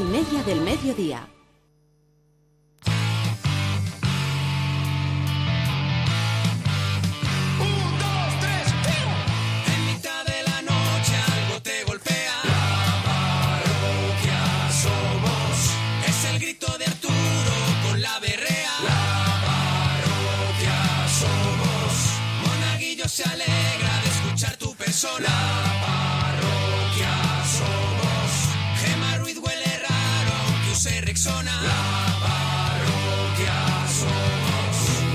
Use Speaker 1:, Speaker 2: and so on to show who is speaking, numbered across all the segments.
Speaker 1: Noticia del Mediodía.
Speaker 2: Un, dos, tres, En mitad de la noche algo te golpea. La parroquia somos. Es el grito de Arturo con la berrea. La parroquia somos. Monaguillo se alegra de escuchar tu persona. La parroquia somos. Gema Ruiz huele raro que use Rexona. La parroquia somos.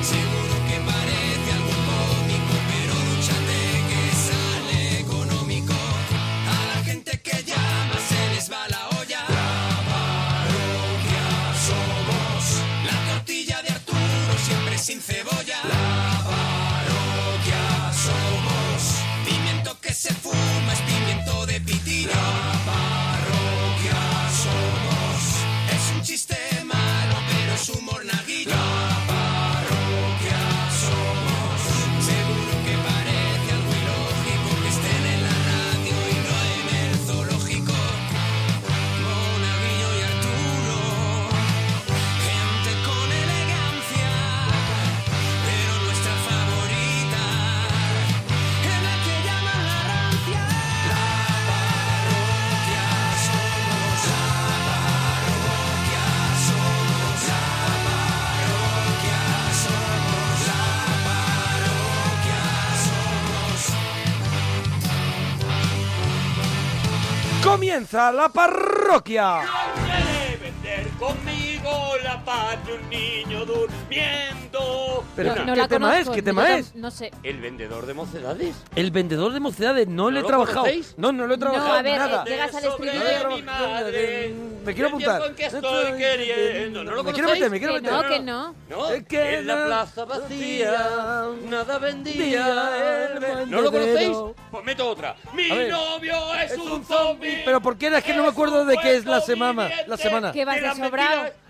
Speaker 2: Seguro que parece algo cómico, pero duchate que sale económico. A la gente que llama se les va la olla. La parroquia somos. La tortilla de Arturo siempre sin cebolla. La parroquia somos. Pimiento que se fuma es pimiento de pitina. La parroquia somos. Es un chiste malo, pero es humor naguillo. La parroquia somos. Seguro que parece algo ilógico que estén en la radio y no en el zoológico. Monaguillo y Arturo, gente con elegancia, pero nuestra favorita es la que llaman la rancia. La parroquia somos, la parroquia somos, la parroquia somos, la parroquia somos.
Speaker 3: Comienza la parroquia.
Speaker 4: Quiere vender conmigo la paz de un niño durmiendo.
Speaker 3: Pero No, ¿qué- no qué la tema conozco, es? ¿Qué yo tema tam- es?
Speaker 5: No sé.
Speaker 4: El vendedor de mocedades.
Speaker 3: El vendedor de mocedades no, le he
Speaker 4: lo
Speaker 3: trabajado.
Speaker 4: conocéis?
Speaker 3: No, no lo he
Speaker 4: No, a
Speaker 3: trabajado
Speaker 4: ver,
Speaker 3: nada.
Speaker 5: eh, llegas al
Speaker 3: Sobre
Speaker 5: estribillo.
Speaker 3: mi madre, Me quiero
Speaker 4: el tiempo
Speaker 3: apuntar.
Speaker 4: en que estoy queriendo. ¿No lo
Speaker 3: Me quiero
Speaker 4: conocéis?
Speaker 3: meter, me quiero meter.
Speaker 5: que no.
Speaker 4: No,
Speaker 3: Es que
Speaker 4: en la
Speaker 3: no-
Speaker 4: plaza vacía nada
Speaker 3: Vendía
Speaker 4: vendía.
Speaker 3: el
Speaker 4: el
Speaker 3: buen
Speaker 4: ve- ¿No lo conocéis?
Speaker 3: dedero.
Speaker 4: Pues meto otra. Mi
Speaker 3: A ver.
Speaker 4: novio es, un zombie.
Speaker 3: Pero ¿por qué? Es que no me acuerdo de qué es la semana. La semana.
Speaker 5: Que vas
Speaker 4: de
Speaker 5: de
Speaker 4: las
Speaker 5: sobrado.
Speaker 4: mentiras.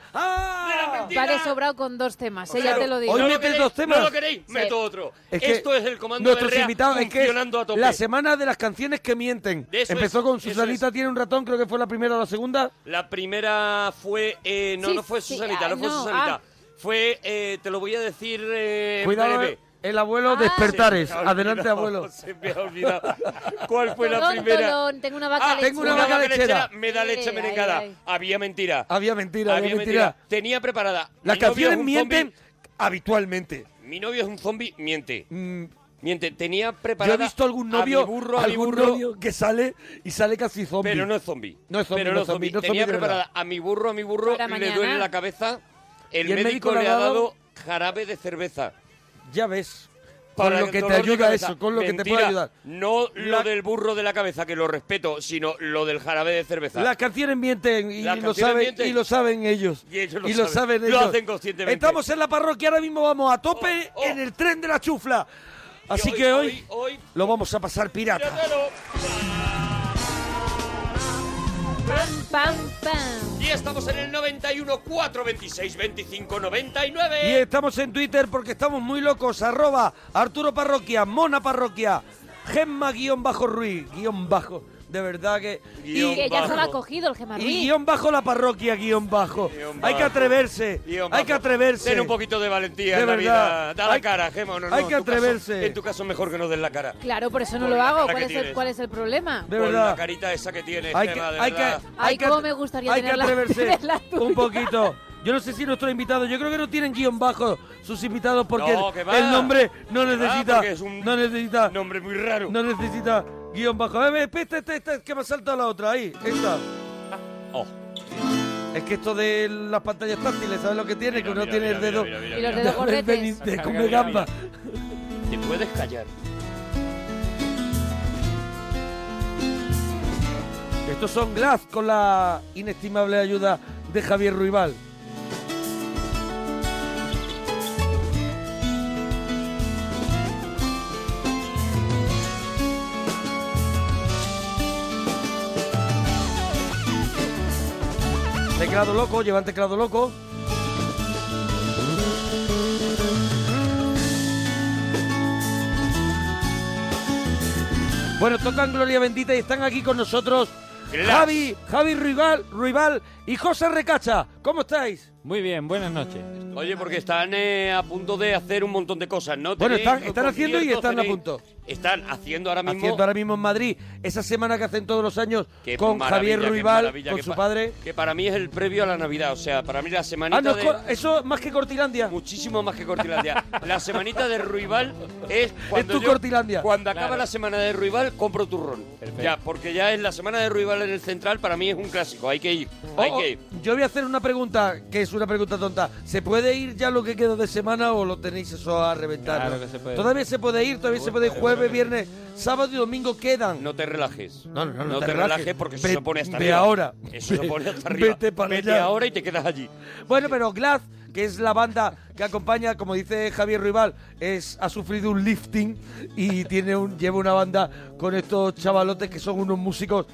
Speaker 5: Va de sobrado con dos temas, eh, ya te lo digo.
Speaker 3: Hoy
Speaker 4: ¿No lo
Speaker 3: metes
Speaker 4: queréis?
Speaker 3: dos temas.
Speaker 4: ¿No lo queréis?
Speaker 5: Sí.
Speaker 4: Meto otro.
Speaker 3: Es que
Speaker 4: Esto es el comando
Speaker 3: Nuestros
Speaker 4: de Rea
Speaker 3: invitados es que es
Speaker 4: funcionando a tope.
Speaker 3: la semana de las canciones que mienten.
Speaker 4: De eso
Speaker 3: Empezó
Speaker 4: es,
Speaker 3: con
Speaker 4: eso
Speaker 3: Susanita tiene un ratón, creo que fue la primera o la segunda.
Speaker 4: La primera fue. eh, no,
Speaker 5: Sí,
Speaker 4: no fue
Speaker 5: sí,
Speaker 4: Susanita,
Speaker 5: ah,
Speaker 4: no fue
Speaker 5: no,
Speaker 4: Susanita.
Speaker 5: ah.
Speaker 4: Fue. eh, te lo voy a decir eh, en
Speaker 3: Cuidado,
Speaker 4: breve.
Speaker 3: el abuelo
Speaker 5: Ah.
Speaker 3: despertares.
Speaker 4: Se me ha
Speaker 3: Adelante,
Speaker 4: olvidado,
Speaker 3: abuelo.
Speaker 4: Se me ha olvidado. ¿Cuál fue la
Speaker 5: Tolón,
Speaker 4: primera?
Speaker 5: tolón, tengo una vaca
Speaker 4: Ah,
Speaker 3: tengo una
Speaker 5: lechera.
Speaker 3: vaca lechera.
Speaker 4: Me da leche
Speaker 5: Eh,
Speaker 4: merengada.
Speaker 5: ay, ay.
Speaker 4: Había mentira.
Speaker 3: Había mentira, había mentira.
Speaker 4: Tenía preparada.
Speaker 3: Las
Speaker 4: Mi novio es
Speaker 3: canciones
Speaker 4: un
Speaker 3: mienten
Speaker 4: zombi.
Speaker 3: habitualmente.
Speaker 4: Mi novio es un zombie, miente.
Speaker 3: Mm,
Speaker 4: Miente. Tenía
Speaker 3: Yo
Speaker 4: preparada.
Speaker 3: he visto algún
Speaker 4: a mi
Speaker 3: novio,
Speaker 4: burro, a mi
Speaker 3: algún
Speaker 4: burro,
Speaker 3: novio que sale y sale casi zombie.
Speaker 4: Pero no es zombie.
Speaker 3: No es zombi,
Speaker 4: Pero
Speaker 3: no es zombi, no es zombi
Speaker 4: Tenía
Speaker 3: de verdad.
Speaker 4: preparada a mi burro, a mi burro,
Speaker 5: Para
Speaker 4: le
Speaker 5: mañana.
Speaker 4: duele la cabeza. El,
Speaker 3: Y el
Speaker 4: médico,
Speaker 3: médico le
Speaker 4: le
Speaker 3: ha
Speaker 4: ha
Speaker 3: dado-
Speaker 4: dado jarabe de cerveza.
Speaker 3: Ya ves.
Speaker 4: para
Speaker 3: con
Speaker 4: el
Speaker 3: lo que te
Speaker 4: dolor de
Speaker 3: ayuda
Speaker 4: cabeza.
Speaker 3: eso, con lo que te puede
Speaker 4: Mentira,
Speaker 3: ayudar.
Speaker 4: No
Speaker 3: La-
Speaker 4: lo del burro de la cabeza, que lo respeto, sino lo del jarabe de cerveza.
Speaker 3: Las canciones mienten y
Speaker 4: Las
Speaker 3: lo
Speaker 4: canciones
Speaker 3: saben
Speaker 4: mienten.
Speaker 3: y lo saben ellos.
Speaker 4: Y ellos lo
Speaker 3: lo
Speaker 4: saben.
Speaker 3: saben
Speaker 4: Lo
Speaker 3: ellos.
Speaker 4: hacen conscientemente.
Speaker 3: Estamos en la parroquia, ahora mismo vamos a tope
Speaker 4: Oh, oh.
Speaker 3: en el tren de la chufla. Así
Speaker 4: Y
Speaker 3: que hoy,
Speaker 4: hoy, hoy
Speaker 3: lo vamos a pasar pirata.
Speaker 4: piratero.
Speaker 5: Pam, pam.
Speaker 4: Y estamos en el 91 426 25 99.
Speaker 3: Y estamos en Twitter porque estamos muy locos. Arroba Arturo Parroquia, Mona Parroquia, Gemma guión bajo Ruiz, guión bajo. De verdad que...
Speaker 4: Guión
Speaker 3: y-
Speaker 5: eh. Que ya se lo ha
Speaker 4: bajo.
Speaker 5: cogido el Gemma
Speaker 3: Y
Speaker 5: Ruiz.
Speaker 3: guión bajo la parroquia, guión bajo.
Speaker 4: Guión
Speaker 3: Hay que
Speaker 4: bajo.
Speaker 3: atreverse.
Speaker 4: Guión
Speaker 3: Hay que
Speaker 4: bajo.
Speaker 3: atreverse.
Speaker 4: Ten un poquito de valentía
Speaker 3: De
Speaker 4: en la
Speaker 3: verdad.
Speaker 4: vida. Da la
Speaker 3: Hay-
Speaker 4: cara, Gema. No, no,
Speaker 3: hay
Speaker 4: en
Speaker 3: que
Speaker 4: tu caso-
Speaker 3: atreverse.
Speaker 4: en tu caso, mejor que no des la cara.
Speaker 5: Claro, por eso no
Speaker 4: Por
Speaker 5: lo
Speaker 4: la
Speaker 5: hago.
Speaker 4: cara
Speaker 5: ¿Cuál
Speaker 4: que
Speaker 5: es, el,
Speaker 4: tienes.
Speaker 5: cuál es el problema?
Speaker 3: De
Speaker 4: Con
Speaker 3: verdad.
Speaker 4: la carita esa que tienes,
Speaker 3: hay que,
Speaker 4: Gema, de
Speaker 3: hay que,
Speaker 4: verdad.
Speaker 5: Ay,
Speaker 3: hay que-
Speaker 5: cómo me gustaría
Speaker 3: hay que
Speaker 5: tenerla-
Speaker 3: atreverse
Speaker 5: tenerla
Speaker 3: un
Speaker 5: tuya.
Speaker 3: poquito. Yo no sé si nuestros invitados, yo creo que no tienen guión bajo sus invitados porque
Speaker 4: No,
Speaker 3: el-
Speaker 4: que
Speaker 3: el,
Speaker 4: va.
Speaker 3: nombre no
Speaker 4: Que va,
Speaker 3: necesita,
Speaker 4: porque es un
Speaker 3: no necesita,
Speaker 4: Nombre muy raro.
Speaker 3: no necesita guión bajo. A ver, esta, esta, esta, este, que me ha saltado la otra, ahí, esta.
Speaker 4: Oh.
Speaker 3: Es que esto de las pantallas táctiles, ¿sabes lo que tiene? que uno
Speaker 4: Mira,
Speaker 3: tiene
Speaker 4: mira,
Speaker 3: el dedo,
Speaker 4: mira, mira,
Speaker 5: Y
Speaker 4: mira.
Speaker 5: los dedos gorretes.
Speaker 3: de, de, de
Speaker 4: Carga,
Speaker 3: come
Speaker 4: mira,
Speaker 3: gamba.
Speaker 4: Te puedes callar.
Speaker 3: Estos son Glass con la inestimable ayuda de Javier Ruibal. Teclado loco, llevan teclado loco. Bueno, tocan Gloria Bendita y están aquí con nosotros Javi, Javi Ruibal, Ruibal y José Recacha. ¿Cómo estáis?
Speaker 1: Muy bien, buenas noches.
Speaker 4: Oye, porque están eh, a punto de hacer un montón de cosas, ¿no?
Speaker 3: Bueno,
Speaker 4: Tenéis
Speaker 3: están- están haciendo y
Speaker 4: conciertos,
Speaker 3: están a
Speaker 4: tenéis-
Speaker 3: punto.
Speaker 4: Están haciendo ahora mismo.
Speaker 3: Haciendo ahora mismo en Madrid esa semana que hacen todos los años
Speaker 4: Qué
Speaker 3: con
Speaker 4: maravilla,
Speaker 3: Javier
Speaker 4: qué
Speaker 3: Ruibal,
Speaker 4: maravilla,
Speaker 3: con
Speaker 4: que
Speaker 3: su
Speaker 4: pa-
Speaker 3: padre.
Speaker 4: Que para mí es el previo a la Navidad, o sea, para mí la semanita
Speaker 3: Ah, no, es
Speaker 4: de...
Speaker 3: co- eso más que Cortilandia.
Speaker 4: Muchísimo más que Cortilandia. La semanita de Ruibal es cuando
Speaker 3: tu
Speaker 4: yo-
Speaker 3: Cortilandia.
Speaker 4: Cuando acaba
Speaker 1: Claro.
Speaker 4: la semana de Ruibal, compro turrón. Ya, porque ya es la semana de Ruibal en el central, para mí es un clásico, hay que ir, hay
Speaker 3: Oh, oh,
Speaker 4: que ir.
Speaker 3: yo voy a hacer una pregunta que es una pregunta tonta. ¿Se puede ir ya lo que queda de semana o lo tenéis eso a reventar?
Speaker 1: Claro
Speaker 3: no?
Speaker 1: que se puede.
Speaker 3: Todavía se puede ir, todavía se puede ir jueves, viernes, sábado y domingo quedan.
Speaker 4: No te relajes.
Speaker 3: No, no, no, no
Speaker 4: te,
Speaker 3: te
Speaker 4: relajes,
Speaker 3: relajes.
Speaker 4: porque eso
Speaker 3: Ve-
Speaker 4: se pone hasta
Speaker 3: ve
Speaker 4: arriba.
Speaker 3: ahora.
Speaker 4: Eso
Speaker 3: Ve-
Speaker 4: se pone hasta arriba.
Speaker 3: vete para allá.
Speaker 4: ahora y te quedas allí.
Speaker 3: Bueno, pero Glad, que es la banda que acompaña, como dice Javier Ruibal, es, ha sufrido un lifting y tiene un, lleva una banda con estos chavalotes que son unos músicos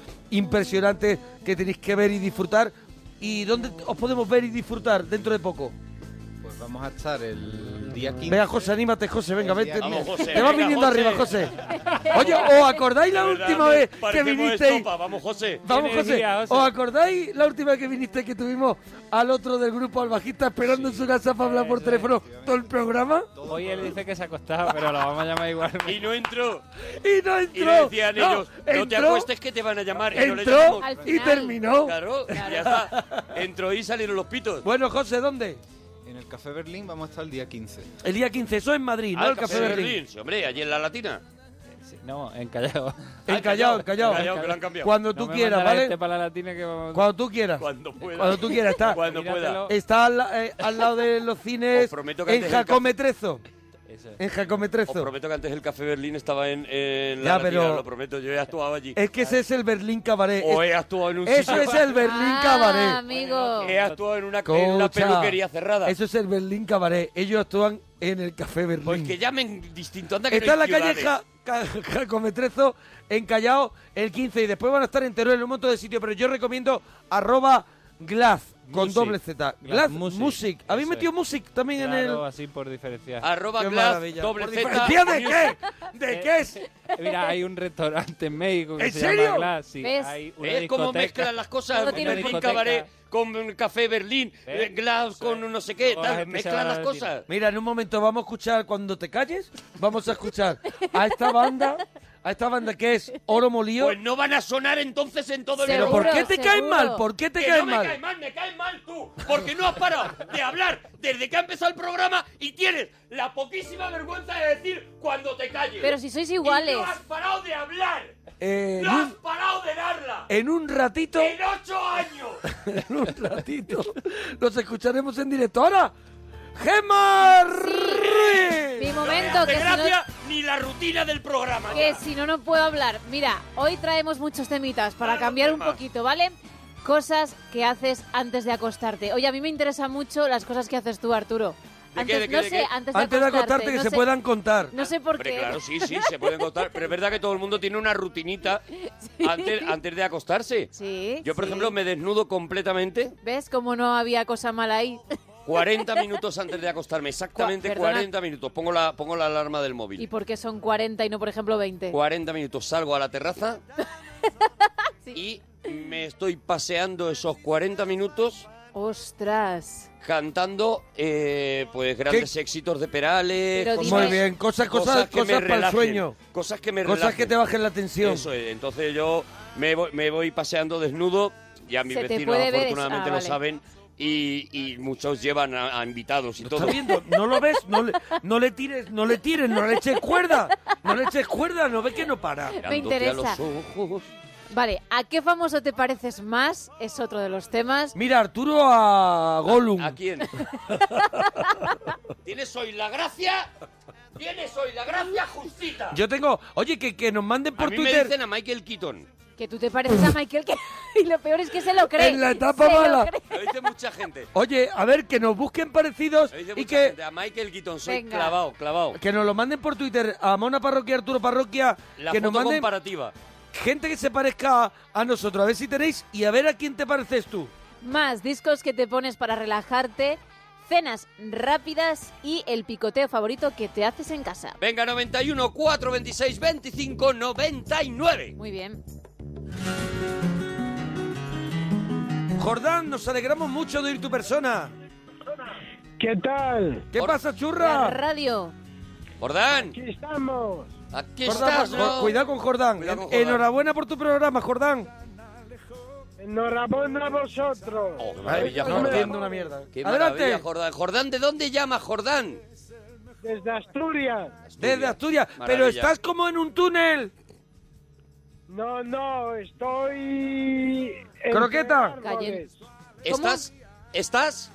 Speaker 3: impresionantes que tenéis que ver y disfrutar. ¿Y dónde os podemos ver y disfrutar dentro de poco?
Speaker 6: Pues vamos a estar el día 15.
Speaker 3: Venga, José, anímate, José, venga, vente.
Speaker 4: Vamos, José,
Speaker 3: Te
Speaker 4: venga,
Speaker 3: vas viniendo
Speaker 4: José.
Speaker 3: arriba, José. Oye, ¿os acordáis la
Speaker 4: De verdad,
Speaker 3: última
Speaker 4: me
Speaker 3: vez que
Speaker 4: parecemos
Speaker 3: vinisteis?
Speaker 4: estopa. Vamos, José.
Speaker 3: Vamos,
Speaker 1: Qué
Speaker 3: José.
Speaker 1: energía, José.
Speaker 3: ¿Os acordáis la última vez que viniste que tuvimos al otro del grupo, al bajista, esperando en su casa para hablar por teléfono todo el programa?
Speaker 1: Hoy él dice que se ha acostado, pero lo vamos a llamar igual.
Speaker 4: Y no entró.
Speaker 3: Y no
Speaker 4: Y
Speaker 3: entró.
Speaker 4: le decían
Speaker 3: no,
Speaker 4: ellos, no te
Speaker 3: entró,
Speaker 4: acuestes que te van a llamar. Y no le
Speaker 3: Entró
Speaker 4: llamó.
Speaker 5: Al
Speaker 3: y
Speaker 5: final.
Speaker 3: terminó.
Speaker 4: Claro, ya está. Entró y salieron los pitos.
Speaker 3: Bueno, José, ¿dónde?
Speaker 6: En el Café Berlín vamos a estar el día 15.
Speaker 3: El día 15, eso en Madrid,
Speaker 4: Ah,
Speaker 3: ¿no? El Café Berlín.
Speaker 4: Sí, hombre, allí en la Latina.
Speaker 1: Sí, No, en Callao.
Speaker 3: El Callao, el Callao.
Speaker 4: Callao, que lo han cambiado.
Speaker 3: Cuando
Speaker 1: No
Speaker 3: tú
Speaker 1: me
Speaker 3: quieras,
Speaker 1: mandará
Speaker 3: ¿vale?
Speaker 1: Este para la latina que vamos-
Speaker 3: Cuando tú quieras.
Speaker 4: Cuando pueda.
Speaker 3: Cuando tú quieras, está.
Speaker 4: Cuando
Speaker 1: Míratelo.
Speaker 3: Está al, la- eh, al lado de los
Speaker 4: Os
Speaker 3: cines
Speaker 4: prometo que
Speaker 3: en
Speaker 4: antes del
Speaker 3: Jacome Trezo.
Speaker 1: Eso es.
Speaker 3: En Jacome
Speaker 4: Os
Speaker 3: Trezo.
Speaker 4: prometo que antes el Café Berlín estaba en, en
Speaker 3: Ya,
Speaker 4: la Latina,
Speaker 3: pero-
Speaker 4: lo prometo. Yo he actuado allí.
Speaker 3: Es que ese es el Berlín Cabaret.
Speaker 4: O
Speaker 3: Es-
Speaker 4: he actuado en un
Speaker 3: eso
Speaker 4: sitio-
Speaker 3: es el Berlín
Speaker 5: Ah,
Speaker 3: Cabaret.
Speaker 5: amigo.
Speaker 4: He actuado en una, en una
Speaker 3: Concha,
Speaker 4: peluquería cerrada.
Speaker 3: Eso es el Berlín Cabaret. Ellos actúan en el Café Berlín.
Speaker 4: Pues que llamen distinto. Anda que
Speaker 3: Está en
Speaker 4: no
Speaker 3: la
Speaker 4: hay
Speaker 3: calle
Speaker 4: ciudades.
Speaker 3: Ja- Ca- Jacome Trezo, en Callao, el 15. Y después van a estar en Teruel, en un montón de sitios. Pero yo recomiendo arroba Glaz, con
Speaker 1: Music.
Speaker 3: doble Z.
Speaker 1: Glaz
Speaker 3: Glaz
Speaker 1: Music.
Speaker 3: Music. ¿Habéis
Speaker 1: Eso
Speaker 3: metido
Speaker 1: es.
Speaker 3: Music también en el...?
Speaker 1: Claro, así por diferenciar.
Speaker 4: Arroba
Speaker 3: Qué
Speaker 4: Glass,
Speaker 3: maravilla.
Speaker 4: doble
Speaker 3: Por
Speaker 4: Z.
Speaker 3: diferencia, ¿De qué? ¿De qué es?
Speaker 1: Eh, Mira, hay un restaurante en México que
Speaker 3: ¿En
Speaker 1: se
Speaker 3: serio?
Speaker 1: llama Glass. Sí,
Speaker 5: ¿Ves?
Speaker 1: hay una
Speaker 4: Es como
Speaker 1: discoteca.
Speaker 4: mezclan las cosas.
Speaker 5: Todo
Speaker 4: Un
Speaker 5: tiene un
Speaker 4: Berlín
Speaker 5: porqué.
Speaker 4: cabaret con un café Berlín,
Speaker 1: ¿Eh?
Speaker 4: eh, Glass con un no sé qué.
Speaker 1: Luego la
Speaker 4: Tal.
Speaker 1: gente se va
Speaker 4: Eh, Mezclan
Speaker 1: a
Speaker 4: las
Speaker 1: la
Speaker 4: cosas.
Speaker 3: Mira, en un momento vamos a escuchar cuando te calles, vamos a escuchar a esta banda, a esta banda que es Oro Molío.
Speaker 4: Pues no van a sonar entonces en todo el
Speaker 3: pero
Speaker 5: seguro,
Speaker 3: ¿por qué te caes
Speaker 5: seguro.
Speaker 3: mal? ¿Por qué te
Speaker 4: que
Speaker 3: caes
Speaker 4: no me
Speaker 3: mal?
Speaker 4: caes mal, me caes mal tú, porque no has parado de hablar desde que ha empezado el programa y tienes la poquísima vergüenza de decir cuando te calles.
Speaker 5: Pero si sois
Speaker 4: Y
Speaker 5: iguales.
Speaker 4: no has parado de hablar,
Speaker 3: Eh, en,
Speaker 4: no has
Speaker 3: un,
Speaker 4: parado de darla.
Speaker 3: en un ratito,
Speaker 4: En ocho años.
Speaker 3: en un ratito, nos escucharemos en directo. Ahora, Gemma
Speaker 5: Mi
Speaker 3: Ruiz.
Speaker 5: momento, que
Speaker 4: de
Speaker 5: si no-
Speaker 4: gracia ni la rutina del programa.
Speaker 5: que si no, no puedo hablar. Mira, hoy traemos muchos temitas para
Speaker 4: Claro,
Speaker 5: cambiar un
Speaker 4: temas.
Speaker 5: poquito, ¿vale? Cosas que haces antes de acostarte. Oye, a mí me interesan mucho las cosas que haces tú, Arturo.
Speaker 4: ¿De qué,
Speaker 5: Antes,
Speaker 4: de qué,
Speaker 5: no
Speaker 4: de
Speaker 5: sé,
Speaker 4: qué?
Speaker 5: antes de
Speaker 3: Antes de acostarte,
Speaker 5: acostarte,
Speaker 3: que
Speaker 5: no
Speaker 3: se
Speaker 5: sé-
Speaker 3: puedan contar.
Speaker 5: No sé por
Speaker 4: Hombre,
Speaker 5: qué.
Speaker 4: claro, sí, sí, se pueden contar. Pero es verdad que todo el mundo tiene una rutinita antes, antes de acostarse.
Speaker 5: Sí,
Speaker 4: Yo, por
Speaker 5: sí.
Speaker 4: ejemplo, me desnudo completamente
Speaker 5: ¿Ves cómo no había cosa mala ahí?
Speaker 4: 40 minutos antes de acostarme. Exactamente
Speaker 5: Perdona.
Speaker 4: 40 minutos. Pongo la, pongo la alarma del móvil.
Speaker 5: ¿Y por qué son 40 y no, por ejemplo, 20?
Speaker 4: 40 minutos salgo a la terraza y me estoy paseando esos 40 minutos
Speaker 5: ¡Ostras!
Speaker 4: cantando eh, pues grandes éxitos de Perales,
Speaker 5: Pero
Speaker 3: Muy
Speaker 5: dime-
Speaker 3: bien, cosas, cosas, cosas,
Speaker 4: que me
Speaker 3: para el
Speaker 4: relajen,
Speaker 3: sueño.
Speaker 4: Cosas que me
Speaker 3: Cosas que te
Speaker 4: relajen.
Speaker 3: bajen la tensión.
Speaker 4: Eso es. Entonces yo me voy, me voy paseando desnudo, ya mis
Speaker 5: Se te
Speaker 4: vecinos
Speaker 5: puede ver eso.
Speaker 4: afortunadamente
Speaker 5: Ah,
Speaker 4: lo
Speaker 5: vale.
Speaker 4: saben y, y muchos llevan a, a invitados y
Speaker 3: Lo
Speaker 4: todo.
Speaker 3: está viendo, no lo ves, no le, no le tires, no le tires, no le eches cuerda, no le eches cuerda, no ve que no para.
Speaker 4: Mirándote
Speaker 5: interesa.
Speaker 4: A los ojos.
Speaker 5: Vale, ¿a qué famoso te pareces más? Es otro de los temas.
Speaker 3: Mira, Arturo a Gollum.
Speaker 4: ¿A quién? ¿Tienes hoy la gracia? ¿Tienes hoy la gracia justita?
Speaker 3: Yo tengo, oye, que, que nos manden
Speaker 4: a
Speaker 3: por
Speaker 4: mí me
Speaker 3: Twitter.
Speaker 4: dicen a Michael Keaton.
Speaker 5: Que tú te pareces a Michael que... Y lo peor es que se lo cree.
Speaker 3: En la etapa
Speaker 5: Se lo
Speaker 3: mala.
Speaker 5: cree.
Speaker 4: Lo dice mucha gente.
Speaker 3: Oye, a ver, que nos busquen parecidos
Speaker 4: Lo dice
Speaker 3: y
Speaker 4: mucha
Speaker 3: que,
Speaker 4: gente. A Michael Keaton soy
Speaker 5: Venga.
Speaker 4: clavado, clavado.
Speaker 3: que nos lo manden por Twitter a Mona Parroquia, Arturo Parroquia,
Speaker 4: La
Speaker 3: que
Speaker 4: foto
Speaker 3: nos manden
Speaker 4: comparativa.
Speaker 3: gente que se parezca a, a nosotros, a ver si tenéis y a ver a quién te pareces tú.
Speaker 5: Más discos que te pones para relajarte, cenas rápidas y el picoteo favorito que te haces en casa.
Speaker 4: Venga, 91, 4, 26, 25, 99.
Speaker 5: Muy bien.
Speaker 3: Jordán, nos alegramos mucho de oír tu persona.
Speaker 7: ¿Qué tal?
Speaker 3: ¿Qué pasa,
Speaker 5: La
Speaker 3: churra?
Speaker 5: radio.
Speaker 4: Jordán,
Speaker 7: Aquí estamos.
Speaker 4: aquí
Speaker 3: Jordán,
Speaker 4: estás,
Speaker 3: pa-
Speaker 4: ¿no?
Speaker 3: jo- Cuidado con Jordán.
Speaker 4: Cuidado con
Speaker 3: En-
Speaker 4: Jordán.
Speaker 3: Enhorabuena por tu programa, Jordán.
Speaker 7: Enhorabuena a vosotros.
Speaker 4: Oh, qué maravilla,
Speaker 3: No entiendo
Speaker 4: Jordán.
Speaker 3: una mierda.
Speaker 4: Qué
Speaker 3: Adelante.
Speaker 4: maravilla, Jordán. Jordán, ¿de dónde llama Jordán?
Speaker 7: Desde Asturias.
Speaker 3: Desde Asturias. Pero
Speaker 4: Maravilla.
Speaker 3: estás como en un túnel.
Speaker 7: No, no, estoy... entre
Speaker 3: Croqueta.
Speaker 7: árboles.
Speaker 4: ¿Estás? ¿Estás?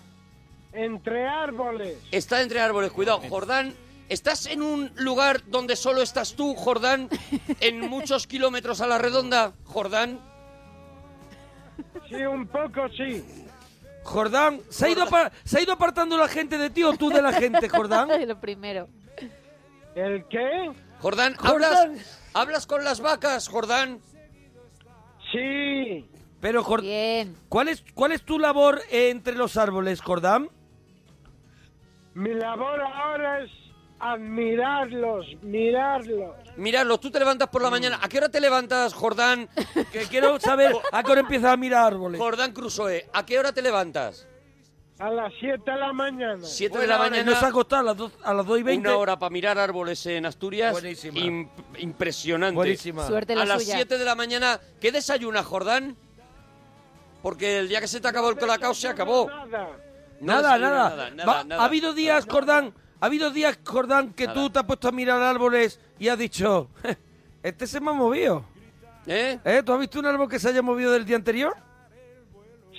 Speaker 7: Entre árboles.
Speaker 4: Está entre árboles, cuidado. Jordán, ¿estás en un lugar donde solo estás tú, Jordán? En muchos kilómetros a la redonda, Jordán.
Speaker 7: Sí, un poco sí.
Speaker 3: Jordán, ¿se ha, ido apar- ¿se ha ido apartando la gente de ti o tú de la gente, Jordán?
Speaker 5: Lo primero.
Speaker 7: ¿El qué?
Speaker 4: Jordán,
Speaker 3: Jordán.
Speaker 4: ¿hablas, hablas con las vacas, Jordán.
Speaker 7: Sí.
Speaker 3: Pero, Jor-
Speaker 5: Bien.
Speaker 3: ¿cuál, es, ¿cuál es tu labor eh, entre los árboles, Jordán?
Speaker 7: Mi labor ahora es admirarlos, mirarlos.
Speaker 4: Mirarlo, tú te levantas
Speaker 7: Mm.
Speaker 4: por la mañana. ¿A qué hora te levantas, Jordán?
Speaker 3: Que quiero saber a qué hora empiezas a mirar árboles.
Speaker 4: Jordán Crusoe, ¿a qué hora te levantas?
Speaker 7: A las 7 de la mañana.
Speaker 4: Siete
Speaker 3: Buena
Speaker 4: de la
Speaker 3: hora, y
Speaker 4: mañana.
Speaker 3: No se ha acostado a las, dos, a las 2 y 20.
Speaker 4: Una hora para mirar árboles en Asturias.
Speaker 3: Buenísima.
Speaker 4: Imp- impresionante.
Speaker 3: Buenísima.
Speaker 5: Suerte la
Speaker 4: A las
Speaker 5: suya.
Speaker 4: 7 de la mañana, ¿qué desayuna, Jordán? Porque el día que se te acabó el colacao se acabó.
Speaker 7: Nada.
Speaker 4: No
Speaker 3: nada,
Speaker 4: desayuna
Speaker 3: nada.
Speaker 4: nada, nada,
Speaker 3: Va-
Speaker 4: nada.
Speaker 3: Ha habido días, Jordán, ha habido días, Jordán, que tú
Speaker 4: Nada.
Speaker 3: te has puesto a mirar árboles y has dicho, este se me ha movido.
Speaker 4: ¿Eh?
Speaker 3: ¿Eh? ¿Tú has visto un árbol que se haya movido del día anterior?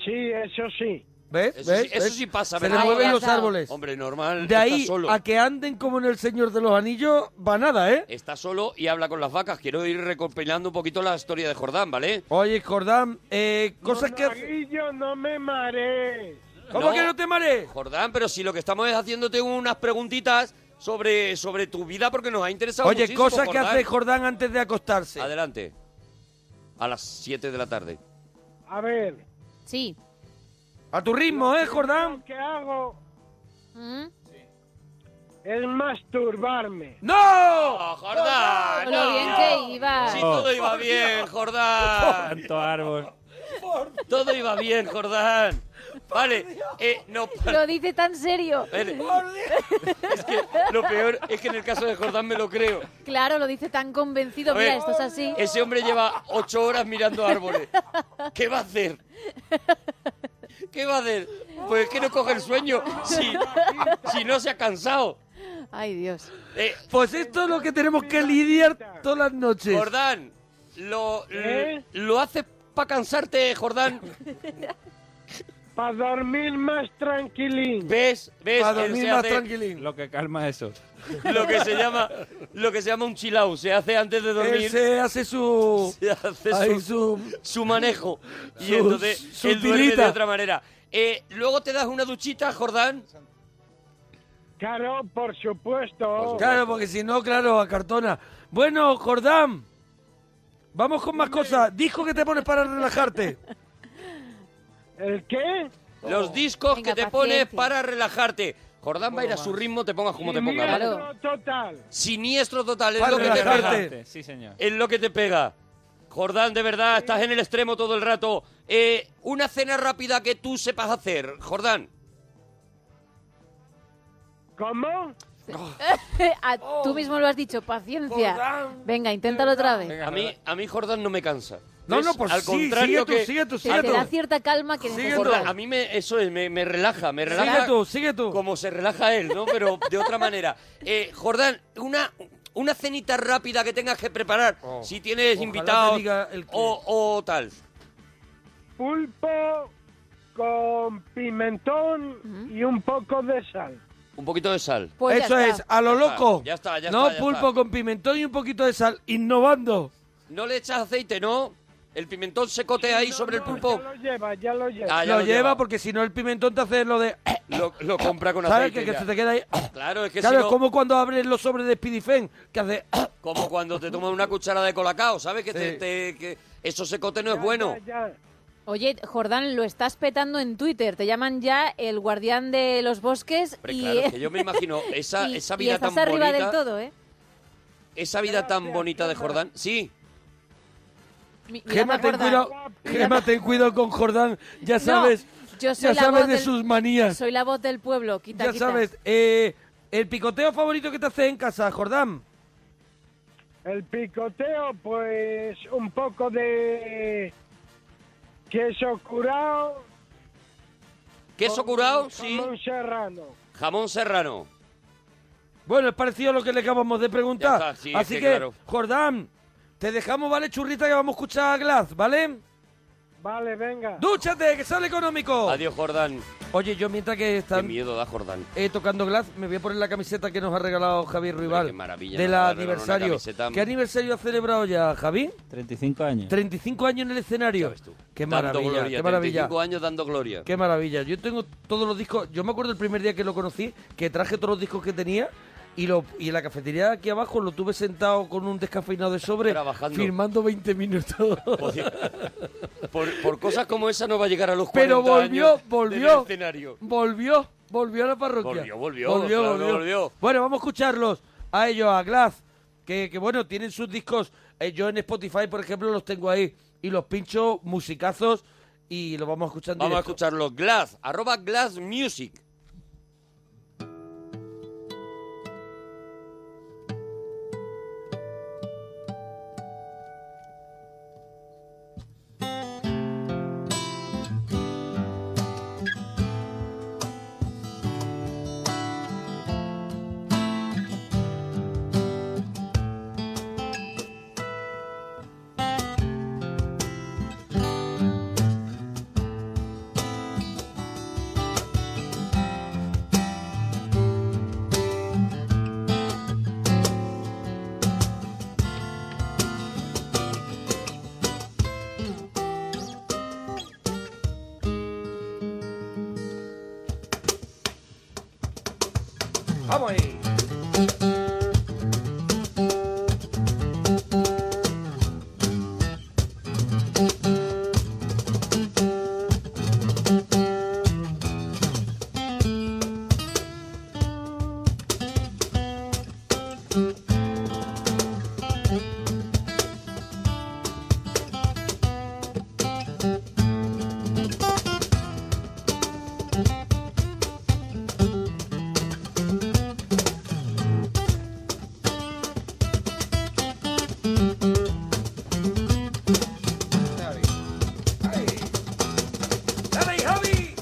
Speaker 7: Sí, eso sí.
Speaker 3: ¿Ves?
Speaker 4: Eso,
Speaker 3: ¿Ves?
Speaker 4: sí, eso
Speaker 3: ¿Ves?
Speaker 4: sí pasa,
Speaker 3: Se le
Speaker 4: ¿verdad?
Speaker 3: mueven
Speaker 5: Ahí
Speaker 3: los
Speaker 5: has dado.
Speaker 3: árboles.
Speaker 4: Hombre, normal.
Speaker 3: De ahí
Speaker 4: está solo.
Speaker 3: a que anden como en el Señor de los Anillos, va nada, ¿eh?
Speaker 4: Está solo y habla con las vacas. Quiero ir recopilando un poquito la historia de Jordán, ¿vale?
Speaker 3: Oye, Jordán, eh, cosas que... hace-
Speaker 7: Monaguillo, no me marees.
Speaker 3: ¿Cómo
Speaker 4: No.
Speaker 3: que no te marees?
Speaker 4: Jordán, pero si lo que estamos es haciéndote unas preguntitas sobre, sobre tu vida porque nos ha interesado
Speaker 3: Oye,
Speaker 4: muchísimo,
Speaker 3: cosas que
Speaker 4: Jordán.
Speaker 3: hace Jordán antes de acostarse.
Speaker 4: Adelante. A las 7 de la tarde.
Speaker 7: A ver,
Speaker 5: Sí.
Speaker 3: A tu ritmo, ¿eh, Jordán?
Speaker 7: lo que hago
Speaker 5: ¿Mm?
Speaker 7: es masturbarme.
Speaker 3: ¡No!
Speaker 4: Ah, Jordán!
Speaker 5: Con Lo bien que iba.
Speaker 4: Si todo iba bien, Jordán.
Speaker 1: Tanto árbol.
Speaker 4: Todo iba bien, Jordán. Vale, eh, no.
Speaker 5: Lo dice tan serio.
Speaker 4: Vale. Es que lo peor es que en el caso de Jordán me lo creo.
Speaker 5: Claro, lo dice tan convencido.
Speaker 4: A ver,
Speaker 5: Mira, esto es así.
Speaker 4: Ese hombre lleva ocho horas mirando árboles. ¿Qué va a hacer? ¿Qué va a hacer? Pues es que no coge el sueño si, si no se ha cansado.
Speaker 5: Ay, Dios.
Speaker 4: Eh,
Speaker 3: Pues esto es lo que tenemos que lidiar todas las noches.
Speaker 4: Jordán, lo,
Speaker 7: ¿Eh?
Speaker 4: lo haces para cansarte, Jordán.
Speaker 7: Para dormir más tranquilín.
Speaker 4: ¿Ves? ¿Ves?
Speaker 3: Para
Speaker 4: Él
Speaker 3: dormir
Speaker 4: se
Speaker 3: más
Speaker 4: hace
Speaker 3: tranquilín.
Speaker 1: Lo que calma eso.
Speaker 4: Lo que se llama, lo que se llama un chill out. Se hace antes de
Speaker 3: Él
Speaker 4: dormir.
Speaker 3: se hace su...
Speaker 4: Se hace
Speaker 3: ahí
Speaker 4: su,
Speaker 3: su...
Speaker 4: su manejo. Y
Speaker 3: su-
Speaker 4: entonces
Speaker 3: su
Speaker 4: él duerme de
Speaker 3: tirita.
Speaker 4: otra manera. Eh, Luego te das una duchita, Jordán.
Speaker 7: Claro, por supuesto.
Speaker 3: Claro, porque si no, claro, acartona. Bueno, Jordán, vamos con más cosas. Disco que te pones para relajarte.
Speaker 7: ¿El qué?
Speaker 4: Los discos
Speaker 5: Venga,
Speaker 4: que te
Speaker 5: paciencia.
Speaker 4: pones para relajarte. Jordán va a ir a su ritmo, te pongas como te pongas. ¿vale?
Speaker 5: Claro.
Speaker 7: Siniestro total.
Speaker 4: Siniestro total, es
Speaker 3: Para
Speaker 4: lo que te
Speaker 3: relajarte.
Speaker 4: pega.
Speaker 1: Relajarte, Sí, señor.
Speaker 4: Es lo que te pega. Jordán, de verdad, estás en el extremo todo el rato. Eh, una cena rápida que tú sepas hacer, Jordán.
Speaker 7: ¿Cómo?
Speaker 3: Oh.
Speaker 5: Ah, tú mismo lo has dicho, paciencia.
Speaker 3: Jordán.
Speaker 5: Venga, inténtalo otra vez.
Speaker 1: Venga,
Speaker 4: A mí, a mí Jordán no me cansa.
Speaker 3: No,
Speaker 4: ¿Ves?
Speaker 3: no, pues
Speaker 4: Al
Speaker 3: sí,
Speaker 4: contrario
Speaker 3: sigue tú,
Speaker 4: que-
Speaker 3: sigue tú, sigue
Speaker 5: Pero Ah, te da
Speaker 3: tú.
Speaker 5: cierta calma que
Speaker 3: Sigue
Speaker 5: necesitas.
Speaker 4: Jordán, a mí me, eso es, me, me relaja, me relaja.
Speaker 3: Sigue tú, sigue tú.
Speaker 4: Como se relaja él, ¿no? Pero de otra manera. Eh, Jordán, una, una cenita rápida que tengas que preparar
Speaker 3: Oh.
Speaker 4: si tienes
Speaker 3: Ojalá
Speaker 4: invitados
Speaker 3: me diga el que-
Speaker 4: o, o tal.
Speaker 7: Pulpo con
Speaker 5: ¿Mm?
Speaker 7: pimentón y un poco de sal.
Speaker 4: Un poquito de sal.
Speaker 5: Pues ya
Speaker 3: Eso
Speaker 5: está.
Speaker 3: es, a lo
Speaker 4: Ya está,
Speaker 3: loco.
Speaker 4: ya está, ya
Speaker 3: no,
Speaker 4: está, ya
Speaker 3: pulpo
Speaker 4: está.
Speaker 3: con pimentón y un poquito de sal, innovando.
Speaker 4: No le echas aceite, ¿no? El pimentón se cotea ahí sobre el
Speaker 7: No,
Speaker 4: pulpo.
Speaker 7: Ya lo lleva, ya lo lleva.
Speaker 4: Ah, ya
Speaker 3: lo, lleva, porque si no el pimentón te hace lo de...
Speaker 4: Lo, lo compra con
Speaker 3: ¿Sabes?
Speaker 4: aceite.
Speaker 3: Que, que
Speaker 4: ya.
Speaker 3: se te queda ahí...
Speaker 4: Claro, es que
Speaker 3: Claro,
Speaker 4: si
Speaker 3: es
Speaker 4: no-
Speaker 3: como cuando abres los sobres de Spidifen, que hace...
Speaker 4: Como cuando te tomas una cuchara de colacao, ¿sabes? Que, te- te- que eso secote no es bueno.
Speaker 7: Ya, ya.
Speaker 5: Oye, Jordán, lo estás petando en Twitter. Te llaman ya el guardián de los bosques
Speaker 4: Hombre,
Speaker 5: y,
Speaker 4: claro, que yo me imagino esa,
Speaker 5: y-
Speaker 4: esa
Speaker 5: y
Speaker 4: vida
Speaker 5: estás
Speaker 4: tan
Speaker 5: arriba
Speaker 4: bonita,
Speaker 5: del todo, ¿eh?
Speaker 4: esa vida tan bonita de Jordán. Sí,
Speaker 5: mi- mira,
Speaker 3: Gema,
Speaker 5: me
Speaker 3: ten
Speaker 5: acuerdo.
Speaker 3: cuidado, Gema, ten cuidado con Jordán. Ya
Speaker 5: No,
Speaker 3: sabes,
Speaker 5: yo soy
Speaker 3: ya
Speaker 5: la
Speaker 3: sabes
Speaker 5: voz
Speaker 3: de
Speaker 5: del-
Speaker 3: sus manías.
Speaker 5: Soy la voz del pueblo, quita,
Speaker 3: ya
Speaker 5: quita.
Speaker 3: sabes, eh, el picoteo favorito que te haces en casa, Jordán.
Speaker 7: El picoteo, pues un poco de queso curado.
Speaker 4: Queso
Speaker 7: con
Speaker 4: curado, sí.
Speaker 7: Jamón serrano.
Speaker 4: Jamón serrano.
Speaker 3: Bueno, es parecido a lo que le acabamos de preguntar.
Speaker 4: Ya está, sí,
Speaker 3: Así
Speaker 4: es
Speaker 3: que,
Speaker 4: que claro.
Speaker 3: Jordán, te dejamos, ¿vale, churrita? Que vamos a escuchar a Glass, ¿vale?
Speaker 7: Vale, venga.
Speaker 3: ¡Dúchate, que sale económico!
Speaker 4: Adiós, Jordán.
Speaker 3: Oye, yo mientras que
Speaker 4: Qué
Speaker 3: están
Speaker 4: miedo da Jordán.
Speaker 3: eh, tocando Glass, me voy a poner la camiseta que nos ha regalado Javier Rival.
Speaker 4: qué maravilla,
Speaker 3: Del
Speaker 4: nos ha regalado una
Speaker 3: aniversario.
Speaker 4: camiseta.
Speaker 3: ¿Qué aniversario ha celebrado ya, Javi?
Speaker 8: 35 años.
Speaker 3: 35 años en el
Speaker 4: Ya
Speaker 3: escenario.
Speaker 4: ves tú.
Speaker 3: Qué
Speaker 4: Dando
Speaker 3: maravilla,
Speaker 4: gloria,
Speaker 3: qué maravilla.
Speaker 4: 35 años dando gloria.
Speaker 3: Qué maravilla. Yo tengo todos los discos. Yo me acuerdo el primer día que lo conocí, que traje todos los discos que tenía y, lo, y en la cafetería aquí abajo lo tuve sentado con un descafeinado de sobre
Speaker 4: Trabajando.
Speaker 3: firmando 20 minutos.
Speaker 4: Por, por cosas como esa no va a llegar a los 40
Speaker 3: Pero volvió,
Speaker 4: años
Speaker 3: volvió,
Speaker 4: del escenario.
Speaker 3: volvió, volvió a la parroquia.
Speaker 4: Volvió, volvió, claro, volvió.
Speaker 3: Bueno, vamos a escucharlos a ellos, a Glass, que, que bueno, tienen sus discos. Eh, yo en Spotify, por ejemplo, los tengo ahí y los pincho musicazos y los vamos a escuchar en
Speaker 4: Vamos a
Speaker 3: directo.
Speaker 4: escucharlo. Glass, arroba Glass Music.
Speaker 3: Vamos ahí. Dale, Javi.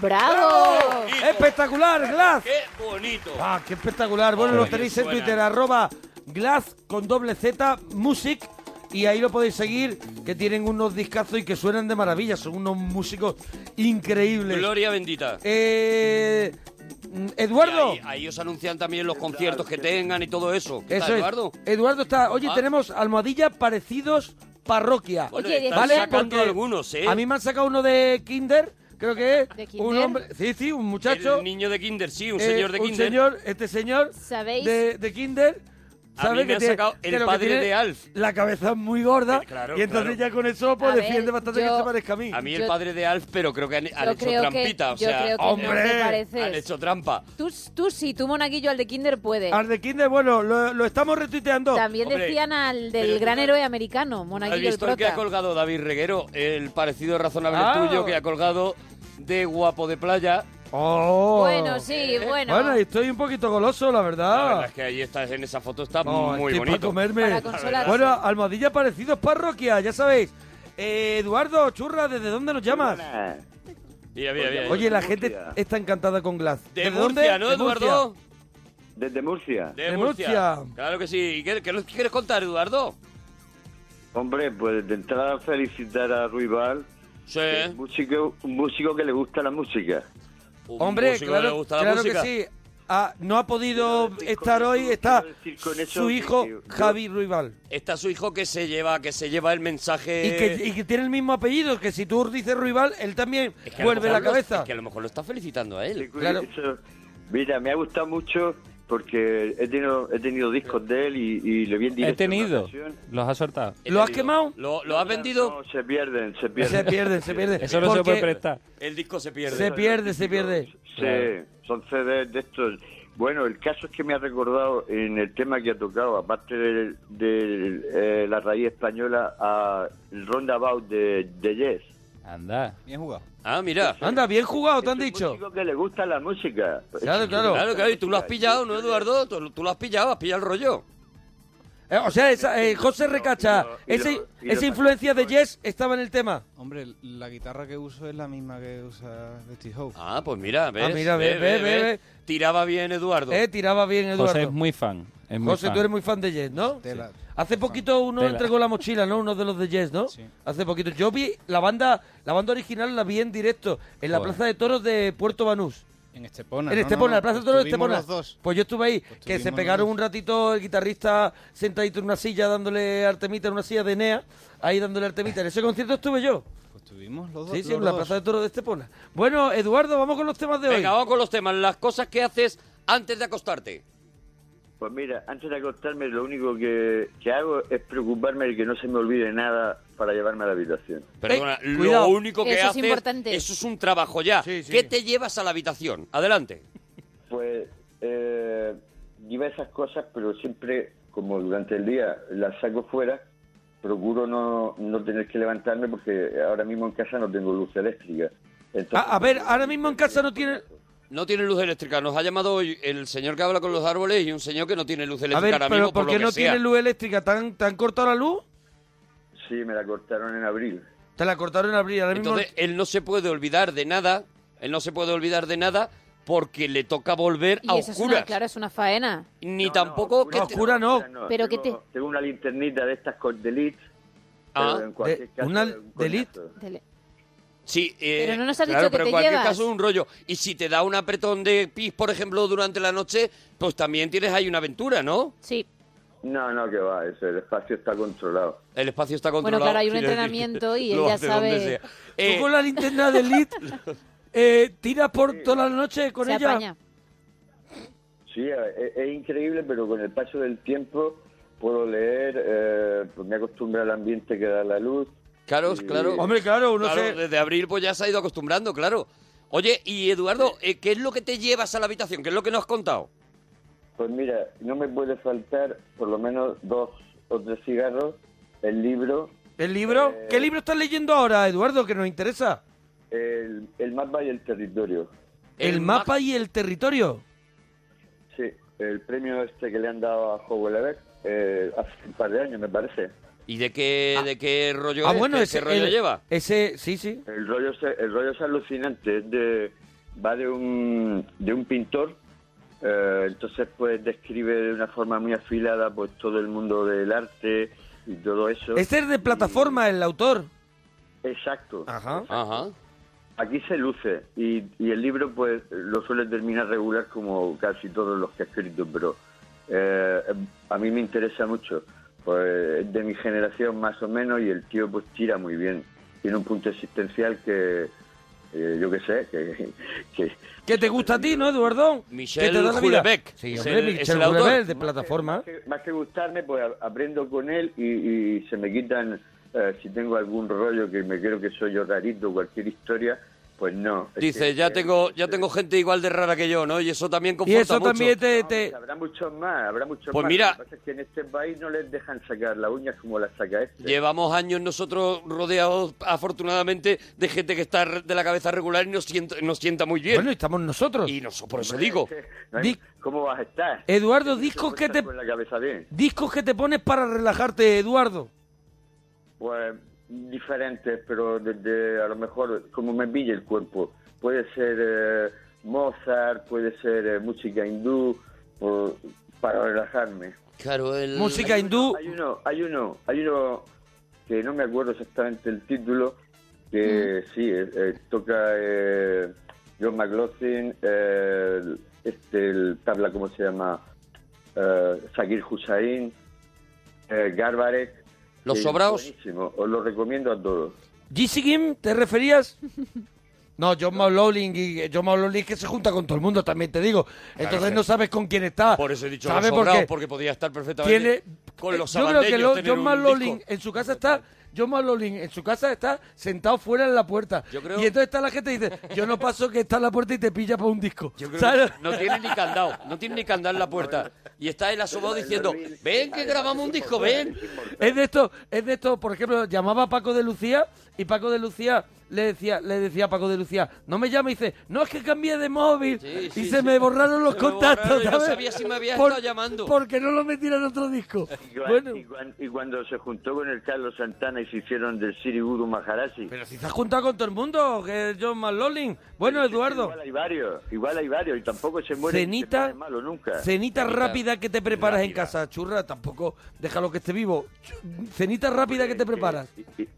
Speaker 5: ¡Bravo!
Speaker 3: ¡Espectacular, Glass!
Speaker 4: ¡Qué bonito!
Speaker 3: ¡Ah, qué espectacular! Bueno,
Speaker 4: Madre
Speaker 3: lo tenéis
Speaker 4: mía,
Speaker 3: en
Speaker 4: suena.
Speaker 3: Twitter, arroba glass con doble Z music. Y ahí lo podéis seguir, que tienen unos discazos y que suenan de maravilla. Son unos músicos increíbles.
Speaker 4: Gloria bendita.
Speaker 3: Eh, mm, Eduardo.
Speaker 4: Ahí, ahí os anuncian también los conciertos que tengan y todo eso. ¿Qué
Speaker 3: Eso
Speaker 4: tal,
Speaker 3: es.
Speaker 4: Eduardo?
Speaker 3: Eduardo está. Oye,
Speaker 4: Ah.
Speaker 3: tenemos almohadilla parecidos parroquia.
Speaker 4: Bueno,
Speaker 5: Oye,
Speaker 4: están
Speaker 5: ¿vale?
Speaker 4: sacando
Speaker 3: Porque
Speaker 4: algunos, ¿eh?
Speaker 3: A mí me han sacado uno de Kinder, creo que es.
Speaker 5: ¿De
Speaker 3: Un
Speaker 5: Kinder?
Speaker 3: hombre. Sí, sí, un muchacho.
Speaker 4: El niño de Kinder, sí, un
Speaker 3: eh,
Speaker 4: señor de Kinder.
Speaker 3: señor, este señor.
Speaker 5: ¿Sabéis?
Speaker 3: De, de Kinder.
Speaker 4: A
Speaker 3: sabe
Speaker 4: mí me
Speaker 3: que
Speaker 4: han
Speaker 3: tiene-
Speaker 4: sacado el
Speaker 3: que lo que
Speaker 4: padre
Speaker 3: tiene
Speaker 4: de Alf.
Speaker 3: La cabeza es muy gorda.
Speaker 4: Eh, claro,
Speaker 3: y entonces
Speaker 4: claro.
Speaker 3: ya con eso pues,
Speaker 5: A ver,
Speaker 3: defiende bastante que
Speaker 5: yo-
Speaker 3: se parezca a mí.
Speaker 4: A mí el
Speaker 5: Yo-
Speaker 4: padre de Alf, pero creo que han, han
Speaker 5: yo
Speaker 4: hecho
Speaker 5: creo que-
Speaker 4: trampita. o
Speaker 5: yo
Speaker 4: sea,
Speaker 5: creo que
Speaker 3: ¡hombre!
Speaker 5: no te pareces.
Speaker 4: han hecho trampa.
Speaker 5: Tú, tú sí, tú monaguillo, al de Kinder puede.
Speaker 3: Al de Kinder, bueno, lo, lo estamos retuiteando.
Speaker 5: También
Speaker 4: Hombre,
Speaker 5: decían al
Speaker 4: pero
Speaker 5: del
Speaker 4: tú-
Speaker 5: gran héroe americano,
Speaker 4: ¿Has
Speaker 5: monaguillo el
Speaker 4: visto el que
Speaker 5: prota.
Speaker 4: ha colgado David Reguero? El parecido razonable
Speaker 3: Ah.
Speaker 4: tuyo que ha colgado de guapo de playa.
Speaker 3: Oh.
Speaker 5: Bueno, sí, bueno.
Speaker 3: Bueno, y estoy un poquito goloso, la
Speaker 4: La
Speaker 3: verdad.
Speaker 4: verdad es que ahí estás, en esa foto está
Speaker 3: No,
Speaker 4: muy
Speaker 3: estoy pa'
Speaker 4: bonito.
Speaker 3: comerme.
Speaker 5: Para consolarse.
Speaker 3: Bueno, almohadilla parecidos parroquia, ya sabéis. Eh, Eduardo, churra, ¿desde dónde nos llamas? Eh,
Speaker 4: Mira, mira, mira.
Speaker 3: Oye, la
Speaker 8: De
Speaker 3: gente
Speaker 8: Murcia.
Speaker 3: está encantada con Glass.
Speaker 4: de
Speaker 3: ¿Desde
Speaker 4: Murcia,
Speaker 3: dónde?
Speaker 4: ¿no,
Speaker 3: De Murcia.
Speaker 4: Eduardo?
Speaker 8: Desde Murcia.
Speaker 4: De,
Speaker 3: De
Speaker 4: Murcia.
Speaker 3: Murcia.
Speaker 4: Claro que sí. ¿Y ¿Qué, qué nos quieres contar, Eduardo?
Speaker 8: Hombre, pues de entrada felicitar a Ruibal,
Speaker 4: Sí.
Speaker 8: que es un músico, un músico que le gusta la música.
Speaker 3: Hombre,
Speaker 4: músico
Speaker 3: claro,
Speaker 4: le gusta la
Speaker 3: claro
Speaker 4: música.
Speaker 3: que sí. Ah, no ha podido
Speaker 8: Quiero decir con
Speaker 3: estar
Speaker 8: eso-
Speaker 3: hoy, está
Speaker 8: quiero decir con eso
Speaker 3: su
Speaker 8: que-
Speaker 3: hijo
Speaker 8: que-
Speaker 3: Javi Ruibal.
Speaker 4: Está su hijo que se lleva, que se lleva el mensaje.
Speaker 3: Y que, y que tiene el mismo apellido, que si tú dices Ruibal, él también
Speaker 4: Es que a lo
Speaker 3: vuelve
Speaker 4: mejor
Speaker 3: la
Speaker 4: lo-
Speaker 3: cabeza.
Speaker 4: es que a lo mejor lo está felicitando a
Speaker 8: Le
Speaker 4: él.
Speaker 8: cu-
Speaker 3: Claro.
Speaker 8: eso- mira, me ha gustado mucho porque he tenido, he tenido discos de él y, y le vi en
Speaker 1: He
Speaker 8: directo. una
Speaker 1: tenido.
Speaker 8: ocasión.
Speaker 1: Los ha soltado.
Speaker 4: He
Speaker 3: ¿Lo has
Speaker 4: tenido-
Speaker 3: quemado?
Speaker 4: ¿Lo, lo has vendido?
Speaker 8: No, se pierden, se
Speaker 3: Se
Speaker 8: pierden.
Speaker 3: pierden, se pierden.
Speaker 1: Eso no se
Speaker 3: Porque
Speaker 1: puede prestar.
Speaker 4: El disco se pierde.
Speaker 3: Se pierde, se pierde.
Speaker 8: Sí, son CDs de estos. Bueno, el caso es que me ha recordado en el tema que ha tocado, aparte de, la raíz española, a el Roundabout de, de Yes.
Speaker 1: Anda.
Speaker 6: Bien jugado.
Speaker 4: Ah, mira.
Speaker 3: Anda, bien jugado, te han
Speaker 8: Es un
Speaker 3: dicho.
Speaker 8: Este músico que le gusta la música.
Speaker 3: Claro, claro.
Speaker 4: Claro, claro, y tú lo has pillado, ¿no, Eduardo? Tú, tú lo has pillado, has pillado el rollo.
Speaker 3: Eh, o sea, esa- eh, José Recacha,
Speaker 8: y lo-
Speaker 3: ese-
Speaker 8: y lo- y lo-
Speaker 3: esa influencia de Yes estaba en el tema.
Speaker 6: Hombre, la guitarra que uso es la misma que usa Betty Hope.
Speaker 4: Ah, pues mira, ves.
Speaker 3: mira,
Speaker 4: ves,
Speaker 3: ve, ve,
Speaker 4: ves,
Speaker 3: ve,
Speaker 4: ves. Tiraba bien, Eduardo.
Speaker 3: Eh, tiraba bien,
Speaker 1: José es
Speaker 3: Eduardo.
Speaker 1: muy fan. es muy
Speaker 3: José,
Speaker 1: fan.
Speaker 3: tú eres muy fan de Yes, ¿no?
Speaker 6: Tela.
Speaker 3: Sí. Hace poquito uno
Speaker 1: Tela.
Speaker 3: entregó la mochila, ¿no? Uno de los de Yes, ¿no?
Speaker 6: Sí.
Speaker 3: Hace poquito. Yo vi la banda, la banda original la vi en directo, en la
Speaker 1: Joder.
Speaker 3: Plaza de Toros de Puerto Banús.
Speaker 6: En Estepona.
Speaker 3: en
Speaker 6: ¿no?
Speaker 3: Estepona,
Speaker 6: No, no,
Speaker 3: la Plaza de Toros de
Speaker 6: estuvimos
Speaker 3: Estepona.
Speaker 6: los dos.
Speaker 3: Pues yo estuve ahí, que se
Speaker 6: estuvimos
Speaker 3: pegaron
Speaker 6: los
Speaker 3: un ratito el guitarrista sentadito en una silla dándole artemita en una silla de Nea, ahí dándole artemita. En ese concierto estuve yo.
Speaker 6: Pues estuvimos los dos.
Speaker 3: Sí, sí,
Speaker 6: los
Speaker 3: en la
Speaker 6: dos.
Speaker 3: Plaza de Toros de Estepona. Bueno, Eduardo, vamos con los temas de hoy.
Speaker 4: Venga, vamos con los temas. Las cosas que haces antes de acostarte.
Speaker 8: Pues mira, antes de acostarme, lo único que, que hago es preocuparme de que no se me olvide nada para llevarme a la habitación.
Speaker 4: Perdona,
Speaker 3: Eh,
Speaker 4: lo
Speaker 3: cuidado.
Speaker 4: único que
Speaker 5: Eso es
Speaker 4: haces.
Speaker 5: importante.
Speaker 4: Eso es un trabajo ya.
Speaker 3: Sí, sí.
Speaker 4: ¿Qué te llevas a la habitación? Adelante.
Speaker 8: Pues eh, diversas cosas, pero siempre, como durante el día las saco fuera, procuro no, no tener que levantarme porque ahora mismo en casa no tengo luz eléctrica. Entonces,
Speaker 3: Ah, A, a ver, ahora mismo en casa no tiene...
Speaker 4: No tiene luz eléctrica. Nos ha llamado hoy el señor que habla con los árboles y un señor que no tiene luz eléctrica
Speaker 3: A ver,
Speaker 4: ahora
Speaker 3: pero
Speaker 4: mismo, por
Speaker 3: ¿por
Speaker 4: lo
Speaker 3: qué
Speaker 4: que
Speaker 3: no
Speaker 4: sea.
Speaker 3: tiene luz eléctrica? ¿Te han, te han cortado la luz?
Speaker 8: Sí, me la cortaron en abril.
Speaker 3: Te la cortaron en abril. Ahora mismo...
Speaker 4: Entonces, él no se puede olvidar de nada. Él no se puede olvidar de nada porque le toca volver a
Speaker 5: Y eso es
Speaker 4: oscuras.
Speaker 5: una, claro, es una faena.
Speaker 4: Ni tampoco que
Speaker 3: oscuras.
Speaker 4: te-
Speaker 3: No, oscura no.
Speaker 5: Pero que
Speaker 8: tengo, tengo una linternita de estas con delete.
Speaker 4: Ah.
Speaker 8: pero en cualquier
Speaker 3: De-
Speaker 8: caso,
Speaker 3: una
Speaker 8: es un
Speaker 3: Delete.
Speaker 8: coñazo.
Speaker 5: Dele-
Speaker 4: Sí, eh,
Speaker 5: Pero no nos has
Speaker 4: claro,
Speaker 5: dicho que
Speaker 4: pero en
Speaker 5: te
Speaker 4: cualquier
Speaker 5: llevas.
Speaker 4: caso es un rollo. Y si te da un apretón de pis, por ejemplo, durante la noche, pues también tienes ahí una aventura, ¿no?
Speaker 5: Sí.
Speaker 8: No, no, que va, eso, el espacio está controlado.
Speaker 4: El espacio está
Speaker 5: Bueno,
Speaker 4: controlado.
Speaker 5: claro, hay un
Speaker 4: quiero decir,
Speaker 5: entrenamiento y él
Speaker 4: lo
Speaker 5: ya
Speaker 4: hace donde
Speaker 5: sabe-
Speaker 4: sea.
Speaker 3: Tú
Speaker 4: Eh,
Speaker 3: con la linterna de Elite eh, tiras por toda la noche con
Speaker 5: Se
Speaker 3: ella.
Speaker 5: apaña.
Speaker 8: Sí, es, es increíble, pero con el paso del tiempo puedo leer, eh, pues me acostumbro al ambiente que da la luz.
Speaker 4: Claro,
Speaker 8: Sí.
Speaker 4: claro.
Speaker 3: Hombre, claro, uno
Speaker 4: Claro,
Speaker 3: se...
Speaker 4: desde abril pues ya se ha ido acostumbrando, claro. Oye, y Eduardo, eh, ¿qué es lo que te llevas a la habitación? ¿Qué es lo que nos has contado?
Speaker 8: Pues mira, no me puede faltar por lo menos dos o tres cigarros, el libro,
Speaker 3: ¿El libro?
Speaker 5: Eh.
Speaker 3: ¿Qué libro estás leyendo ahora, Eduardo, que nos interesa?
Speaker 8: el, el mapa y el territorio.
Speaker 3: El, mapa y el territorio.
Speaker 8: Sí, el premio este que le han dado a Howell Lever eh, hace un par de años, me parece.
Speaker 4: ¿Y de qué, de qué rollo
Speaker 3: ah,
Speaker 4: es?
Speaker 3: bueno,
Speaker 4: ¿Qué,
Speaker 3: ese...
Speaker 4: qué rollo
Speaker 3: el-
Speaker 4: lleva?
Speaker 3: Ese, sí, sí.
Speaker 8: El rollo, es- el rollo es alucinante, es de, va de un, de un pintor, eh, entonces pues describe de una forma muy afilada pues todo el mundo del arte y todo eso.
Speaker 3: Este es de plataforma el autor.
Speaker 8: Exacto.
Speaker 3: Ajá.
Speaker 4: Ajá.
Speaker 8: Aquí se luce y, y el libro pues lo suele terminar regular como casi todos los que ha escrito, pero eh, a mí me interesa mucho. Pues es de mi generación más o menos y el tío pues tira muy bien. Tiene un punto existencial que eh, yo qué sé, que, que-
Speaker 3: ¿Qué te gusta a ti, no, Eduardo?
Speaker 4: Michel
Speaker 3: ¿Qué te da la vida?
Speaker 4: Houellebecq.
Speaker 3: Sí,
Speaker 4: Es
Speaker 3: hombre,
Speaker 4: el- es
Speaker 3: Michel
Speaker 4: el autor.
Speaker 3: Houellebecq, de plataforma.
Speaker 8: que más que gustarme pues a- aprendo con él y, y se me quitan eh, si tengo algún rollo que me creo que soy yo rarito, cualquier historia, pues no. Es
Speaker 4: Dice,
Speaker 8: que-
Speaker 4: ya tengo, ya tengo gente igual de rara que yo, ¿no? Y eso también
Speaker 3: Y
Speaker 4: conforta
Speaker 3: eso
Speaker 4: mucho.
Speaker 3: también te... te-
Speaker 8: Habrá muchos más, habrá muchos
Speaker 4: Pues
Speaker 8: más.
Speaker 4: mira-
Speaker 8: Lo que pasa es que en este país no les dejan sacar las uñas como las saca este.
Speaker 4: Llevamos años nosotros rodeados, afortunadamente, de gente que está re- de la cabeza regular y nos sienta, nos sienta muy bien.
Speaker 3: Bueno, y estamos nosotros.
Speaker 4: y nosotros, por eso digo,
Speaker 8: No hay-
Speaker 3: Di-
Speaker 8: ¿Cómo vas a estar?
Speaker 3: Eduardo,
Speaker 8: Tienes
Speaker 3: discos que
Speaker 8: estar
Speaker 3: te-
Speaker 8: Con la cabeza bien.
Speaker 3: Discos que te pones para relajarte, Eduardo.
Speaker 8: Pues diferentes, pero desde a lo mejor como me pille el cuerpo. Puede ser eh, Mozart, puede ser eh, música hindú, por- para relajarme.
Speaker 4: claro, el...
Speaker 3: Música hindú.
Speaker 8: Hay uno, hay uno, hay uno que no me acuerdo exactamente el título, que
Speaker 3: Mm.
Speaker 8: sí, eh, eh, toca eh, John McLaughlin, eh, el- este, el tabla, ¿cómo se llama? Eh, Zakir Hussain, eh, Garbarek.
Speaker 4: ¿Los
Speaker 8: que es
Speaker 4: sobraos?
Speaker 8: buenísimo, os lo recomiendo a todos.
Speaker 3: ¿G.C. Kim, ¿te referías? No, John Maulolin y eh, John Maulolin que se junta con todo el mundo, también te digo. Entonces
Speaker 4: que-
Speaker 3: no sabes con quién está.
Speaker 4: Por eso he dicho los
Speaker 3: ¿Sabes por
Speaker 4: sobraos,
Speaker 3: qué?
Speaker 4: porque podía estar perfectamente
Speaker 3: Tiene, eh,
Speaker 4: con los
Speaker 3: yo creo que
Speaker 4: sabandeños
Speaker 3: lo-
Speaker 4: tener
Speaker 3: John
Speaker 4: un
Speaker 3: Maulolin
Speaker 4: disco.
Speaker 3: en su casa está. John Maulolin en su casa está sentado fuera en la puerta.
Speaker 4: Yo creo-
Speaker 3: Y entonces está la gente y dice, yo no paso que está en la puerta y te pilla por un disco.
Speaker 4: Yo creo
Speaker 3: ¿Sabes?
Speaker 4: que no tiene ni candado, no tiene ni candado en la puerta. Y está el asobado diciendo, ven que grabamos un disco, ven.
Speaker 3: Es de esto, es de esto, por ejemplo, llamaba a Paco de Lucía y Paco de Lucía le decía, le decía a Paco de Lucía, no me llame y dice, no es que cambié de móvil
Speaker 4: Sí, sí,
Speaker 3: y se
Speaker 4: sí.
Speaker 3: me borraron los
Speaker 4: Se me
Speaker 3: contactos,
Speaker 4: borraron y no
Speaker 3: ¿sabes?
Speaker 4: sabía si me había estado llamando.
Speaker 3: Porque no lo metí en otro disco.
Speaker 8: Y, cuan-
Speaker 3: bueno,
Speaker 8: y cuan- y cuando se juntó con el Carlos Santana y se hicieron del Siri Guru Maharashi.
Speaker 3: pero si te has juntado con todo el mundo, que es John McLaughlin. Bueno, Eduardo,
Speaker 8: Igual hay varios, igual hay varios y tampoco se muere
Speaker 3: cenita,
Speaker 8: malo nunca.
Speaker 3: cenita rápida que te preparas en
Speaker 4: rápida.
Speaker 3: casa, churra, tampoco déjalo que esté vivo. Ch- Cenita rápida que te preparas.
Speaker 8: Y- y-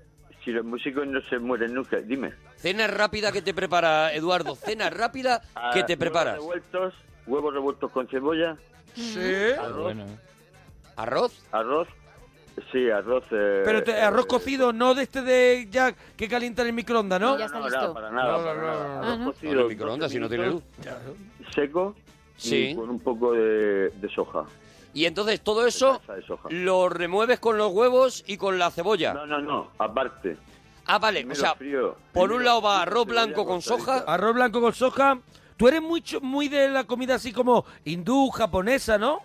Speaker 8: Si los músicos no se mueren nunca, dime.
Speaker 4: Cena rápida que te prepara, Eduardo, cena rápida
Speaker 8: Ah,
Speaker 4: que te preparas.
Speaker 8: Huevos revueltos, huevos revueltos con cebolla,
Speaker 3: Sí.
Speaker 1: Pero bueno,
Speaker 4: ¿Arroz?
Speaker 8: arroz. Sí, arroz. eh,
Speaker 3: Pero te- arroz cocido, no de este de Jack que calienta en el microondas, ¿no?
Speaker 5: Y ya está
Speaker 8: No,
Speaker 5: listo.
Speaker 8: no, para nada.
Speaker 3: No, no,
Speaker 8: para
Speaker 3: no,
Speaker 8: nada.
Speaker 3: no,
Speaker 5: no.
Speaker 8: Arroz
Speaker 5: Ah, no.
Speaker 8: cocido,
Speaker 4: No, el microondas,
Speaker 8: 12
Speaker 4: si no tiene luz.
Speaker 8: minutos, Seco
Speaker 4: Sí.
Speaker 8: y con un poco de, de soja.
Speaker 4: Y entonces todo eso
Speaker 8: Salsa de soja.
Speaker 4: lo remueves con los huevos y con la cebolla.
Speaker 8: No, no, no, aparte.
Speaker 4: Ah, vale, o
Speaker 8: Primero
Speaker 4: sea,
Speaker 8: frío,
Speaker 4: por
Speaker 8: primero
Speaker 4: un lado va
Speaker 8: frío,
Speaker 4: arroz
Speaker 8: cebolla
Speaker 4: blanco con
Speaker 8: cortadita.
Speaker 4: soja.
Speaker 3: Arroz blanco con soja. Tú eres muy, cho- muy de la comida así como hindú, japonesa, ¿no?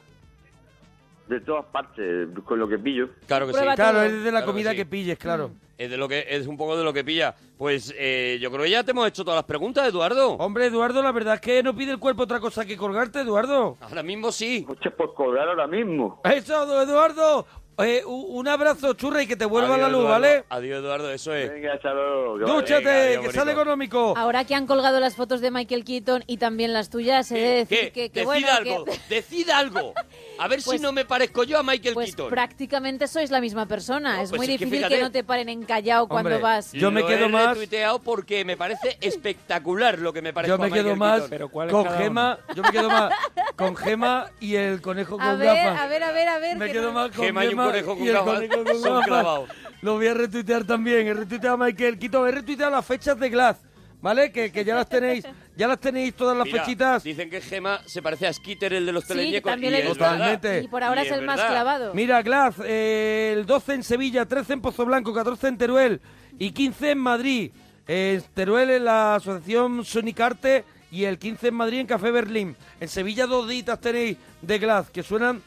Speaker 8: De todas partes, con lo que pillo.
Speaker 4: Claro que Pues sí.
Speaker 5: Prueba
Speaker 3: Claro,
Speaker 5: todo. Mm.
Speaker 3: eres de la
Speaker 4: Claro que
Speaker 3: comida
Speaker 4: sí.
Speaker 3: que pilles, claro.
Speaker 4: Es, de lo que, es un poco de lo que pilla. Pues eh, yo creo que ya te hemos hecho todas las preguntas, Eduardo.
Speaker 3: Hombre, Eduardo, la verdad es que no pide el cuerpo otra cosa que colgarte, Eduardo.
Speaker 4: Ahora mismo sí.
Speaker 8: Muchas por cobrar ahora mismo.
Speaker 3: Eso, Eduardo. Eh, u- un abrazo, churra, y que te vuelva
Speaker 4: Adiós,
Speaker 3: la luz,
Speaker 4: Eduardo.
Speaker 3: ¿vale?
Speaker 4: Adiós, Eduardo, eso es.
Speaker 8: Venga, hasta luego. que vaya
Speaker 3: Dúchate,
Speaker 4: adiós,
Speaker 3: que
Speaker 4: bonito.
Speaker 3: sale económico.
Speaker 5: Ahora que han colgado las fotos de Michael Keaton y también las tuyas, he de decir
Speaker 4: ¿Qué?
Speaker 5: que, que
Speaker 4: Decid
Speaker 5: bueno,
Speaker 4: algo,
Speaker 5: que-
Speaker 4: decid algo. A ver si
Speaker 5: Pues-
Speaker 4: no me parezco yo a Michael
Speaker 5: pues
Speaker 4: Keaton.
Speaker 5: prácticamente sois la misma persona.
Speaker 4: No,
Speaker 5: es
Speaker 4: pues
Speaker 5: muy
Speaker 4: es que
Speaker 5: difícil que,
Speaker 4: fíjate.
Speaker 5: no te paren en callao cuando
Speaker 3: Hombre,
Speaker 5: vas.
Speaker 3: yo me
Speaker 4: Lo
Speaker 3: quedo
Speaker 4: he
Speaker 3: más-
Speaker 4: retuiteado porque me parece espectacular lo que me parece
Speaker 3: Yo me quedo más
Speaker 1: Keaton. Pero ¿cuál es
Speaker 3: con
Speaker 1: cada
Speaker 3: Gema, yo me quedo más con Gema y el conejo con
Speaker 5: A ver,
Speaker 3: gafas.
Speaker 5: a ver, a ver, a ver.
Speaker 3: Me
Speaker 5: que
Speaker 3: quedo
Speaker 5: no-
Speaker 3: más con
Speaker 4: Gema y un conejo con
Speaker 3: y el
Speaker 4: gafas ¿eh?
Speaker 3: conejo con
Speaker 4: son
Speaker 3: gafas.
Speaker 4: clavados.
Speaker 3: Lo voy a retuitear también. He retuiteado a Michael Quito. He retuiteado las fechas de Glass. ¿Vale? Que, que ya las tenéis. Ya las tenéis todas las
Speaker 4: Mira,
Speaker 3: fechitas.
Speaker 4: Dicen que Gema se parece a Skitter, el de los
Speaker 5: Sí,
Speaker 4: teleñecos.
Speaker 5: también
Speaker 4: y
Speaker 5: lo he
Speaker 4: es
Speaker 5: visto.
Speaker 4: verdad.
Speaker 3: Totalmente.
Speaker 5: Y por ahora
Speaker 4: Y
Speaker 5: es
Speaker 4: es
Speaker 5: el más
Speaker 4: verdad.
Speaker 5: clavado.
Speaker 3: Mira, Glass. eh, el 12 en Sevilla, 13 en Pozoblanco, 14 en Teruel y 15 en Madrid. Eh, Teruel en la asociación Sonicarte y el 15 en Madrid en Café Berlín. En Sevilla dos ditas tenéis de Glass que suenan...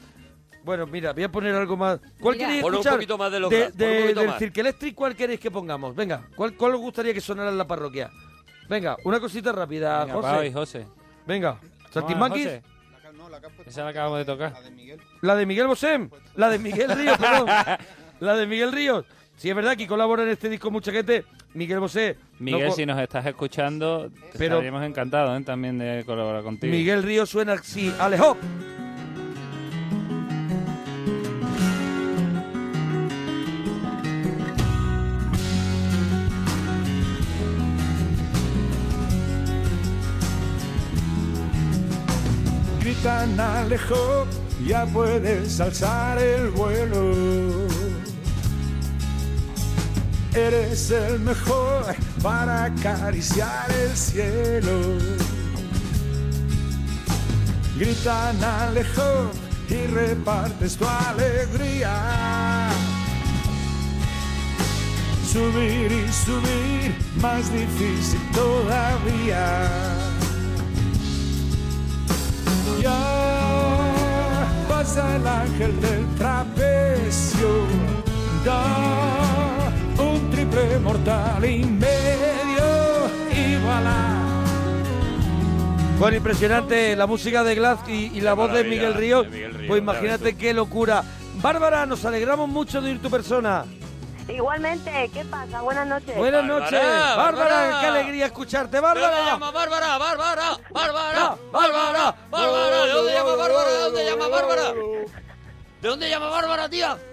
Speaker 3: Bueno, mira, voy a poner algo más. ¿Cuál
Speaker 5: Mira.
Speaker 3: queréis
Speaker 4: Pon un
Speaker 3: escuchar?
Speaker 4: poquito más de los Glass, pon un
Speaker 3: de,
Speaker 4: poquito
Speaker 3: del
Speaker 4: más.
Speaker 3: Cirque Electric, ¿cuál queréis que pongamos? Venga, ¿cuál, cuál os gustaría que sonara en la parroquia? Venga, una cosita rápida,
Speaker 1: venga,
Speaker 3: José.
Speaker 1: Pau y José.
Speaker 3: Venga,
Speaker 1: Vamos,
Speaker 3: Santimanquis,
Speaker 1: José.
Speaker 6: La que- no, la que has puesto-
Speaker 1: Esa la acabamos de tocar.
Speaker 6: La de Miguel.
Speaker 3: la de Miguel Bosé, la de Miguel Ríos, perdón. La de Miguel Ríos. Si es verdad que colabora en este disco mucha gente, Miguel Bosé. no
Speaker 1: Miguel,
Speaker 3: co-
Speaker 1: si nos estás escuchando, te
Speaker 3: Pero-
Speaker 1: estaríamos encantados ¿eh? también de colaborar contigo.
Speaker 3: Miguel Río suena así, Alejop.
Speaker 9: gritan Alejo, ya puedes alzar el vuelo. Eres el mejor para acariciar el cielo. Gritan Alejo y repartes tu alegría. Subir y subir, más difícil todavía. Ya pasa el ángel del trapecio, da un triple mortal y medio y voilà.
Speaker 3: Bueno, impresionante la música de Glass y, y la voz de
Speaker 4: maravilla,
Speaker 3: Miguel Río.
Speaker 4: de Miguel Río,
Speaker 3: Pues
Speaker 4: ya ves
Speaker 3: imagínate
Speaker 4: tú.
Speaker 3: qué locura. Bárbara, nos alegramos mucho de ir tu persona.
Speaker 10: Igualmente, ¿qué pasa? Buenas noches.
Speaker 3: Buenas
Speaker 4: Bárbara,
Speaker 3: noches. Bárbara,
Speaker 4: Bárbara.
Speaker 3: qué alegría escucharte,
Speaker 4: ¿De dónde
Speaker 3: Bárbara. Ah,
Speaker 4: llama Bárbara? Bárbara, Bárbara,
Speaker 3: Bárbara, Oh,
Speaker 4: Bárbara, Bárbara. ¿De dónde llama Bárbara? ¿De dónde llama Bárbara? ¿De dónde llama Bárbara, tía?
Speaker 10: De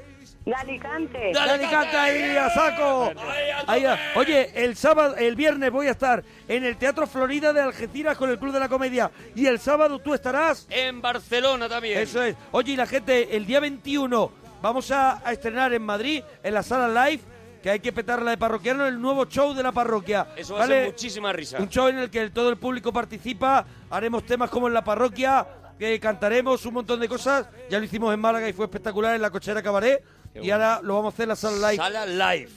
Speaker 5: Eh,
Speaker 10: Alicante.
Speaker 4: Dale,
Speaker 3: Dale, canta ahí a saco.
Speaker 4: Ahí, a
Speaker 3: Ahí a-
Speaker 4: tope.
Speaker 3: Oye, el sábado, el viernes voy a estar en el Teatro Florida de Algeciras con el Club de la Comedia y el sábado tú estarás.
Speaker 4: En Barcelona también.
Speaker 3: Eso es. Oye, y la gente, el día 21 vamos a, a estrenar en Madrid, en la sala live, que hay que petarla de parroquiano, el nuevo show de la parroquia.
Speaker 4: Eso va a
Speaker 3: ¿Vale?
Speaker 4: ser muchísima risa.
Speaker 3: Un show en el que el- todo el público participa, haremos temas como en la parroquia, que cantaremos un montón de cosas. Ya lo hicimos en Málaga y fue espectacular en la cochera cabaret. Y ahora lo vamos a hacer en la sala live.
Speaker 4: Sala live.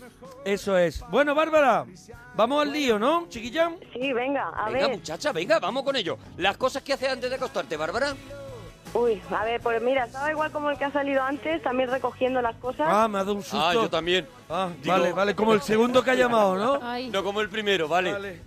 Speaker 3: Eso es. Bueno, Bárbara, vamos al lío, ¿no, chiquilla?
Speaker 10: Sí, venga, a
Speaker 4: venga,
Speaker 10: ver.
Speaker 4: muchacha, venga, vamos con ello. Las cosas que haces antes de acostarte, Bárbara.
Speaker 10: Uy, a ver, pues mira, estaba igual como el que ha salido antes, también recogiendo las cosas.
Speaker 3: Ah, me ha dado un susto.
Speaker 4: Ah, yo también.
Speaker 3: Ah,
Speaker 4: Digo-
Speaker 3: vale, vale, como el segundo que ha llamado, ¿no?
Speaker 5: Ay.
Speaker 4: No como el primero, vale.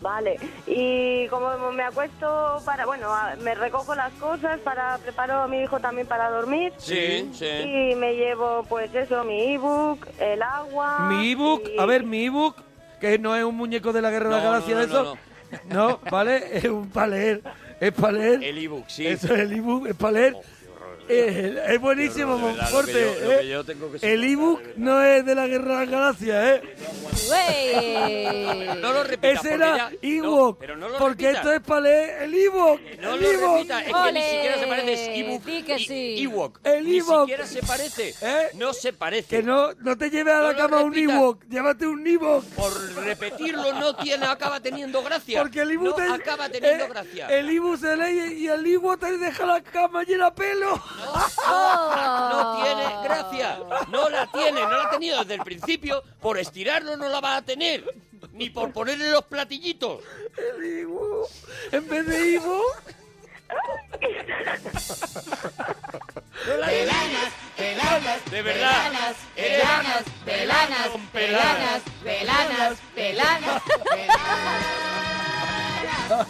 Speaker 10: Vale. Y como me acuesto para, bueno, a- me recojo las cosas para preparo a mi hijo también para dormir.
Speaker 4: Sí, sí.
Speaker 10: Y me llevo, pues eso, mi ebook, el agua.
Speaker 3: Mi ebook,
Speaker 10: y-
Speaker 3: a ver, mi ebook, que no es un muñeco de la guerra de la
Speaker 4: No,
Speaker 3: galaxia
Speaker 4: no,
Speaker 3: de
Speaker 4: no,
Speaker 3: eso.
Speaker 4: no,
Speaker 3: No, ¿vale? Es un para leer. Es para leer.
Speaker 4: El ebook, sí. Oh,
Speaker 3: Eso es el ebook, es para leer. Eh, es buenísimo,
Speaker 4: de verdad, lo que
Speaker 3: Monforte.
Speaker 4: yo- lo que
Speaker 3: ¿eh?
Speaker 4: yo tengo que
Speaker 3: el
Speaker 4: soportar,
Speaker 3: ebook
Speaker 4: de verdad.
Speaker 3: no es de la guerra de las galaxias, ¿eh?
Speaker 5: Güey.
Speaker 4: No lo repitas.
Speaker 3: Ese
Speaker 4: porque
Speaker 3: era
Speaker 4: ya- No,
Speaker 3: ebook.
Speaker 4: pero no lo
Speaker 3: porque
Speaker 4: repitas.
Speaker 3: esto es para leer el ebook.
Speaker 4: No
Speaker 3: el
Speaker 4: lo
Speaker 3: ebook.
Speaker 4: repitas, es que ni
Speaker 5: Ole,
Speaker 4: siquiera se parece. Es ebook.
Speaker 5: di que
Speaker 4: y-
Speaker 5: sí.
Speaker 4: Ewok.
Speaker 3: El
Speaker 4: Ni
Speaker 3: Ewok.
Speaker 4: siquiera se parece.
Speaker 3: ¿Eh?
Speaker 4: No se parece.
Speaker 3: Que no, no te lleves a
Speaker 4: No
Speaker 3: la
Speaker 4: lo
Speaker 3: cama un
Speaker 4: repitas.
Speaker 3: ebook. Llévate un ebook.
Speaker 4: Por repetirlo no tiene, acaba teniendo gracia.
Speaker 3: Porque el ebook
Speaker 4: no
Speaker 3: es-
Speaker 4: acaba teniendo
Speaker 3: eh,
Speaker 4: gracia.
Speaker 3: El ebook se lee y el ebook te deja la cama llena de pelo.
Speaker 4: No tiene gracia. No la tiene, no la ha tenido desde el principio. Por estirarlo no la va a tener. Ni por ponerle los platillitos.
Speaker 3: El ebook. En vez de ebook.
Speaker 4: De verdad. Eres-
Speaker 5: pelanas,
Speaker 4: Con pelanas.
Speaker 5: pelanas, pelanas.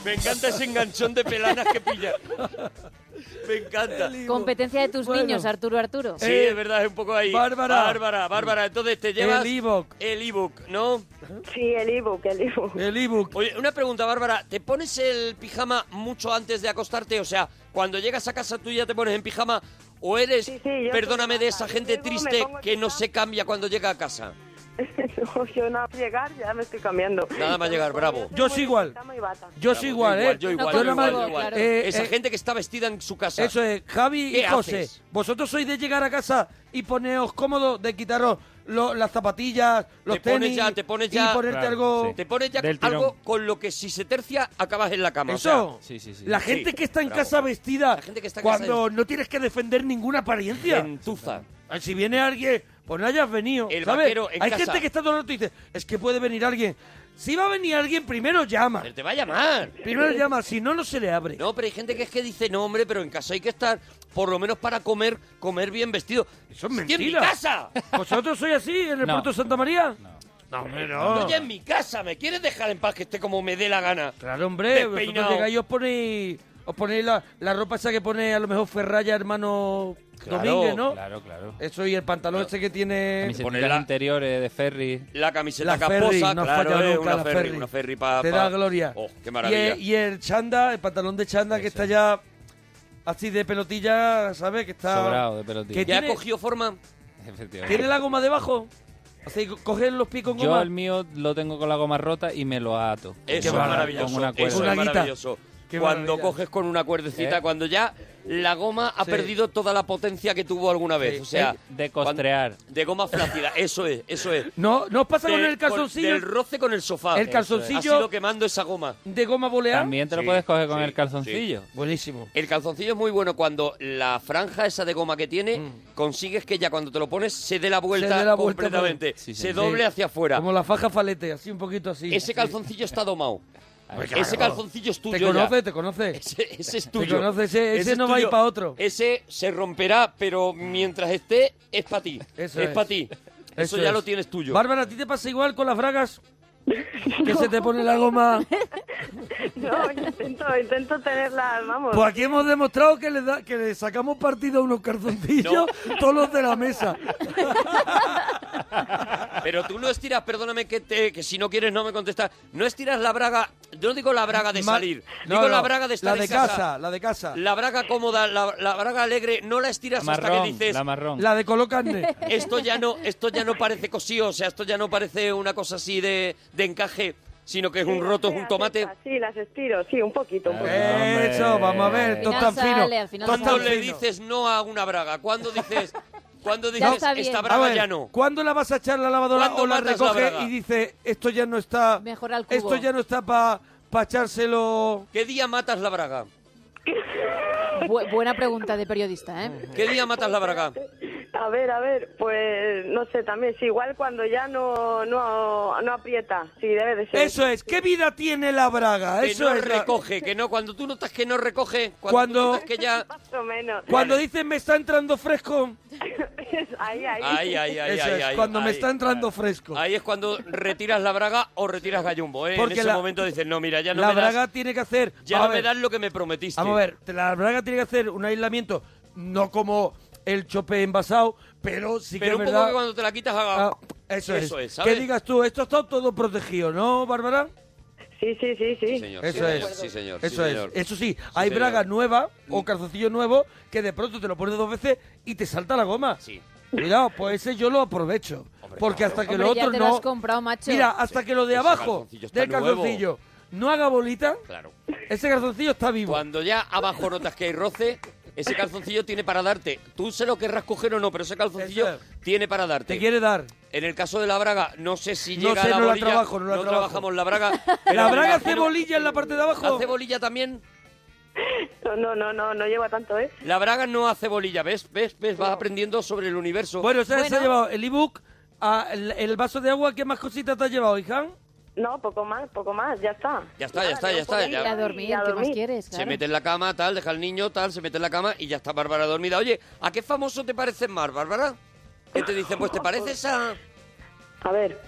Speaker 4: Me encanta ese enganchón de pelanas que pilla. Me encanta.
Speaker 5: Competencia de tus
Speaker 3: Bueno.
Speaker 5: niños, Arturo, Arturo.
Speaker 4: Sí,
Speaker 3: Eh,
Speaker 4: es verdad, es un poco ahí.
Speaker 3: Bárbara.
Speaker 4: Bárbara, Bárbara. Entonces te llevas
Speaker 3: El ebook.
Speaker 4: el ebook, ¿no?
Speaker 10: Sí, el ebook, el ebook.
Speaker 3: El ebook.
Speaker 4: Oye, una pregunta, Bárbara. ¿Te pones el pijama mucho antes de acostarte? O sea, cuando llegas a casa tú ya te pones en pijama o eres,
Speaker 10: Sí, sí, yo
Speaker 4: perdóname,
Speaker 10: soy
Speaker 4: de esa
Speaker 10: maja.
Speaker 4: gente
Speaker 10: Llego, me
Speaker 4: triste
Speaker 10: pongo el
Speaker 4: que no
Speaker 10: pijama.
Speaker 4: se cambia cuando llega a casa.
Speaker 10: no, yo nada más llegar, ya me estoy cambiando.
Speaker 4: Nada más llegar, bravo.
Speaker 3: Yo soy igual.
Speaker 10: Cama y bata.
Speaker 3: Yo soy igual, ¿eh?
Speaker 4: Yo
Speaker 5: No
Speaker 4: igual, yo
Speaker 5: consigo,
Speaker 4: igual, yo
Speaker 3: nada más-
Speaker 5: claro.
Speaker 4: igual.
Speaker 3: eh,
Speaker 4: esa
Speaker 3: eh,
Speaker 4: gente que estaba vestida en su casa.
Speaker 3: Eso es, Javi y
Speaker 4: ¿Qué
Speaker 3: José,
Speaker 4: haces?
Speaker 3: vosotros sois de llegar a casa y poneos cómodos, de quitaros lo- las zapatillas, los
Speaker 4: Te pones
Speaker 3: tenis
Speaker 4: ya, te pones ya.
Speaker 3: y ponerte
Speaker 1: Claro,
Speaker 3: algo...
Speaker 1: sí.
Speaker 4: Te pones ya
Speaker 1: Del
Speaker 4: algo
Speaker 1: tirón.
Speaker 4: con lo que si se tercia acabas en la cama. o sea,
Speaker 3: Eso,
Speaker 1: sí, sí, sí.
Speaker 3: la
Speaker 4: Sí,
Speaker 3: gente que está en
Speaker 4: bravo.
Speaker 3: casa vestida,
Speaker 4: La gente que está en
Speaker 3: cuando
Speaker 4: casa
Speaker 3: no tienes que defender ninguna apariencia.
Speaker 4: gentuza.
Speaker 3: Ah, Si viene alguien, pues no hayas venido.
Speaker 4: El
Speaker 3: ¿sabes?
Speaker 4: vaquero en
Speaker 3: Hay
Speaker 4: casa.
Speaker 3: gente que está todo el rato y dice, es que puede venir alguien. Si va a venir alguien, primero llama.
Speaker 4: Pero te va a llamar.
Speaker 3: Primero llama, si no, no se le abre.
Speaker 4: No, pero hay gente que es que dice, no, hombre, pero en casa hay que estar, por lo menos para comer, comer bien vestido.
Speaker 3: Eso es
Speaker 4: ¡Sí, en mi
Speaker 3: mentira.
Speaker 4: casa!
Speaker 3: ¿Vosotros sois así en el
Speaker 1: No.
Speaker 3: puerto de Santa María? No. No, hombre, no.
Speaker 4: Yo ya en mi casa, ¿me quieres dejar en paz que esté como me dé la gana?
Speaker 3: Claro, hombre,
Speaker 4: Despeinado.
Speaker 3: vosotros llegáis y os ponéis, os ponéis la, la ropa esa que pone a lo mejor Ferraya, hermano
Speaker 4: Claro,
Speaker 3: Domínguez, ¿no?
Speaker 1: claro, claro.
Speaker 3: Eso y el pantalón este que tiene...
Speaker 1: Camisetas anteriores de Ferry.
Speaker 4: La camiseta
Speaker 3: La
Speaker 4: caposa,
Speaker 3: Ferry, no
Speaker 4: claro,
Speaker 3: falla
Speaker 4: eh,
Speaker 3: nunca
Speaker 4: una
Speaker 3: la
Speaker 4: ferry,
Speaker 3: Ferry.
Speaker 4: una ferry para...
Speaker 3: Te da gloria.
Speaker 4: Oh, qué
Speaker 3: Y
Speaker 4: maravilla.
Speaker 3: el, y el chanda, el pantalón de chanda que está ya así de pelotilla, ¿sabes? Que está...
Speaker 1: Sobrado de pelotilla.
Speaker 3: Que
Speaker 1: Ya
Speaker 3: tiene,
Speaker 4: cogido forma.
Speaker 1: Efectivamente.
Speaker 3: ¿Tiene la goma debajo? O sea, co- coger los pies con
Speaker 1: Yo
Speaker 3: goma.
Speaker 1: el mío lo tengo con la goma rota y me lo ato.
Speaker 4: Eso es
Speaker 1: Con una-
Speaker 4: maravilloso.
Speaker 1: Con una cuerda.
Speaker 4: eso es maravilloso.
Speaker 1: Qué
Speaker 4: cuando
Speaker 1: maravilla.
Speaker 4: coges con una cuerdecita,
Speaker 1: ¿Eh?
Speaker 4: cuando ya la goma ha
Speaker 1: Sí.
Speaker 4: perdido toda la potencia que tuvo alguna vez.
Speaker 1: Sí.
Speaker 4: O sea,
Speaker 1: De costrear.
Speaker 4: cuando- de goma flácida, eso es, eso es.
Speaker 3: No, no os pasa con
Speaker 4: De-
Speaker 3: el calzoncillo.
Speaker 4: del roce con el sofá.
Speaker 3: El
Speaker 4: Eso
Speaker 3: calzoncillo-
Speaker 4: es. Ha sido quemando esa goma.
Speaker 3: de goma bolear.
Speaker 1: También te lo
Speaker 4: Sí,
Speaker 1: puedes coger con
Speaker 4: sí,
Speaker 1: el calzoncillo.
Speaker 3: Buenísimo.
Speaker 4: El calzoncillo es muy bueno cuando la franja esa de goma que tiene consigues que ya cuando te lo pones se dé la vuelta,
Speaker 3: Mm. Se dé la vuelta
Speaker 4: completamente,
Speaker 3: por- Sí,
Speaker 4: se
Speaker 3: señor.
Speaker 4: doble
Speaker 3: Sí.
Speaker 4: hacia afuera.
Speaker 3: Como la faja falete, así un poquito así.
Speaker 4: Ese calzoncillo está domado.
Speaker 3: Hombre, claro.
Speaker 4: Ese calzoncillo es tuyo.
Speaker 3: Te
Speaker 4: ya.
Speaker 3: conoce, te conoce. Ese,
Speaker 4: Ese es tuyo.
Speaker 3: Te conoce, ese, ese
Speaker 4: es
Speaker 3: no va a ir
Speaker 4: tuyo.
Speaker 3: para otro.
Speaker 4: Ese se romperá, pero mientras esté, es para ti.
Speaker 3: Eso
Speaker 4: es
Speaker 3: es.
Speaker 4: para ti. Eso,
Speaker 3: Eso
Speaker 4: ya
Speaker 3: es.
Speaker 4: lo tienes tuyo.
Speaker 3: Bárbara, ¿a ti te pasa igual con las bragas? Que se te pone la goma. Pues
Speaker 10: No, intento, intento tenerla, vamos.
Speaker 3: Pues aquí hemos demostrado que le, da, que le sacamos partido a unos calzoncillos todos los de la mesa.
Speaker 4: Pero tú no estiras, perdóname que, te, que si no quieres no me contestas. No estiras la braga, yo no digo la braga de
Speaker 3: Ma-
Speaker 4: salir,
Speaker 3: No,
Speaker 4: digo la
Speaker 3: no,
Speaker 4: braga de estar
Speaker 3: La de
Speaker 4: en
Speaker 3: casa, la de casa.
Speaker 4: La braga cómoda, la, la braga alegre, no la estiras hasta que
Speaker 1: Marrón,
Speaker 4: dices...
Speaker 1: la marrón.
Speaker 3: La de colocarle.
Speaker 4: Esto ya no, esto ya no parece cosío, o sea, esto ya no parece una cosa así de, de encaje, sino que es un roto, es un tomate.
Speaker 10: Sí, las estiro, sí, un poquito. Un
Speaker 3: Pues,
Speaker 10: poquito.
Speaker 3: Eh. Eso, vamos a ver, todo tan fino.
Speaker 4: ¿Cuándo le dices no a una braga? ¿Cuándo dices, cuando
Speaker 3: No.
Speaker 4: dices esta braga
Speaker 3: A ver,
Speaker 4: ya no?
Speaker 3: ¿Cuándo la vas a echar a la lavadora
Speaker 4: ¿Cuándo
Speaker 3: o la
Speaker 4: matas la
Speaker 3: recoges
Speaker 4: braga?
Speaker 3: y dices, esto ya no está...
Speaker 5: Mejor al cubo.
Speaker 3: Esto ya no está para echárselo...
Speaker 4: ¿Qué día matas la braga?
Speaker 5: Bu- buena pregunta de periodista, ¿eh?
Speaker 4: ¿Qué día matas la braga?
Speaker 10: A ver, a ver, pues no sé, también, sí, igual cuando ya no, no, no aprieta, sí, debe de ser.
Speaker 3: Eso es, ¿qué vida tiene la braga?
Speaker 4: Que
Speaker 3: Eso
Speaker 4: no
Speaker 3: es... la-
Speaker 4: recoge, que no, cuando tú notas que no recoge, cuando,
Speaker 3: Cuando-
Speaker 4: tú notas que ya...
Speaker 10: Más o menos.
Speaker 3: Cuando dices me está entrando fresco,
Speaker 10: ahí, ahí.
Speaker 4: Ahí, ahí, ahí,
Speaker 3: Eso
Speaker 4: ahí,
Speaker 3: es,
Speaker 4: ahí,
Speaker 3: cuando me
Speaker 4: ahí.
Speaker 3: está entrando fresco.
Speaker 4: Ahí es cuando retiras la braga o retiras gallumbo, ¿eh?
Speaker 3: Porque
Speaker 4: en ese
Speaker 3: la-
Speaker 4: momento dices, no, mira, ya no
Speaker 3: la
Speaker 4: me das-
Speaker 3: braga tiene que hacer...
Speaker 4: ya no
Speaker 3: vamos a
Speaker 4: me
Speaker 3: ver,
Speaker 4: das lo que me prometiste.
Speaker 3: Vamos a ver, la braga tiene que hacer un aislamiento, no como el chope envasado, pero sí
Speaker 4: Pero un
Speaker 3: que es
Speaker 4: poco
Speaker 3: verdad...
Speaker 4: que cuando te la quitas haga...
Speaker 3: Ah, eso,
Speaker 4: Eso
Speaker 3: es.
Speaker 4: es, ¿sabes?
Speaker 3: Que digas tú, esto está todo protegido, ¿no, Bárbara?
Speaker 10: Sí, sí, sí, sí.
Speaker 3: Eso
Speaker 4: sí,
Speaker 3: es.
Speaker 4: señor, sí, señor, sí,
Speaker 3: Eso es.
Speaker 4: señor.
Speaker 3: Eso sí, hay
Speaker 4: señor. Mm.
Speaker 3: bragas nuevas o calzoncillos nuevos que de pronto te lo pones dos veces y te salta la goma.
Speaker 4: Sí.
Speaker 3: Cuidado, pues ese yo lo aprovecho. porque hasta que
Speaker 5: Hombre,
Speaker 3: lo
Speaker 5: ya
Speaker 3: otro
Speaker 5: te
Speaker 3: no.
Speaker 5: lo has comprado, macho.
Speaker 3: Mira, hasta que lo de
Speaker 4: Ese
Speaker 3: abajo
Speaker 4: calzoncillo está
Speaker 3: del
Speaker 4: nuevo.
Speaker 3: calzoncillo no haga bolita,
Speaker 4: Claro.
Speaker 3: ese calzoncillo está vivo.
Speaker 4: Cuando ya abajo notas que hay roce, ese calzoncillo tiene para darte. Tú se lo querrás coger o no, pero ese calzoncillo
Speaker 3: Eso
Speaker 4: tiene para darte.
Speaker 3: Te quiere dar.
Speaker 4: En el caso de la braga, no sé si
Speaker 3: No
Speaker 4: llega
Speaker 3: sé,
Speaker 4: a la
Speaker 3: no la
Speaker 4: bolilla.
Speaker 3: trabajo, no la trabajo.
Speaker 4: trabajamos la braga.
Speaker 3: La braga hace bolilla en la parte de abajo.
Speaker 4: ¿Hace bolilla también?
Speaker 10: No, no, no, no, no lleva tanto, ¿eh?
Speaker 4: La braga no hace bolilla, ¿ves? ¿Ves? ¿Ves? Vas aprendiendo sobre el universo.
Speaker 3: Bueno, o sea, se ha llevado el ebook, a- el, el vaso de agua, ¿qué más cositas te has llevado, hija?
Speaker 10: No, poco más, poco más, ya está.
Speaker 4: Ya está, ya está, ya está. ya-
Speaker 5: Y a dormir,
Speaker 10: Y a
Speaker 5: ¿qué más
Speaker 10: dormir.
Speaker 5: quieres?
Speaker 4: Se
Speaker 5: Claro.
Speaker 4: mete en la cama, tal, deja al niño, tal, se mete en la cama y ya está Bárbara dormida. Oye, ¿a qué famoso te pareces más, Bárbara? ¿Qué te dicen? Pues te pareces a...
Speaker 10: A ver.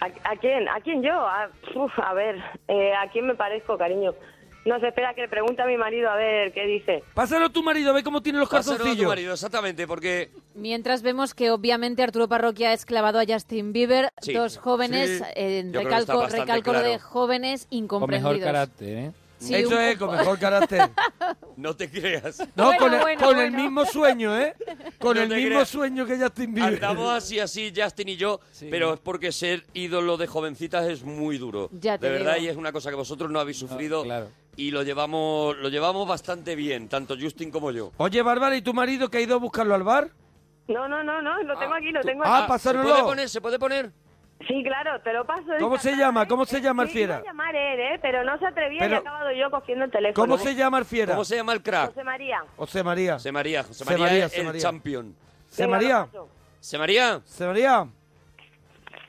Speaker 10: ¿A, a quién? ¿A quién yo? A, uf, a ver, eh, ¿a quién me parezco, cariño? No se espera que le pregunte a mi marido a ver qué dice.
Speaker 3: Pásalo a tu marido, ve cómo tiene los
Speaker 4: Pásalo a tu
Speaker 3: calzoncillos.
Speaker 4: marido, exactamente, porque...
Speaker 5: Mientras vemos que obviamente Arturo Parroquia es clavado a Justin Bieber,
Speaker 4: Sí.
Speaker 5: dos jóvenes,
Speaker 3: Sí.
Speaker 5: eh,
Speaker 4: Yo creo que está
Speaker 5: recalco,
Speaker 4: bastante
Speaker 5: recalco lo de
Speaker 4: claro.
Speaker 5: jóvenes
Speaker 1: Con mejor
Speaker 5: incomprendidos.
Speaker 1: carácter, ¿eh?
Speaker 5: Sí,
Speaker 3: Eso
Speaker 5: un
Speaker 3: es,
Speaker 5: poco.
Speaker 3: con mejor carácter.
Speaker 4: No te creas.
Speaker 3: No,
Speaker 5: Bueno,
Speaker 3: con, el,
Speaker 5: bueno,
Speaker 3: con el
Speaker 5: bueno.
Speaker 3: mismo sueño, ¿eh? Con
Speaker 4: No
Speaker 3: el
Speaker 4: te
Speaker 3: mismo
Speaker 4: creas.
Speaker 3: sueño que Justin Bieber.
Speaker 4: Andamos así, así, Justin y yo, pero es porque ser ídolo de jovencitas es muy duro.
Speaker 5: Ya te
Speaker 4: de verdad,
Speaker 5: digo.
Speaker 4: y es una cosa que vosotros no habéis sufrido.
Speaker 1: claro.
Speaker 4: Y lo llevamos, lo llevamos bastante bien, tanto Justin como yo.
Speaker 3: Oye, Bárbara, ¿y tu marido que ha ido a buscarlo al bar?
Speaker 10: No, no, no, no, lo tengo aquí, lo tengo
Speaker 3: Ah,
Speaker 10: aquí.
Speaker 4: ¿Se puede
Speaker 3: pásárolo.
Speaker 4: poner? ¿Se puede poner?
Speaker 10: Sí, claro, te lo paso.
Speaker 3: ¿Cómo se llama? ¿Cómo se llama el
Speaker 10: Sí, iba a
Speaker 3: fiera?
Speaker 10: llamar él, ¿eh? Pero no se atrevía y
Speaker 3: Pero-
Speaker 10: he acabado yo cogiendo el teléfono.
Speaker 3: ¿Cómo se llama el fiera?
Speaker 4: ¿Cómo se llama el crack?
Speaker 10: José María.
Speaker 3: José María.
Speaker 4: Se María, José
Speaker 3: Se
Speaker 4: María,
Speaker 3: María,
Speaker 4: es
Speaker 3: se
Speaker 4: el
Speaker 3: María.
Speaker 4: champion.
Speaker 3: ¿Se
Speaker 10: Venga,
Speaker 3: María?
Speaker 10: lo paso.
Speaker 4: ¿Se María?
Speaker 3: ¿Se María?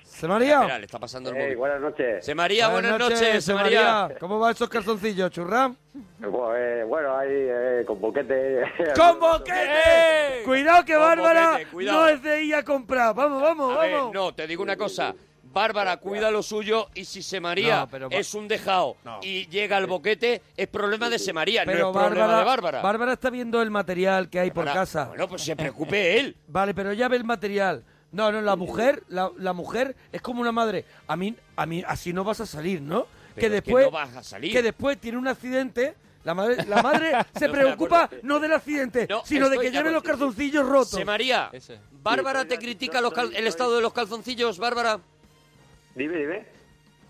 Speaker 3: ¿Se
Speaker 4: Espera,
Speaker 3: María?
Speaker 4: le está pasando
Speaker 11: Eh,
Speaker 4: el
Speaker 8: Hey,
Speaker 4: móvil.
Speaker 8: buenas noches.
Speaker 4: Se María, buenas, noches, Se
Speaker 3: José
Speaker 4: María.
Speaker 3: ¿Cómo van esos calzoncillos, churra?
Speaker 8: Pues, bueno, ahí eh, con boquete.
Speaker 3: ¡Con boquete! Cuidado que
Speaker 4: Con
Speaker 3: Bárbara
Speaker 4: boquete, Eh, cuidado.
Speaker 3: no es de ir a comprar. Vamos, vamos,
Speaker 4: A ver,
Speaker 3: vamos.
Speaker 4: no, te digo una cosa. Bárbara, cuida lo suyo y si se María
Speaker 3: No, pero va-
Speaker 4: es un dejado y llega al boquete, es problema de se María, no es problema de Bárbara.
Speaker 3: Bárbara está viendo el material que hay por
Speaker 4: Bárbara,
Speaker 3: casa.
Speaker 4: bueno, pues se preocupe él. Mm.
Speaker 3: Vale, pero ya ve el material. No, no, la mujer, la, la mujer es como una madre. A mí, a mí, así no vas a salir, ¿no?
Speaker 4: Pero es que
Speaker 3: después,
Speaker 4: no vas a salir.
Speaker 3: que después tiene un accidente. La madre, la madre se
Speaker 4: No,
Speaker 3: preocupa no del accidente, sino de
Speaker 4: estoy
Speaker 3: que
Speaker 4: de
Speaker 3: lleve los
Speaker 4: acuerdo.
Speaker 3: calzoncillos rotos.
Speaker 4: Se María, Bárbara te critica los cal- el estado de los calzoncillos, Bárbara.
Speaker 11: Dime, dime.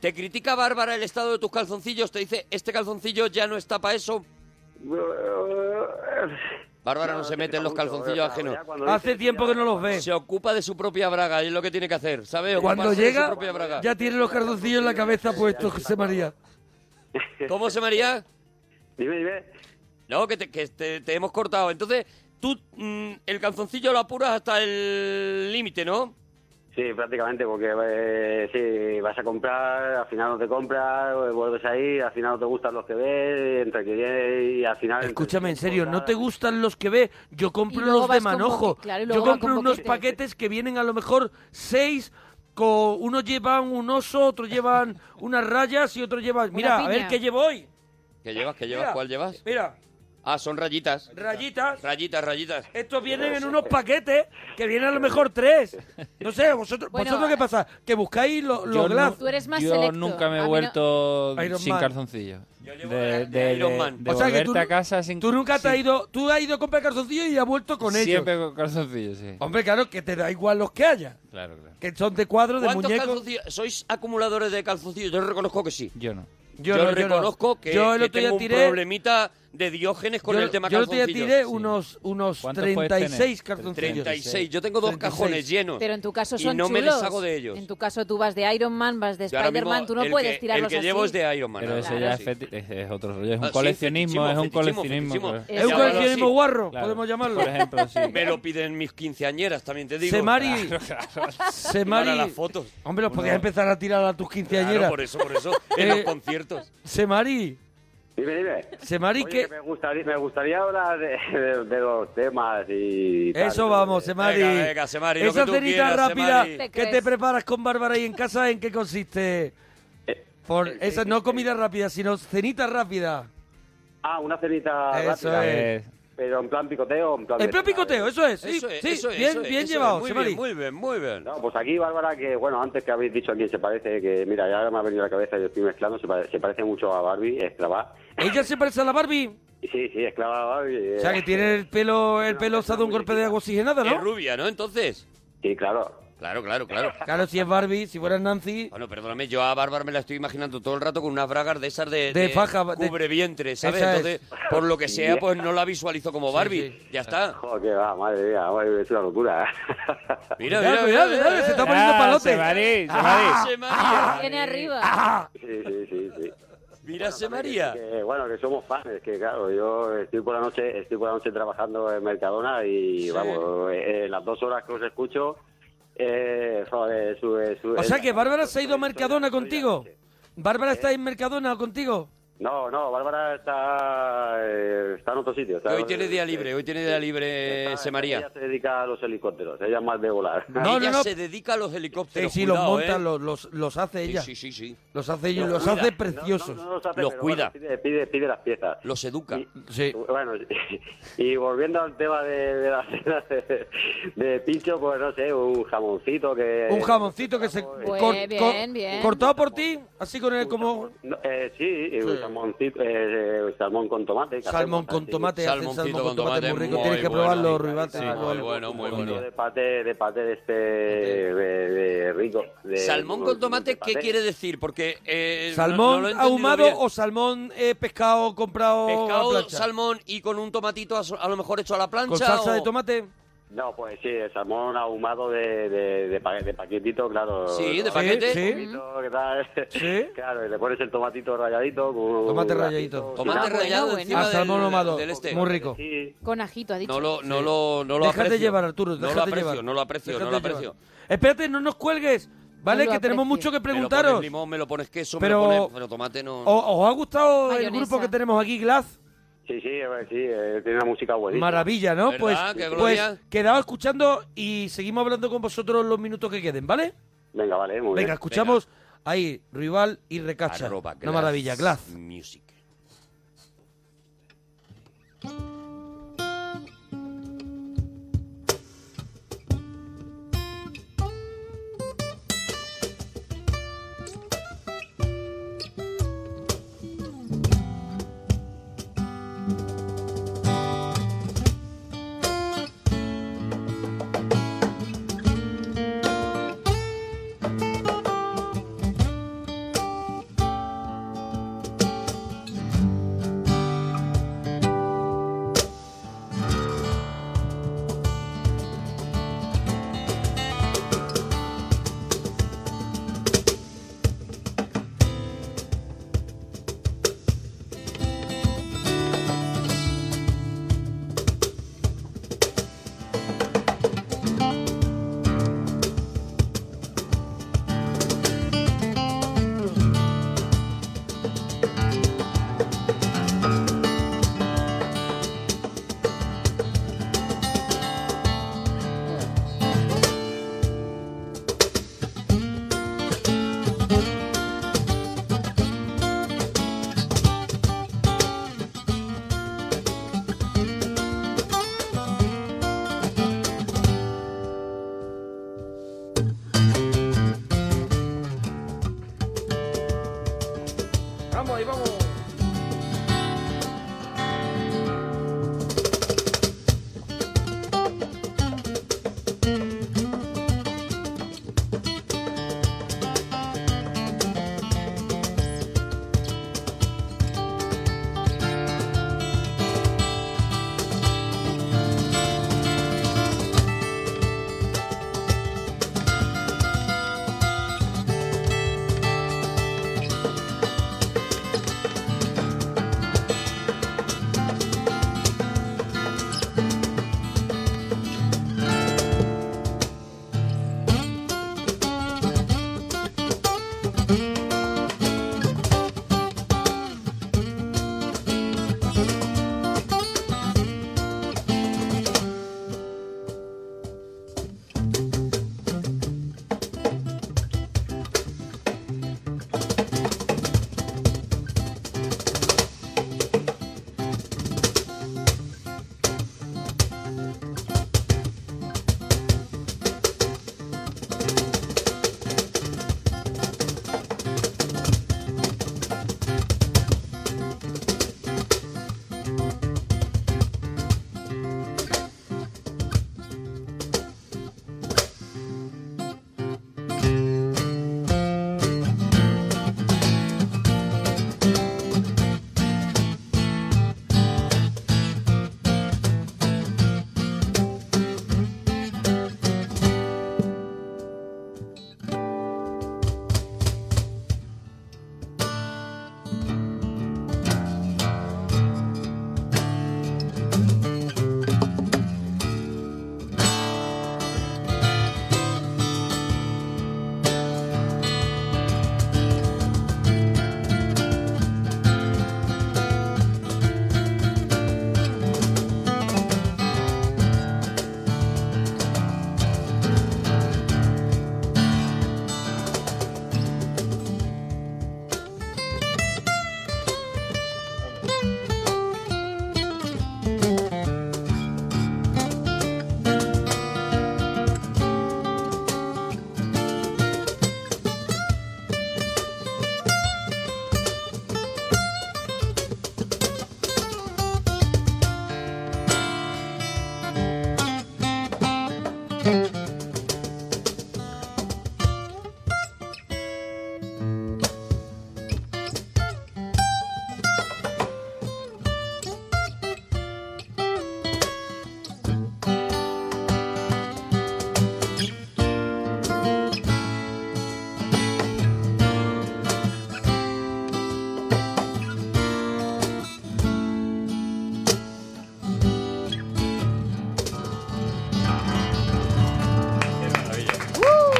Speaker 4: ¿Te critica Bárbara el estado de tus calzoncillos? ¿Te dice, este calzoncillo ya no está para eso? Bárbara no, se mete en los calzoncillos ajenos.
Speaker 3: Hace tiempo que no los ve.
Speaker 4: Se ocupa de su propia braga, es lo que tiene que hacer, ¿sabes?
Speaker 3: Cuando
Speaker 4: Ocuparse de su
Speaker 3: llega,
Speaker 4: propia braga.
Speaker 3: ya tiene los calzoncillos en la cabeza puestos, José María.
Speaker 4: ¿Cómo se María?
Speaker 11: Dime, dime.
Speaker 4: No, que te, que te- te hemos cortado. Entonces, tú mm, el calzoncillo lo apuras hasta el límite, ¿no?
Speaker 11: Sí, prácticamente, porque eh, sí, vas a comprar, al final no te compras, eh, vuelves ahí, al final no te gustan los que ves, entre que viene y al final...
Speaker 3: Escúchame, en serio, ¿no te gustan los que ve? Yo compro
Speaker 11: Y luego
Speaker 3: los de
Speaker 11: vas con
Speaker 3: manojo.
Speaker 11: boque- claro, y
Speaker 3: Yo
Speaker 11: luego vas
Speaker 3: compro
Speaker 11: con
Speaker 3: unos
Speaker 11: boquete.
Speaker 3: paquetes que vienen a lo mejor seis. Con, unos llevan un oso, otros llevan unas rayas y otros llevan. Mira, a ver
Speaker 4: piña.
Speaker 3: qué llevo hoy.
Speaker 4: ¿Qué llevas? ¿Qué llevas?
Speaker 3: Mira,
Speaker 4: ¿Cuál llevas?
Speaker 3: Mira.
Speaker 4: Ah, son rayitas.
Speaker 3: Rayitas.
Speaker 4: Rayitas, rayitas.
Speaker 3: Estos vienen en unos paquetes que vienen a lo mejor tres. No sé, vosotros,
Speaker 5: Bueno,
Speaker 3: vosotros qué pasa, que buscáis lo- los
Speaker 1: Yo nu-
Speaker 3: glass.
Speaker 5: Tú eres más
Speaker 1: yo
Speaker 5: selecto.
Speaker 1: nunca
Speaker 5: A
Speaker 1: me
Speaker 5: mí
Speaker 1: he
Speaker 5: no-
Speaker 1: vuelto
Speaker 3: Iron
Speaker 1: sin
Speaker 3: Man.
Speaker 1: calzoncillos. De, de, de- de
Speaker 3: o sea que
Speaker 1: volverte
Speaker 3: tú,
Speaker 1: a casa sin
Speaker 3: tú nunca te has
Speaker 1: sin-
Speaker 3: ido, tú has ido a comprar calzoncillos y has vuelto con ellos.
Speaker 1: Siempre con calzoncillos, sí.
Speaker 3: Hombre, claro, que te da igual los que haya.
Speaker 1: Claro, claro.
Speaker 3: Que son de cuadros, de
Speaker 4: ¿Cuántos
Speaker 3: muñecos.
Speaker 4: calzoncillos? ¿Sois acumuladores de calzoncillos? Yo reconozco que sí.
Speaker 1: Yo no.
Speaker 3: Yo no, yo no.
Speaker 4: reconozco que,
Speaker 3: Yo el
Speaker 4: que
Speaker 3: otro día
Speaker 4: tengo
Speaker 3: tiré-
Speaker 4: un problemita de diógenes con
Speaker 3: yo,
Speaker 4: el tema
Speaker 3: yo el otro día
Speaker 4: calzoncillos.
Speaker 3: tiré unos, unos
Speaker 4: ¿Cuántos puedes
Speaker 3: 36
Speaker 4: tener?
Speaker 3: cartoncillos.
Speaker 4: 36. Yo tengo dos
Speaker 3: 36.
Speaker 4: cajones llenos.
Speaker 5: Pero en tu caso
Speaker 4: Y
Speaker 5: son
Speaker 4: no me
Speaker 5: chulos.
Speaker 4: deshago de ellos.
Speaker 5: En tu caso tú vas de Iron Man, vas de
Speaker 4: Yo ahora mismo,
Speaker 5: Spider-Man, tú no
Speaker 4: el
Speaker 5: puedes
Speaker 4: que-
Speaker 5: tirarlos
Speaker 4: El que
Speaker 5: así. Ah,
Speaker 4: llevo es de Iron Man.
Speaker 1: Pero
Speaker 4: ahora.
Speaker 1: eso ya es, feti- es- es otro rollo, es un coleccionismo,
Speaker 4: fetichismo,
Speaker 1: es un
Speaker 4: fetichismo, fetichismo.
Speaker 1: coleccionismo. claro.
Speaker 3: Es un
Speaker 4: Llámalo
Speaker 3: coleccionismo
Speaker 4: así.
Speaker 3: guarro, podemos llamarlo.
Speaker 1: Por ejemplo, sí.
Speaker 4: Me lo piden mis quinceañeras, también te digo.
Speaker 3: Semari, Semari.
Speaker 4: Para las fotos.
Speaker 3: Hombre, los
Speaker 4: Uno-
Speaker 3: podías empezar a tirar a tus quinceañeras.
Speaker 4: Claro, por eso, por eso. En los
Speaker 3: Eh,
Speaker 4: conciertos.
Speaker 3: Semari,
Speaker 11: Dime, dime.
Speaker 3: Semari,
Speaker 11: Oye,
Speaker 3: que...
Speaker 11: Me gustaría, me gustaría hablar de, de- de los temas y tal.
Speaker 3: Eso vamos, Semari.
Speaker 4: Venga, venga, Semari, lo
Speaker 3: Esa
Speaker 4: que tú
Speaker 3: cenita
Speaker 4: quieras,
Speaker 3: rápida
Speaker 4: Semari. ¿Te
Speaker 3: que te
Speaker 4: crees?
Speaker 3: preparas con Bárbara y en casa, ¿en qué consiste?
Speaker 11: Eh,
Speaker 3: Por esa no comida rápida, sino cenita rápida.
Speaker 11: Ah, una cenita
Speaker 3: Eso
Speaker 11: rápida. Eh,
Speaker 3: es.
Speaker 11: Pero en plan picoteo, en plan...
Speaker 3: El
Speaker 11: de- ¿eh?
Speaker 3: plan picoteo, eso es. Sí,
Speaker 11: Eso es,
Speaker 3: sí,
Speaker 11: eso es,
Speaker 3: bien,
Speaker 11: eso es,
Speaker 3: bien
Speaker 11: eso es,
Speaker 3: llevado,
Speaker 11: muy
Speaker 3: Semari.
Speaker 11: bien,
Speaker 4: Muy bien, muy bien.
Speaker 11: No, pues aquí, Bárbara, que bueno, antes que habéis dicho aquí se parece, que mira, ya me ha venido a la cabeza, yo estoy mezclando, se, pare- se parece mucho a Barbie, esclava.
Speaker 3: Ella se parece a la Barbie.
Speaker 11: Sí, sí, esclava a Barbie. eh,
Speaker 3: O sea, que tiene el pelo, el pelo usado un golpe de agua oxigenada,
Speaker 4: Es
Speaker 3: ¿no?
Speaker 4: rubia, ¿no? Entonces.
Speaker 11: Sí, claro.
Speaker 4: Claro, claro, claro.
Speaker 3: Claro, si es Barbie, si fuera Nancy.
Speaker 4: Bueno, perdóname, yo a Bárbara me la estoy imaginando todo el rato con unas bragas de esas de,
Speaker 3: De faja, de-
Speaker 4: cubrevientre, ¿sabes?
Speaker 3: Esa
Speaker 4: Entonces, por lo que sea, pues no la visualizo como
Speaker 3: Oh,
Speaker 4: Barbie. Ya está.
Speaker 11: Joder, que va, madre mía, madre, es una locura. ¿eh?
Speaker 4: Mira, mira,
Speaker 3: Cuidado, cuidado,
Speaker 4: mira,
Speaker 3: cuidado,
Speaker 4: mira.
Speaker 3: se está poniendo
Speaker 4: Ah,
Speaker 3: palote.
Speaker 4: Semarí,
Speaker 3: Ah,
Speaker 4: Semarí.
Speaker 5: Viene arriba.
Speaker 11: Sí, sí, sí, sí.
Speaker 4: Mira, se
Speaker 11: María. bueno, que somos fans, que claro, yo estoy por la noche, estoy por la noche trabajando en Mercadona y
Speaker 3: Sí.
Speaker 11: vamos, eh, eh, las dos horas que os escucho, eh, joder, su, su-
Speaker 3: O sea, que
Speaker 11: eh,
Speaker 3: Bárbara se ha ido a Mercadona contigo. ¿Bárbara está en Mercadona contigo?
Speaker 11: No, no, Bárbara está, eh, está en otro sitio. está-
Speaker 4: Hoy tiene día libre, hoy tiene día libre, se María.
Speaker 11: Ella se dedica a los helicópteros, ella es más de volar.
Speaker 4: ella se dedica a los helicópteros.
Speaker 3: Sí, sí,
Speaker 4: cuidado,
Speaker 3: los monta,
Speaker 4: ¿eh?
Speaker 3: los, los, los hace
Speaker 4: Sí,
Speaker 3: ella.
Speaker 4: sí, sí, sí.
Speaker 3: Los hace ella,
Speaker 4: Los
Speaker 3: los
Speaker 4: cuida.
Speaker 3: hace preciosos.
Speaker 11: No los hace,
Speaker 4: Los
Speaker 11: pero
Speaker 4: cuida.
Speaker 11: bueno, pide, pide, pide las piezas.
Speaker 4: Los educa.
Speaker 3: Sí.
Speaker 11: Bueno, y volviendo al tema de, de la cena de, de pincho, pues no sé, un jamoncito que...
Speaker 3: Un jamoncito que se
Speaker 11: Pues bien, bien.
Speaker 3: cortado por ti, así con el como
Speaker 11: No, eh, sí, un jamoncito, eh, eh, salmón con tomate. que
Speaker 3: salmón
Speaker 11: hacemos,
Speaker 3: con
Speaker 11: así.
Speaker 3: tomate, hacen salmón con tomate muy rico,
Speaker 4: muy
Speaker 3: tienes que
Speaker 4: bueno,
Speaker 3: probarlo,
Speaker 4: sí,
Speaker 3: Ruibate.
Speaker 4: sí, muy bueno, muy bueno.
Speaker 11: De paté, de paté de este de- de rico. de-
Speaker 4: Salmón con tomate, ¿qué
Speaker 11: paté.
Speaker 4: quiere decir? Porque eh, no- no
Speaker 3: Salmón
Speaker 4: lo he entendido
Speaker 3: ahumado
Speaker 4: bien.
Speaker 3: o salmón eh, pescado comprado a
Speaker 4: pescado,
Speaker 3: plancha.
Speaker 4: salmón y con un tomatito a, so- a lo mejor hecho a la plancha.
Speaker 3: con salsa
Speaker 4: o-
Speaker 3: de tomate.
Speaker 11: No, pues sí, el salmón ahumado de, de, de, pa- de paquetito, claro.
Speaker 4: Sí, de
Speaker 11: Ahora,
Speaker 4: paquete.
Speaker 11: un poquito, ¿qué tal? Claro, y le pones el tomatito ralladito. con-
Speaker 3: Tomate ralladito.
Speaker 4: Tomate Ah, bueno, rallado bueno. encima
Speaker 3: Ah, salmón
Speaker 4: del-
Speaker 3: ahumado.
Speaker 4: del este.
Speaker 3: Muy rico.
Speaker 5: Con ajito, ha dicho.
Speaker 4: No lo, no lo, no lo
Speaker 3: Déjate
Speaker 4: aprecio.
Speaker 3: llevar, Arturo,
Speaker 4: No
Speaker 3: déjate
Speaker 4: lo aprecio,
Speaker 3: llevar.
Speaker 4: no lo aprecio, no
Speaker 3: Déjate
Speaker 4: lo aprecio.
Speaker 3: llevar. Espérate, no nos cuelgues, ¿vale?
Speaker 4: No lo
Speaker 3: que tenemos
Speaker 4: aprecio.
Speaker 3: mucho que
Speaker 4: Me lo
Speaker 3: preguntaros.
Speaker 4: pones limón, me lo pones queso,
Speaker 3: Pero-
Speaker 4: me lo pones... Pero tomate no...
Speaker 3: ¿O- ¿Os ha gustado el
Speaker 4: Mayonesa.
Speaker 3: grupo que tenemos aquí, Glass?
Speaker 11: Sí, sí, a ver, sí, eh, tiene una música buenísima.
Speaker 3: Maravilla, ¿no? Pues,
Speaker 11: ¿Verdad? ¡Qué
Speaker 3: pues
Speaker 11: gloria!
Speaker 3: quedaos escuchando y seguimos hablando con vosotros los minutos que queden, ¿vale?
Speaker 12: Venga, vale, muy bien.
Speaker 3: Venga, escuchamos ahí, Rival y Recacha.
Speaker 12: Arroba
Speaker 3: Una maravilla, Glaz.
Speaker 12: Glaz Music.
Speaker 3: Vamos ahí, vamos.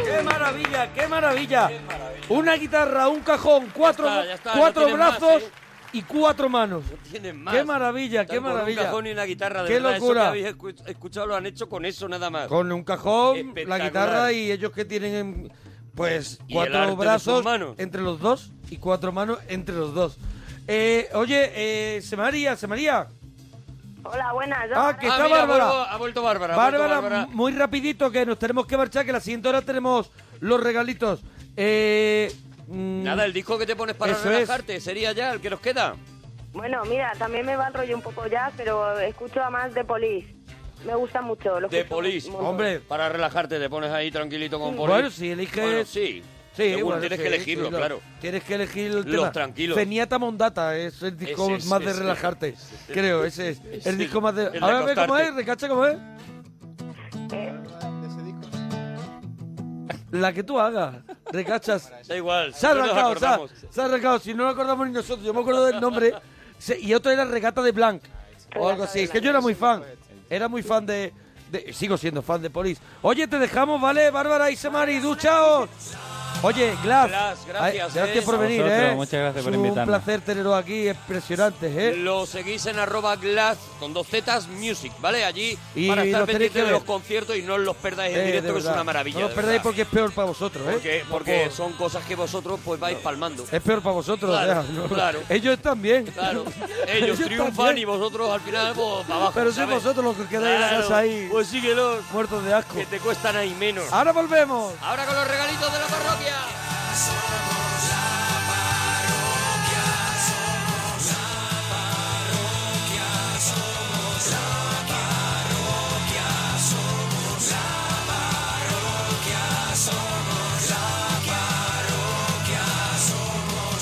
Speaker 3: ¡Qué maravilla, qué maravilla! Una guitarra, un cajón, cuatro,
Speaker 4: Ya está, ya está,
Speaker 3: cuatro
Speaker 4: no tienen más,
Speaker 3: brazos y cuatro manos.
Speaker 4: Tienen más.
Speaker 3: ¡Qué maravilla, qué
Speaker 4: Con
Speaker 3: maravilla!
Speaker 4: Un cajón y una guitarra de
Speaker 3: ¡Qué
Speaker 4: verdad,
Speaker 3: locura!
Speaker 4: Eso que habéis escu- escuchado lo han hecho con eso nada más.
Speaker 3: Con un cajón, la
Speaker 4: Espectacular.
Speaker 3: guitarra y ellos que tienen Pues
Speaker 4: Y el arte
Speaker 3: cuatro
Speaker 4: de
Speaker 3: brazos
Speaker 4: sus manos.
Speaker 3: entre los dos y cuatro manos entre los dos. Eh, oye, eh, se María, se María.
Speaker 10: Hola, buenas. yo-
Speaker 3: Ah, que está
Speaker 4: mira,
Speaker 3: Bárbara.
Speaker 4: vuelvo- ha vuelto Bárbara. ha vuelto
Speaker 3: Bárbara,
Speaker 4: Bárbara.
Speaker 3: muy rapidito que nos tenemos que marchar, que la siguiente hora tenemos los regalitos. Eh, mm,
Speaker 4: Nada, el disco que te pones para
Speaker 3: Eso es.
Speaker 4: relajarte sería ya el que nos queda.
Speaker 10: Bueno, mira, también me va el rollo un poco ya, pero escucho a más de Polis. Me gusta mucho. Lo
Speaker 4: De
Speaker 10: escucho
Speaker 4: Police.
Speaker 10: un montón.
Speaker 4: Para relajarte, te pones ahí tranquilito con Police.
Speaker 3: bueno, si eliges...
Speaker 4: Bueno, sí.
Speaker 3: Sí,
Speaker 4: Según
Speaker 3: bueno,
Speaker 4: tienes
Speaker 3: sí,
Speaker 4: que
Speaker 3: sí,
Speaker 4: elegirlo,
Speaker 3: lo-
Speaker 4: claro.
Speaker 3: Tienes que elegir el
Speaker 4: Los
Speaker 3: tema.
Speaker 4: tranquilos.
Speaker 3: Feniata Mondata es el disco
Speaker 4: Ese es,
Speaker 3: más de
Speaker 4: ese.
Speaker 3: relajarte, creo. Ese es el
Speaker 4: Ese,
Speaker 3: disco más de...
Speaker 4: el de
Speaker 3: A ver, a ver cómo
Speaker 4: acostarte.
Speaker 3: es, recacha cómo es. La que tú hagas, recachas.
Speaker 4: Da igual.
Speaker 3: Se ha
Speaker 4: no nos
Speaker 3: arrancado, se ha,
Speaker 4: acordamos.
Speaker 3: se ha arrancado. Si no lo acordamos ni nosotros, yo me acuerdo del nombre. Se- y otro era Regata de Blanc. O algo así. Es que yo era muy fan. Era muy fan de. de- sigo siendo fan de Police. Oye, te dejamos, ¿vale? Bárbara y Samari, duchaos. Oye, Glass.
Speaker 4: Glass, gracias,
Speaker 3: ay, gracias
Speaker 4: eh.
Speaker 3: por
Speaker 4: A
Speaker 3: venir,
Speaker 1: vosotros,
Speaker 3: ¿eh?
Speaker 1: muchas gracias por
Speaker 3: Es Un
Speaker 1: invitarme.
Speaker 3: placer teneros aquí, impresionantes, ¿eh?
Speaker 4: Lo seguís en arroba glass con dos zetas music, ¿vale? Allí
Speaker 3: Y
Speaker 4: para estar
Speaker 3: lo tenéis
Speaker 4: pendiente
Speaker 3: que
Speaker 4: de
Speaker 3: ver.
Speaker 4: los conciertos y no los perdáis en
Speaker 3: Eh, de
Speaker 4: directo, que es
Speaker 3: verdad.
Speaker 4: una maravilla.
Speaker 3: No os
Speaker 4: de
Speaker 3: perdáis
Speaker 4: verdad.
Speaker 3: porque es peor para vosotros, ¿eh?
Speaker 4: Porque,
Speaker 3: No
Speaker 4: porque
Speaker 3: puedo.
Speaker 4: son cosas que vosotros pues vais palmando.
Speaker 3: Es peor para vosotros,
Speaker 4: Claro,
Speaker 3: o sea, no-
Speaker 4: claro.
Speaker 3: Ellos también.
Speaker 4: Claro, ellos triunfan
Speaker 3: también.
Speaker 4: y vosotros al final pues, para abajo.
Speaker 3: Pero sois
Speaker 4: ¿sabes?
Speaker 3: vosotros los que quedáis en la
Speaker 4: Claro,
Speaker 3: casa ahí.
Speaker 4: Pues síguelos,
Speaker 3: Muertos de asco.
Speaker 4: que te cuestan ahí menos.
Speaker 3: Ahora volvemos.
Speaker 4: Ahora con los regalitos de la parroquia.
Speaker 2: Somos la parroquia, somos la parroquia, somos la parroquia, somos la parroquia, somos la parroquia, somos.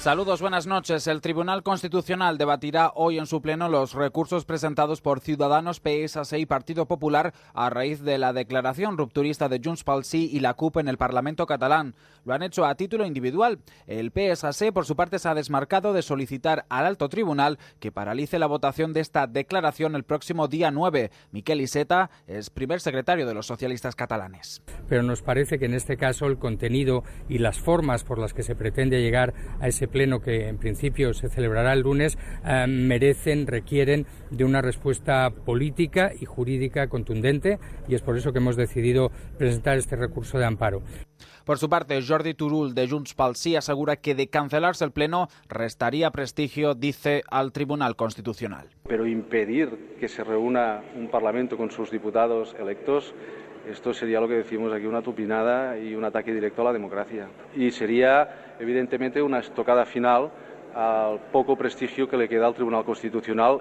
Speaker 12: Saludos, buenas noches. El Tribunal Constitucional debatirá hoy en su pleno los recursos presentados por Ciudadanos, PSAC y Partido Popular a raíz de la declaración rupturista de Junts pel Sí y la CUP en el Parlamento catalán. Lo han hecho a título individual. El PSAC, por su parte, se ha desmarcado de solicitar al alto tribunal que paralice la votación de esta declaración el próximo día 9. Miquel Iseta es primer secretario de los socialistas catalanes.
Speaker 13: pero nos parece que en este caso el contenido y las formas por las que se pretende llegar a ese pleno que en principio se celebrará el lunes eh, merecen, requieren de una respuesta política y jurídica contundente y es por eso que hemos decidido presentar este recurso de amparo.
Speaker 12: Por su parte, Jordi Turul de Junts pel Sí asegura que de cancelarse el pleno restaría prestigio, dice, al Tribunal Constitucional.
Speaker 14: Pero impedir que se reúna un Parlamento con sus diputados electos, esto sería lo que decimos aquí, una tupinada y un ataque directo a la democracia. Y sería, evidentemente, una estocada final al poco prestigio que le queda al Tribunal Constitucional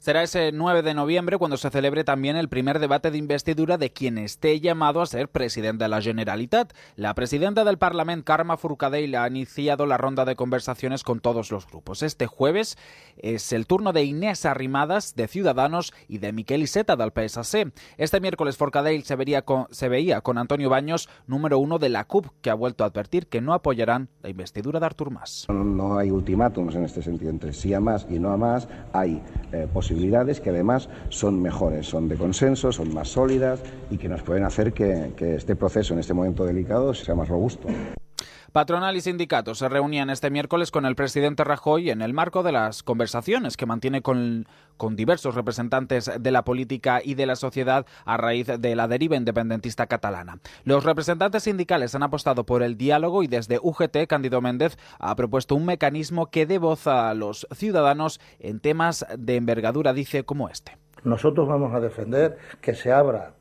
Speaker 12: Será ese 9 de noviembre cuando se celebre también el primer debate de investidura de quien esté llamado a ser presidente de la Generalitat. La presidenta del Parlamento, Carme Forcadell, ha iniciado la ronda de conversaciones con todos los grupos. Este jueves es el turno de Inés Arrimadas, de Ciudadanos, y de Miquel Iseta, del PSC. Este miércoles Forcadell se, vería con- se veía con Antonio Baños, número uno de la CUP, que ha vuelto a advertir que no apoyarán la investidura de Artur Mas.
Speaker 15: No, no hay ultimátums en este sentido. Entre sí a más y no a más hay eh, posibilidades que además son mejores, son de consenso, son más sólidas y que nos pueden hacer que, que este proceso en este momento delicado sea más robusto.
Speaker 12: Patronal y sindicatos se reunían este miércoles con el presidente Rajoy en el marco de las conversaciones que mantiene con, con diversos representantes de la política y de la sociedad a raíz de la deriva independentista catalana. Los representantes sindicales han apostado por el diálogo y desde UGT, Cándido Méndez ha propuesto un mecanismo que dé voz a los ciudadanos en temas de envergadura, dice, como este.
Speaker 16: Nosotros vamos a defender que se abra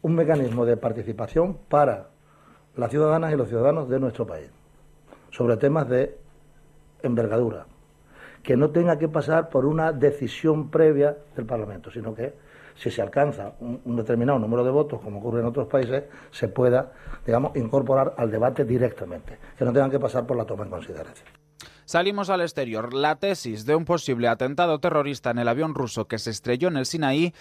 Speaker 16: un mecanismo de participación para las ciudadanas y los ciudadanos de nuestro país sobre temas de envergadura, que no tenga que pasar por una decisión previa del Parlamento, sino que si se alcanza un, un determinado número de votos, como ocurre en otros países, se pueda, digamos, incorporar al debate directamente, que no tengan que pasar por la toma en consideración.
Speaker 12: Salimos al exterior. La tesis de un posible atentado terrorista en el avión ruso que se estrelló en el Sinaí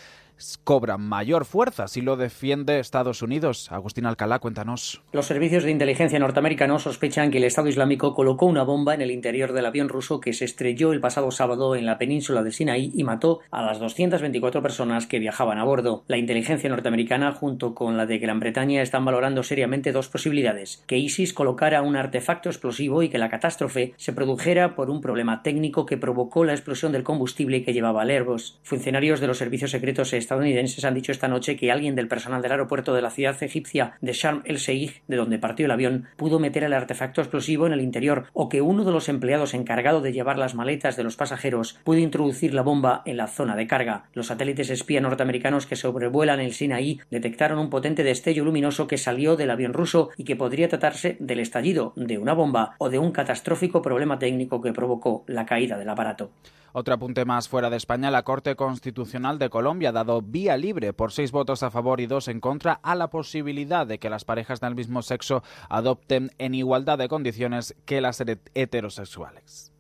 Speaker 12: cobra mayor fuerza si lo defiende Estados Unidos. Agustín Alcalá, cuéntanos.
Speaker 17: Los servicios de inteligencia norteamericanos sospechan que el Estado Islámico colocó una bomba en el interior del avión ruso que se estrelló el pasado sábado en la península de Sinaí y mató a las 224 personas que viajaban a bordo. La inteligencia norteamericana, junto con la de Gran Bretaña, están valorando seriamente dos posibilidades: que ISIS colocara un artefacto explosivo y que la catástrofe se produjera por un problema técnico que provocó la explosión del combustible que llevaba el Airbus. Funcionarios de los servicios secretos estadounidenses han dicho esta noche que alguien del personal del aeropuerto de la ciudad egipcia de Sharm el-Sheikh, de donde partió el avión, pudo meter el artefacto explosivo en el interior o que uno de los empleados encargado de llevar las maletas de los pasajeros pudo introducir la bomba en la zona de carga. Los satélites espía norteamericanos que sobrevuelan el Sinaí detectaron un potente destello luminoso que salió del avión ruso y que podría tratarse del estallido de una bomba o de un catastrófico problema técnico que provocó la caída del aparato.
Speaker 12: Otro apunte más fuera de España, la Corte Constitucional de Colombia ha dado vía libre por seis votos a favor y dos en contra a la posibilidad de que las parejas del mismo sexo adopten en igualdad de condiciones que las heterosexuales.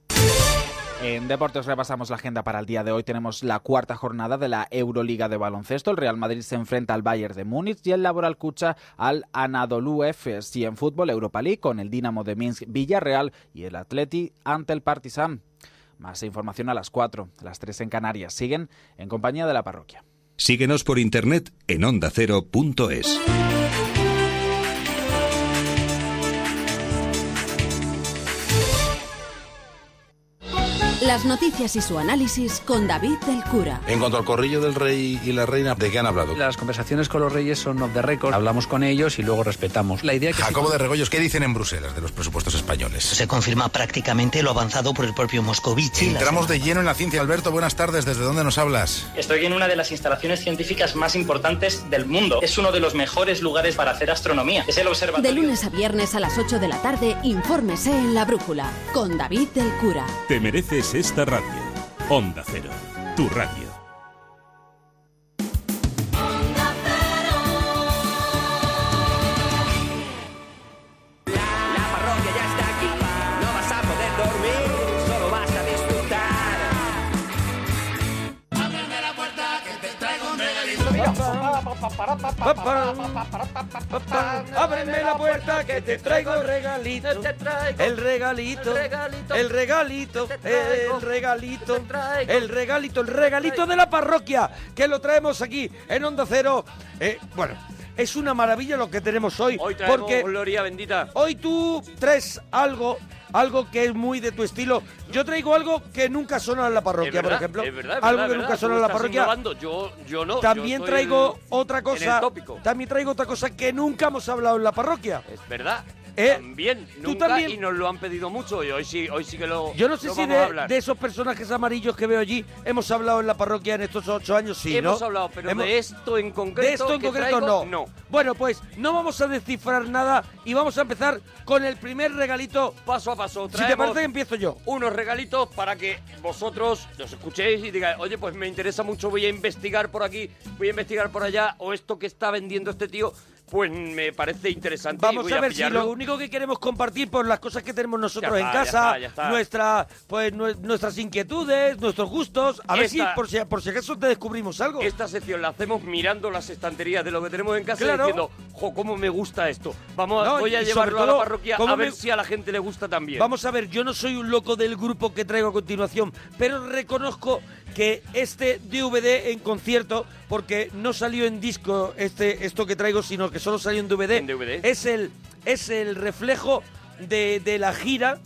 Speaker 12: En deportes repasamos la agenda para el día de hoy. Tenemos la cuarta jornada de la Euroliga de baloncesto. El Real Madrid se enfrenta al Bayern de Múnich y el Laboral Cucha al Anadolu Efes. Y en fútbol, Europa League con el Dinamo de Minsk Villarreal y el Atleti ante el Partizan. Más información a las 4, a las 3 en Canarias. Siguen en compañía de la parroquia.
Speaker 18: Síguenos por internet en ondacero.es.
Speaker 19: Las noticias y su análisis con David del Cura.
Speaker 20: En cuanto al corrillo del rey y la reina, ¿de qué han hablado?
Speaker 21: Las conversaciones con los reyes son off the record. Hablamos con ellos y luego respetamos. La idea que
Speaker 20: Jacobo de Regoyos, ¿qué dicen en Bruselas de los presupuestos españoles?
Speaker 22: Se confirma prácticamente lo avanzado por el propio Moscovici.
Speaker 20: Entramos de lleno en la ciencia. Alberto, buenas tardes. ¿Desde dónde nos hablas?
Speaker 23: Estoy en una de las instalaciones científicas más importantes del mundo. Es uno de los mejores lugares para hacer astronomía. Es el observatorio.
Speaker 19: De lunes a viernes a las 8 de la tarde, infórmese en La Brújula con David del Cura.
Speaker 18: Te mereces esta radio. Onda Cero, tu radio.
Speaker 2: No vas a poder dormir, solo vas a disfrutar. Ábreme la puerta que te traigo un regalito.
Speaker 3: Ábreme la puerta que te traigo el regalito. El regalito. El regalito. El regalito. El regalito. El regalito de la parroquia. Que lo traemos aquí en Onda Cero. Eh, bueno, es una maravilla lo que tenemos hoy.
Speaker 4: Hoy traemos
Speaker 3: porque
Speaker 4: gloria bendita.
Speaker 3: hoy tú traes algo. Algo que es muy de tu estilo. Yo traigo algo que nunca ha sonado en la parroquia,
Speaker 4: Es verdad,
Speaker 3: por ejemplo.
Speaker 4: es verdad, es
Speaker 3: algo
Speaker 4: verdad, es
Speaker 3: que nunca ha
Speaker 4: verdad.
Speaker 3: sonado
Speaker 4: Tú
Speaker 3: en la
Speaker 4: estás
Speaker 3: parroquia.
Speaker 4: innovando. Yo, yo no.
Speaker 3: También
Speaker 4: yo estoy
Speaker 3: traigo
Speaker 4: en-
Speaker 3: otra cosa.
Speaker 4: En el tópico.
Speaker 3: También traigo otra cosa que nunca hemos hablado en la parroquia.
Speaker 4: ¿Verdad?
Speaker 3: Eh,
Speaker 4: también,
Speaker 3: tú
Speaker 4: nunca,
Speaker 3: también-
Speaker 4: y nos lo han pedido mucho y hoy sí, hoy sí que lo
Speaker 3: Yo no sé
Speaker 4: lo
Speaker 3: si
Speaker 4: Oh, vamos a
Speaker 3: de,
Speaker 4: hablar.
Speaker 3: de esos personajes amarillos que veo allí hemos hablado en la parroquia en estos ocho años, sí, ¿no?
Speaker 4: Hemos hablado, pero
Speaker 3: Hemos-
Speaker 4: de esto en concreto
Speaker 3: De esto en
Speaker 4: que
Speaker 3: concreto
Speaker 4: traigo,
Speaker 3: no. Bueno, pues no vamos a descifrar nada y vamos a empezar con el primer regalito.
Speaker 4: Paso a paso.
Speaker 3: Si te
Speaker 4: traemos-
Speaker 3: parece, empiezo yo.
Speaker 4: unos regalitos para que vosotros los escuchéis y digáis, oye, pues me interesa mucho, voy a investigar por aquí, voy a investigar por allá, o esto que está vendiendo este tío, pues me parece interesante. y
Speaker 3: Vamos
Speaker 4: voy
Speaker 3: a, ver si
Speaker 4: pillarlo.
Speaker 3: lo único que queremos compartir por las cosas que tenemos nosotros
Speaker 4: Ya está,
Speaker 3: en
Speaker 4: ya
Speaker 3: casa,
Speaker 4: está, ya está.
Speaker 3: nuestra pues nue- nuestras inquietudes, nuestros gustos, a ver si
Speaker 4: Esta-
Speaker 3: por si por si acaso te descubrimos algo.
Speaker 4: Esta sección la hacemos mirando las estanterías de lo que tenemos en casa
Speaker 3: Claro.
Speaker 4: y diciendo, jo, cómo me gusta esto. Vamos, a-
Speaker 3: No,
Speaker 4: voy a
Speaker 3: y sobre
Speaker 4: llevarlo a
Speaker 3: todo,
Speaker 4: la parroquia
Speaker 3: cómo
Speaker 4: a ver
Speaker 3: me-
Speaker 4: si a la gente le gusta también.
Speaker 3: Vamos a ver, yo no soy un loco del grupo que traigo a continuación, pero reconozco que este DVD en concierto, porque no salió en disco este esto que traigo, sino que solo salió en DVD, es el es el reflejo de, de la gira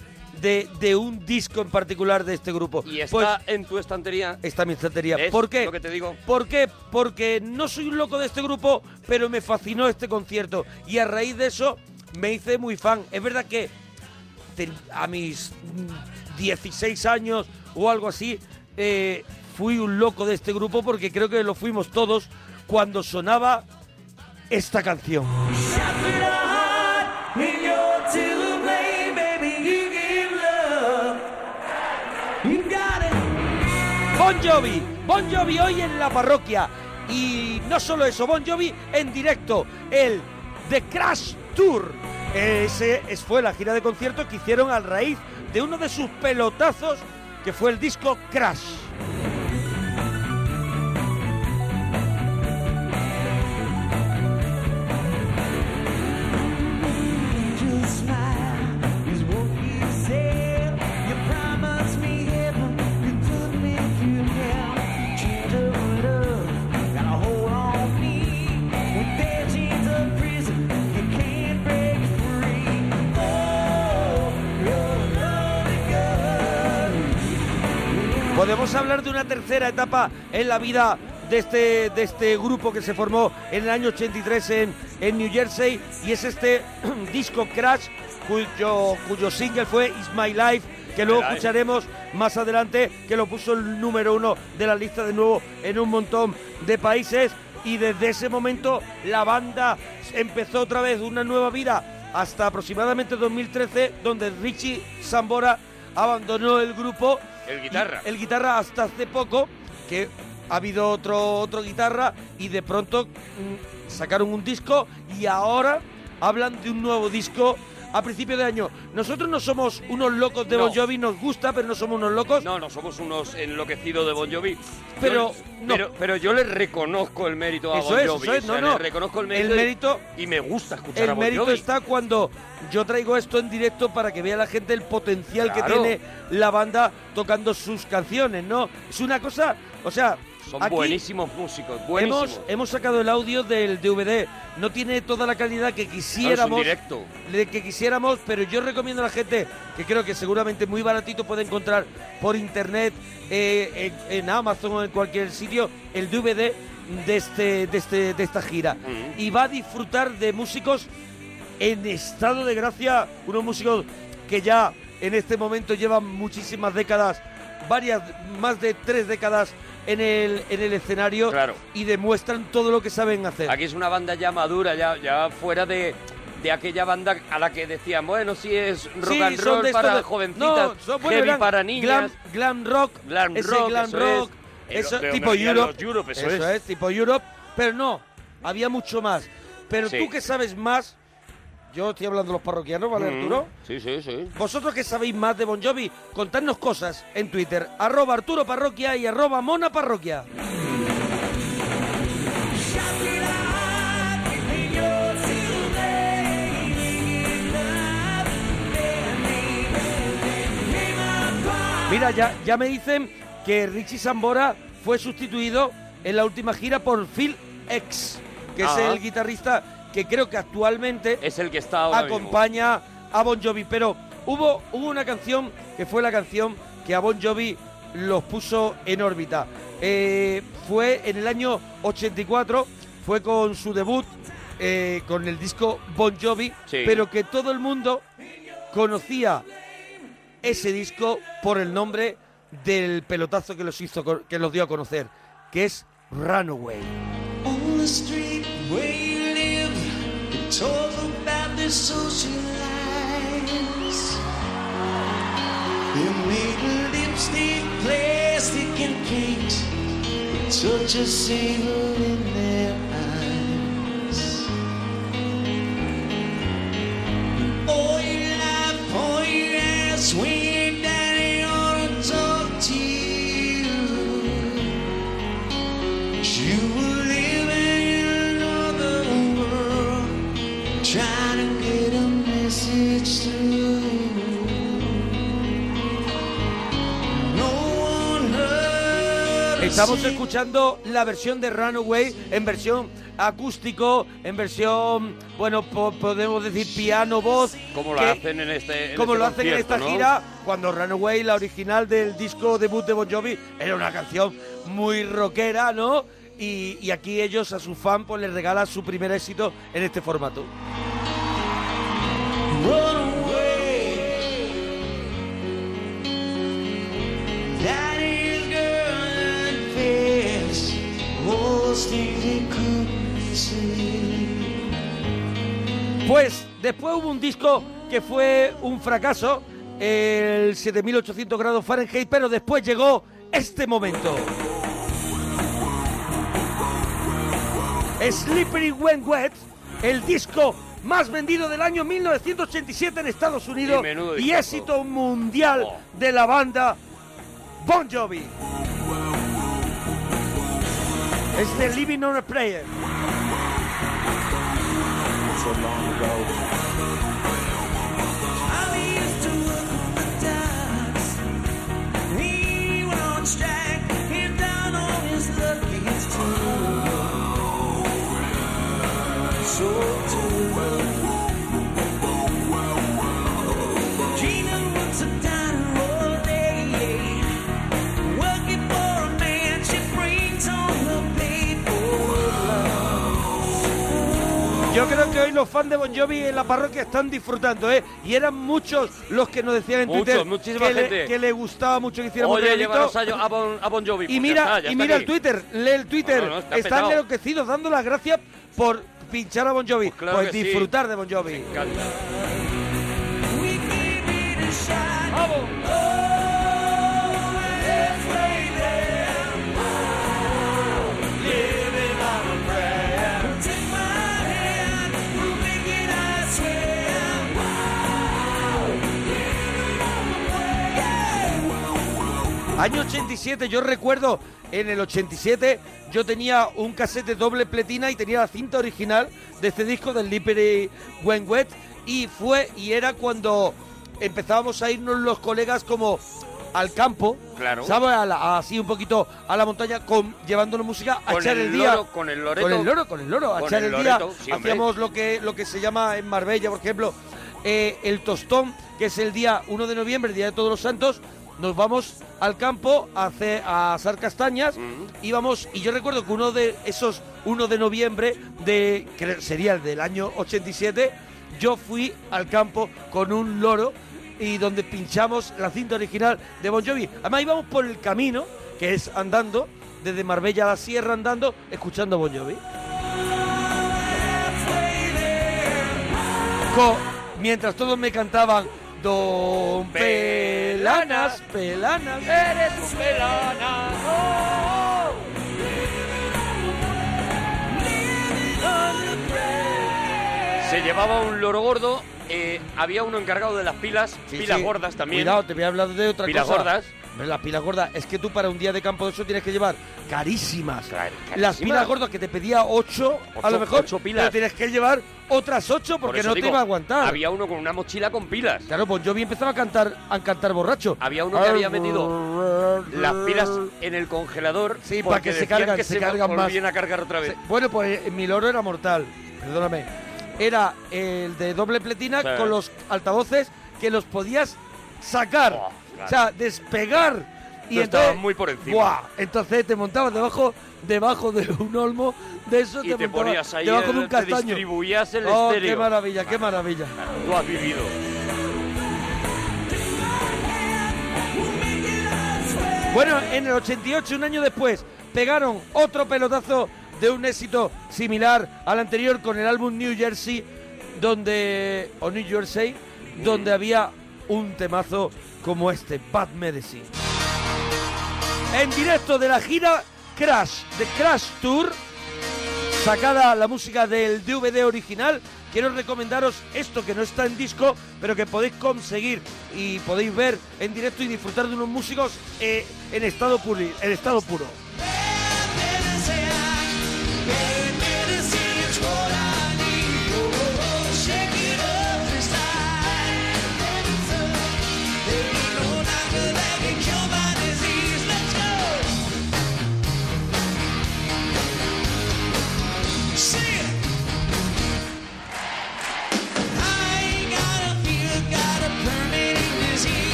Speaker 3: de, de un disco en particular de este grupo.
Speaker 4: Y está
Speaker 3: Pues,
Speaker 4: en tu estantería.
Speaker 3: Está mi estantería.
Speaker 4: ¿Ves
Speaker 3: ¿Por qué?
Speaker 4: lo que te digo?
Speaker 3: ¿Por qué? Porque no soy un loco de este grupo, pero me fascinó este concierto. Y a raíz de eso me hice muy fan. Es verdad que te- a mis mm, 16 años o algo así, eh, fui un loco de este grupo porque creo que lo fuimos todos cuando sonaba esta canción.
Speaker 2: And you're to blame, baby, you give love. You got it.
Speaker 3: Bon Jovi, Bon Jovi hoy en la parroquia. Y no solo eso, Bon Jovi en directo, el The Crash Tour. Ese es- fue la gira de conciertos que hicieron al raíz de uno de sus pelotazos, que fue el disco Crash. Podemos hablar de una tercera etapa en la vida de este, de este grupo que se formó en el año 83 en, en New Jersey y es este disco Crash cuyo, cuyo single fue It's My Life que luego
Speaker 4: Verá, eh.
Speaker 3: escucharemos más adelante, que lo puso el número uno de la lista de nuevo en un montón de países. Y desde ese momento la banda empezó otra vez una nueva vida hasta aproximadamente 2013, donde Richie Sambora abandonó el grupo.
Speaker 4: El guitarra.
Speaker 3: Y- el guitarra hasta hace poco, que ha habido otro, otro guitarra y de pronto mm, sacaron un disco y ahora hablan de un nuevo disco a principio de año. Nosotros no somos unos locos de
Speaker 4: No.
Speaker 3: Bon Jovi, nos gusta, pero no somos unos locos.
Speaker 4: No, no somos unos enloquecidos de Bon Jovi.
Speaker 3: Pero,
Speaker 4: Yo- pero, pero yo le reconozco el mérito a
Speaker 3: Eso
Speaker 4: Bon
Speaker 3: es,
Speaker 4: Jovi.
Speaker 3: eso es,
Speaker 4: o sea,
Speaker 3: no, no.
Speaker 4: Le reconozco el
Speaker 3: El
Speaker 4: mérito,
Speaker 3: mérito-
Speaker 4: y, y me gusta escuchar a
Speaker 3: El
Speaker 4: Bon
Speaker 3: mérito
Speaker 4: Jovi.
Speaker 3: está cuando yo traigo esto en directo para que vea la gente el potencial que
Speaker 4: Claro.
Speaker 3: tiene la banda tocando sus canciones, ¿no? Es una cosa, o sea,
Speaker 4: Son
Speaker 3: aquí
Speaker 4: buenísimos músicos, buenísimos.
Speaker 3: Hemos, hemos sacado el audio del DVD. No tiene toda la calidad que quisiéramos.
Speaker 4: Claro, es un
Speaker 3: de que quisiéramos, pero yo recomiendo a la gente que creo que seguramente muy baratito puede encontrar por internet, eh, en, en Amazon o en cualquier sitio, el DVD de, este, de, este, de esta gira. Y va a disfrutar de músicos en estado de gracia, unos músicos que ya en este momento llevan muchísimas décadas, varias, más de tres décadas en el, en el escenario y demuestran todo lo que saben hacer.
Speaker 4: Aquí es una banda ya madura, ya, ya fuera de, de aquella banda a la que decían, bueno, sí es rock
Speaker 3: Sí,
Speaker 4: and
Speaker 3: son
Speaker 4: roll
Speaker 3: de estos
Speaker 4: para
Speaker 3: de-
Speaker 4: jovencitas,
Speaker 3: no, son- bueno,
Speaker 4: heavy
Speaker 3: eran
Speaker 4: para niñas.
Speaker 3: Glam, glam rock,
Speaker 4: Glam
Speaker 3: ese
Speaker 4: rock,
Speaker 3: glam
Speaker 4: eso
Speaker 3: rock,
Speaker 4: es.
Speaker 3: eso,
Speaker 4: Eh, lo- lo
Speaker 3: tipo
Speaker 4: hacían
Speaker 3: Europe.
Speaker 4: los Europe, eso es.
Speaker 3: tipo Europe, pero no, había mucho más. Pero
Speaker 4: Sí.
Speaker 3: tú que sabes más, yo estoy hablando de los parroquianos, ¿vale,
Speaker 4: Mm,
Speaker 3: Arturo?
Speaker 4: Sí, sí, sí.
Speaker 3: Vosotros que sabéis más de Bon Jovi, contadnos cosas en Twitter, arroba Arturo Parroquia y arroba Mona Parroquia. Mira, ya, ya me dicen que Richie Sambora fue sustituido en la última gira por Phil X, que es
Speaker 4: Ajá.
Speaker 3: el guitarrista que creo que actualmente
Speaker 4: es el que está ahora mismo.
Speaker 3: acompaña a Bon Jovi. Pero hubo, hubo una canción que fue la canción que a Bon Jovi los puso en órbita. Eh, fue en el año 84, fue con su debut, eh, con el disco Bon Jovi,
Speaker 4: Sí.
Speaker 3: pero que todo el mundo conocía ese disco por el nombre del pelotazo que los hizo co- que los dio a conocer, que es Runaway.
Speaker 2: On the street where you live, they talk about their social lives. Their maiden lipstick, plastic and paint, a touch of single in their eyes. All your life, all your ass, when your daddy ought to talk to you. You were living in another world, trying to get a message through. No one heard a
Speaker 3: Estamos escuchando la versión de Runaway en versión acústico, en versión, bueno, po- podemos decir piano, voz.
Speaker 4: Como lo
Speaker 3: que-
Speaker 4: hacen en este en
Speaker 3: como
Speaker 4: este
Speaker 3: lo hacen en
Speaker 4: concierto,
Speaker 3: esta
Speaker 4: ¿no?
Speaker 3: gira, cuando Runaway, la original del disco debut de Bon Jovi, era una canción muy rockera, ¿no? Y, y aquí ellos a su fan pues les regala su primer éxito en este formato.
Speaker 2: Run away. That is good face. All those things they couldn't see.
Speaker 3: Pues después hubo un disco que fue un fracaso, el 7800 grados Fahrenheit, pero después llegó este momento. Slippery When Wet, el disco más vendido del año 1987 en Estados Unidos
Speaker 4: Y menudo
Speaker 3: y
Speaker 4: discazo. Oh.
Speaker 3: éxito mundial de la banda Bon Jovi. Es de Living on a Prayer.
Speaker 2: I used to work on the docks. He went on strike. Him down on his luck. He's too. So too. Gina works a dime all day. Work
Speaker 3: Yo creo que hoy los fans de Bon Jovi en la parroquia están disfrutando, ¿eh? Y eran muchos los que nos decían en
Speaker 4: Muchos,
Speaker 3: Twitter
Speaker 4: muchísima
Speaker 3: que, le-
Speaker 4: gente.
Speaker 3: que le gustaba mucho que hiciéramos
Speaker 4: Oye,
Speaker 3: regalito.
Speaker 4: llevaros a, a bon, a Bon Jovi.
Speaker 3: Y
Speaker 4: pues ya
Speaker 3: mira,
Speaker 4: está, ya
Speaker 3: y
Speaker 4: está
Speaker 3: mira el
Speaker 4: aquí. Ah,
Speaker 3: Twitter, lee el Twitter.
Speaker 4: No, no, no, está
Speaker 3: Están
Speaker 4: petado.
Speaker 3: enloquecidos dando las gracias por pinchar a Bon Jovi. Pues,
Speaker 4: claro que sí.
Speaker 3: disfrutar de Bon Jovi.
Speaker 2: ¡Vamos!
Speaker 3: Año 87, yo recuerdo en el 87 yo tenía un casete doble pletina y tenía la cinta original de este disco del Lippery When Wet y fue y era cuando empezábamos a irnos los colegas como al campo,
Speaker 4: Claro.
Speaker 3: ¿sabes? A la- a- así un poquito a la montaña con llevándonos música a
Speaker 4: Con
Speaker 3: echar
Speaker 4: el
Speaker 3: el, día
Speaker 4: loro, con el loreto.
Speaker 3: con el loro, con el loro, a
Speaker 4: Con
Speaker 3: echar
Speaker 4: el
Speaker 3: el, día.
Speaker 4: loreto, sí, hombre.
Speaker 3: Hacíamos lo que lo que se llama en Marbella, por ejemplo, eh, el tostón, que es el día 1 de noviembre, el día de Todos los Santos. Nos vamos al campo a, hacer, a asar castañas y vamos y yo recuerdo que uno de esos 1 de noviembre de que sería el del año 87, yo fui al campo con un loro y donde pinchamos la cinta original de Bon Jovi. Además íbamos por el camino que es andando desde Marbella a la Sierra andando escuchando Bon Jovi. Co- mientras todos me cantaban Don Pelanas, Pelanas,
Speaker 2: Eres un melana.
Speaker 4: Se llevaba un loro gordo. eh, había uno encargado de las pilas,
Speaker 3: Sí,
Speaker 4: pilas
Speaker 3: sí.
Speaker 4: gordas también.
Speaker 3: Cuidado, te voy a hablar de otra
Speaker 4: Pilas
Speaker 3: cosa.
Speaker 4: gordas.
Speaker 3: Hombre, las pilas gordas, es que tú para un día de campo de eso tienes que llevar carísimas.
Speaker 4: carísimas.
Speaker 3: Las pilas gordas que te pedía ocho, a lo
Speaker 4: Ocho-
Speaker 3: mejor,
Speaker 4: ocho pilas.
Speaker 3: pero tienes que llevar otras ocho
Speaker 4: Por
Speaker 3: porque
Speaker 4: eso
Speaker 3: no
Speaker 4: digo,
Speaker 3: te iba a aguantar.
Speaker 4: Había uno con una mochila con pilas.
Speaker 3: Claro, pues yo vi empezaba a cantar, a cantar borracho.
Speaker 4: Había uno que había metido las pilas en el congelador
Speaker 3: Sí, para
Speaker 4: porque
Speaker 3: que se
Speaker 4: decían
Speaker 3: cargan,
Speaker 4: que
Speaker 3: se
Speaker 4: se
Speaker 3: cargan más.
Speaker 4: volvían a cargar otra vez.
Speaker 3: Bueno, pues eh, mi loro era mortal, perdóname. Era el de doble pletina
Speaker 4: Sí.
Speaker 3: con los altavoces que los podías sacar,
Speaker 4: claro.
Speaker 3: o sea, despegar. Y
Speaker 4: Tú
Speaker 3: entonces,
Speaker 4: estabas muy por encima.
Speaker 3: ¡Buah! Entonces te montabas debajo debajo de un olmo de eso
Speaker 4: Y te
Speaker 3: montabas
Speaker 4: ponías ahí,
Speaker 3: debajo de un
Speaker 4: eh, te
Speaker 3: castaño.
Speaker 4: distribuías el
Speaker 3: oh, qué
Speaker 4: estéreo.
Speaker 3: maravilla, qué maravilla.
Speaker 4: Tú has vivido.
Speaker 3: Bueno, en el 88, un año después, pegaron otro pelotazo de un éxito similar al anterior con el álbum New Jersey, donde o New Jersey, donde había un temazo como este, Bad Medicine. En directo de la gira Crash, de Crash Tour, sacada la música del DVD original, quiero recomendaros esto que no está en disco, pero que podéis conseguir y podéis ver en directo y disfrutar de unos músicos eh, en, estado puri- en estado puro.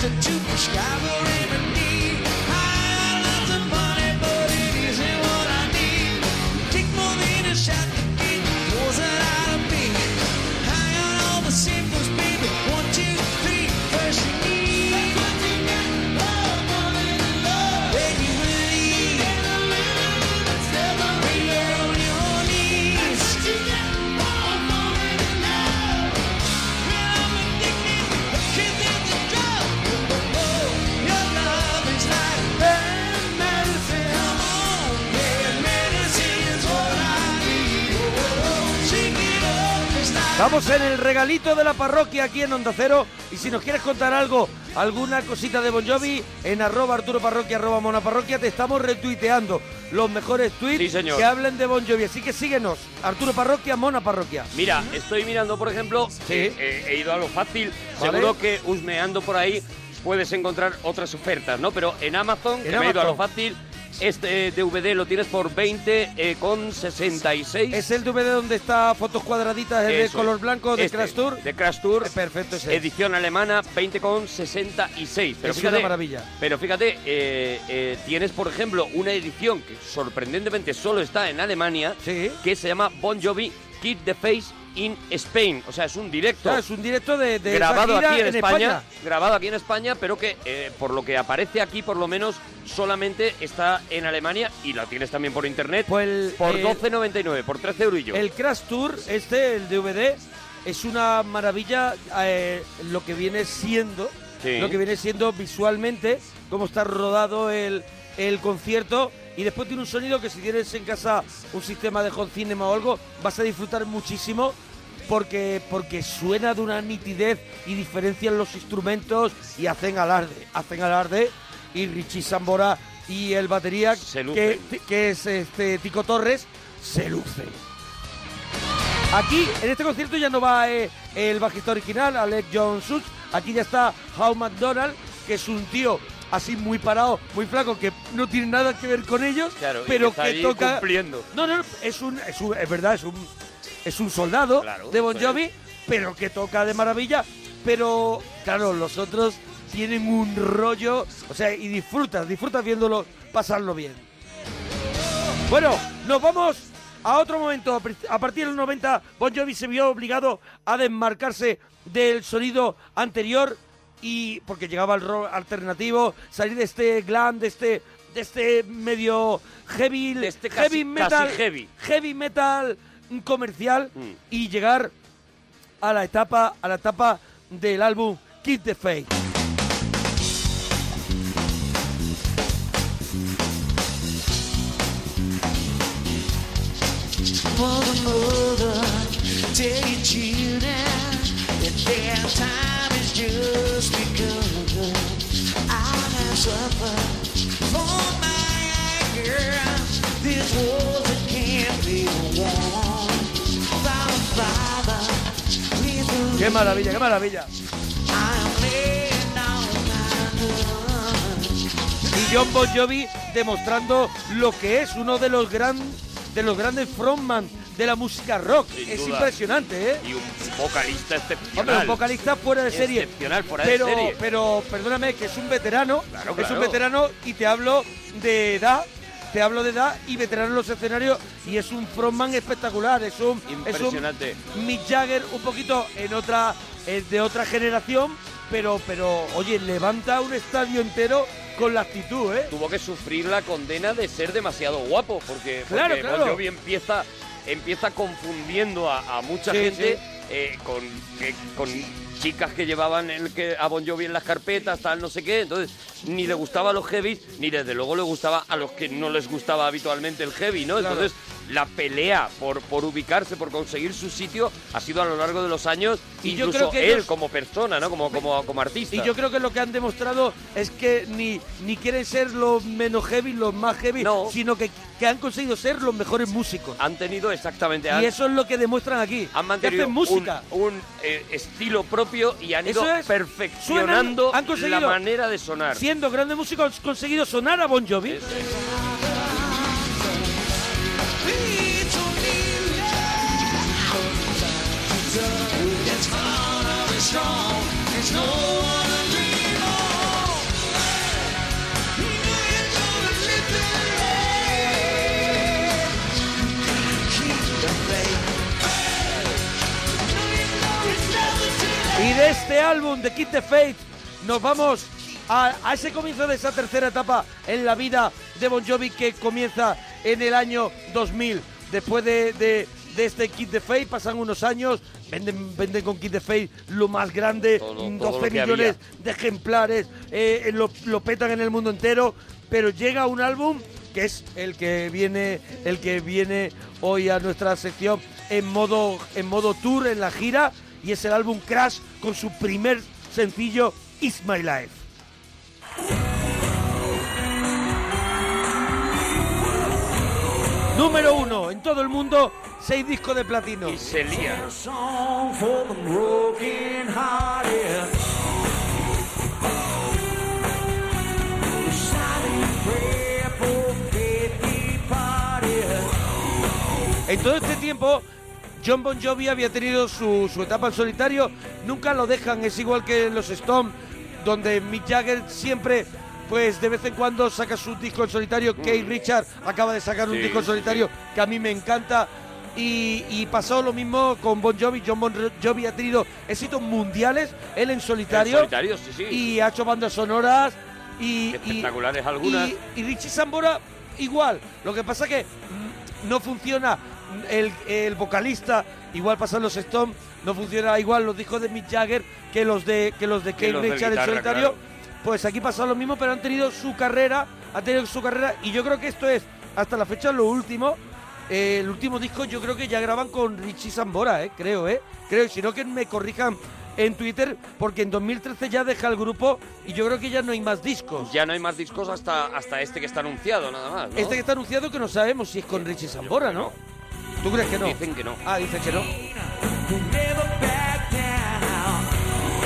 Speaker 2: To prescribe a remedy, I love the money, but it isn't what I need. Take more than a shot to get the doors that I beat. High on all the symbols, baby. One, two, three. First you need. love, more than love. Then you really need. When you're on your knees. love, more than love. When I'm addicted, I can't let the drug. Oh, your love is like bad medicine. Come on, bad medicine is what I need. Oh, oh, oh, shake it up, it's like
Speaker 3: Estamos en el regalito de la parroquia aquí en Onda Cero. Y si nos quieres contar algo, alguna cosita de Bon Jovi, en arroba Arturo Parroquia, arroba Mona Parroquia, te estamos retuiteando los mejores tweets
Speaker 4: señor.
Speaker 3: que hablen de Bon Jovi. Así que síguenos, Arturo Parroquia, Mona Parroquia.
Speaker 4: Mira, estoy mirando, por ejemplo, eh, eh, he ido a lo fácil.
Speaker 3: Vale.
Speaker 4: Seguro que husmeando por ahí puedes encontrar otras ofertas, ¿no? Pero en Amazon, que me he ido a lo
Speaker 3: Amazon.
Speaker 4: fácil, Este DVD lo tienes por 20 eh, con 66.
Speaker 3: Es el DVD donde está fotos cuadraditas, el de
Speaker 4: Eso
Speaker 3: color
Speaker 4: es.
Speaker 3: blanco de
Speaker 4: Este,
Speaker 3: Crash Tour. Eh,
Speaker 4: De Crash Tour.
Speaker 3: perfecto, ese es.
Speaker 4: Edición alemana 20 con 66. Pero
Speaker 3: Es una
Speaker 4: fíjate,
Speaker 3: maravilla.
Speaker 4: Pero fíjate, eh, eh, tienes por ejemplo una edición que sorprendentemente solo está en Alemania, que se llama Bon Jovi Kid the Face in Spain. O sea, es un directo.
Speaker 3: Claro, Ah, es un directo de, de
Speaker 4: grabado
Speaker 3: Shakira
Speaker 4: aquí en,
Speaker 3: en
Speaker 4: España,
Speaker 3: España.
Speaker 4: grabado aquí en España, pero que eh, por lo que aparece aquí por lo menos solamente está en Alemania y la tienes también por internet por
Speaker 3: el-
Speaker 4: 12.99, por 13 eurillos.
Speaker 3: Pues, eh, El Crash Tour, este, el DVD, es una maravilla eh, lo que viene siendo,
Speaker 4: Sí.
Speaker 3: lo que viene siendo visualmente, cómo está rodado el, el concierto. Y después tiene un sonido que si tienes en casa un sistema de home cinema o algo, vas a disfrutar muchísimo porque, porque suena de una nitidez y diferencian los instrumentos y hacen alarde, hacen alarde. Y Richie Sambora y el batería, que, que es este Tico Torres, se lucen. Aquí, en este concierto ya no va eh, el bajista original, Alec John Such. Aquí ya está How McDonald, que es un tío así muy parado, muy flaco, que no tiene nada que ver con ellos,
Speaker 4: Claro, y
Speaker 3: pero
Speaker 4: que está ahí
Speaker 3: toca...
Speaker 4: cumpliendo.
Speaker 3: No, no, no, es un, es un- es verdad, es un, es un soldado de Bon Jovi, pero que toca de maravilla. Pero, claro, los otros tienen un rollo, o sea, y disfrutas, disfrutas viéndolo pasarlo bien. Bueno, nos vamos a otro momento. A pri- A partir del 90, Bon Jovi se vio obligado a desmarcarse del sonido anterior y porque llegaba el rock alternativo, salir de este glam, de este de este medio heavy,
Speaker 4: este casi-
Speaker 3: heavy
Speaker 4: casi
Speaker 3: metal,
Speaker 4: heavy. Mm.
Speaker 3: metal comercial y llegar a la etapa a la etapa del álbum Kid the Fate.
Speaker 2: Mother, mother, tell your children that their time is just begun. I'll have supper for my girl. This war that can't be won. Father, father, please believe
Speaker 3: Qué maravilla, qué maravilla.
Speaker 2: I'm laying down my gun.
Speaker 3: y John Bon Jovi demostrando lo que es uno de los gran de los grandes frontman de la música rock.
Speaker 4: Sin
Speaker 3: es
Speaker 4: duda.
Speaker 3: impresionante, ¿eh?
Speaker 4: Y un vocalista excepcional.
Speaker 3: Hombre, un vocalista fuera de serie.
Speaker 4: Excepcional, fuera
Speaker 3: pero,
Speaker 4: de serie.
Speaker 3: Pero perdóname, que es un veterano.
Speaker 4: Claro,
Speaker 3: Es un
Speaker 4: claro.
Speaker 3: veterano y te hablo de edad. Te hablo de edad y veterano en los escenarios. Y es un frontman espectacular. Es un, es un
Speaker 4: Impresionante.
Speaker 3: Mick Jagger un poquito en otra eh, de otra generación, pero pero oye, levanta un estadio entero con la actitud, ¿eh?
Speaker 4: Tuvo que sufrir la condena de ser demasiado guapo, porque,
Speaker 3: Claro,
Speaker 4: porque Bon
Speaker 3: claro.
Speaker 4: Jovi empieza, empieza confundiendo a, a mucha
Speaker 3: Sí,
Speaker 4: gente
Speaker 3: sí.
Speaker 4: eh, con, que- con chicas que llevaban el que, a Bon Jovi en las carpetas, tal, no sé qué. Entonces, ni le gustaba a los heavies, ni desde luego le gustaba a los que no les gustaba habitualmente el heavy, ¿no?
Speaker 3: Claro.
Speaker 4: Entonces, la pelea por, por ubicarse, por conseguir su sitio, ha sido a lo largo de los años,
Speaker 3: Y yo
Speaker 4: incluso
Speaker 3: creo que
Speaker 4: él
Speaker 3: ellos-
Speaker 4: como persona, ¿no? Como, como, como artista.
Speaker 3: Y yo creo que lo que han demostrado es que ni, ni quieren ser los menos heavy, los más heavy, sino que, que han conseguido ser los mejores músicos.
Speaker 4: Han tenido exactamente...
Speaker 3: Y
Speaker 4: han-
Speaker 3: eso es lo que demuestran aquí.
Speaker 4: han
Speaker 3: que
Speaker 4: mantenido
Speaker 3: hacen música.
Speaker 4: un, un, eh, estilo propio y han ido
Speaker 3: Eso es.
Speaker 4: perfeccionando
Speaker 3: Suenan- han conseguido-
Speaker 4: la manera de sonar.
Speaker 3: Siendo grandes músicos, han conseguido sonar a Bon Jovi.
Speaker 2: It's hard to be strong. It's no one to dream on. Millions gonna live there. Keep the faith.
Speaker 3: Y de este álbum de Kid the Fate nos vamos a, a ese comienzo de esa tercera etapa en la vida de Bon Jovi que comienza en el año 2000. Después de, de- de este Kid the Fate pasan unos años, venden, venden con Kid the Fate lo más grande,
Speaker 4: Todo-
Speaker 3: 12
Speaker 4: todo lo que
Speaker 3: millones de ejemplares, eh, eh, lo, lo petan en el mundo entero, pero llega un álbum que es el que viene, el que viene hoy a nuestra sección en modo, en modo tour, en la gira, y es el álbum Crash con su primer sencillo Is My Life. Número uno en todo el mundo, seis discos de platino. Y
Speaker 4: se lía.
Speaker 2: Song for the broken hearted. Silent prayer for
Speaker 3: En todo este tiempo, John Bon Jovi había tenido su, su etapa en solitario. Nunca lo dejan, es igual que los Stones, donde Mick Jagger siempre, pues de vez en cuando saca su disco en solitario. Keith Richard acaba de sacar un
Speaker 4: Mm. Sí,
Speaker 3: disco en
Speaker 4: sí.
Speaker 3: solitario que a mí me encanta. Y, y pasó lo mismo con Bon Jovi. John Bon Jovi ha tenido éxitos mundiales, él en solitario.
Speaker 4: En solitario, sí, sí.
Speaker 3: Y ha hecho bandas sonoras. Y, y-
Speaker 4: Espectaculares algunas.
Speaker 3: y, y Richie Sambora igual. Lo que pasa que mm, no funciona el, el vocalista, igual pasan los Stones, no funciona igual los discos de Mick Jagger que los de que los de
Speaker 4: Que
Speaker 3: Keith
Speaker 4: los de
Speaker 3: Richards en
Speaker 4: guitarra,
Speaker 3: solitario.
Speaker 4: claro.
Speaker 3: Pues aquí pasa lo mismo, pero han tenido su carrera, han tenido su carrera y yo creo que esto es hasta la fecha lo último. eh, el último disco yo creo que ya graban con Richie Sambora, eh, creo, eh, creo, y si no que me corrijan en Twitter porque en 2013 ya deja el grupo y yo creo que ya no hay más discos.
Speaker 4: Ya no hay más discos hasta, hasta este que está anunciado, nada más. ¿no?
Speaker 3: Este que está anunciado que no sabemos si es con Richie Sambora, ¿no? ¿Tú crees que no?
Speaker 4: Dicen que no.
Speaker 3: Ah, dicen que no.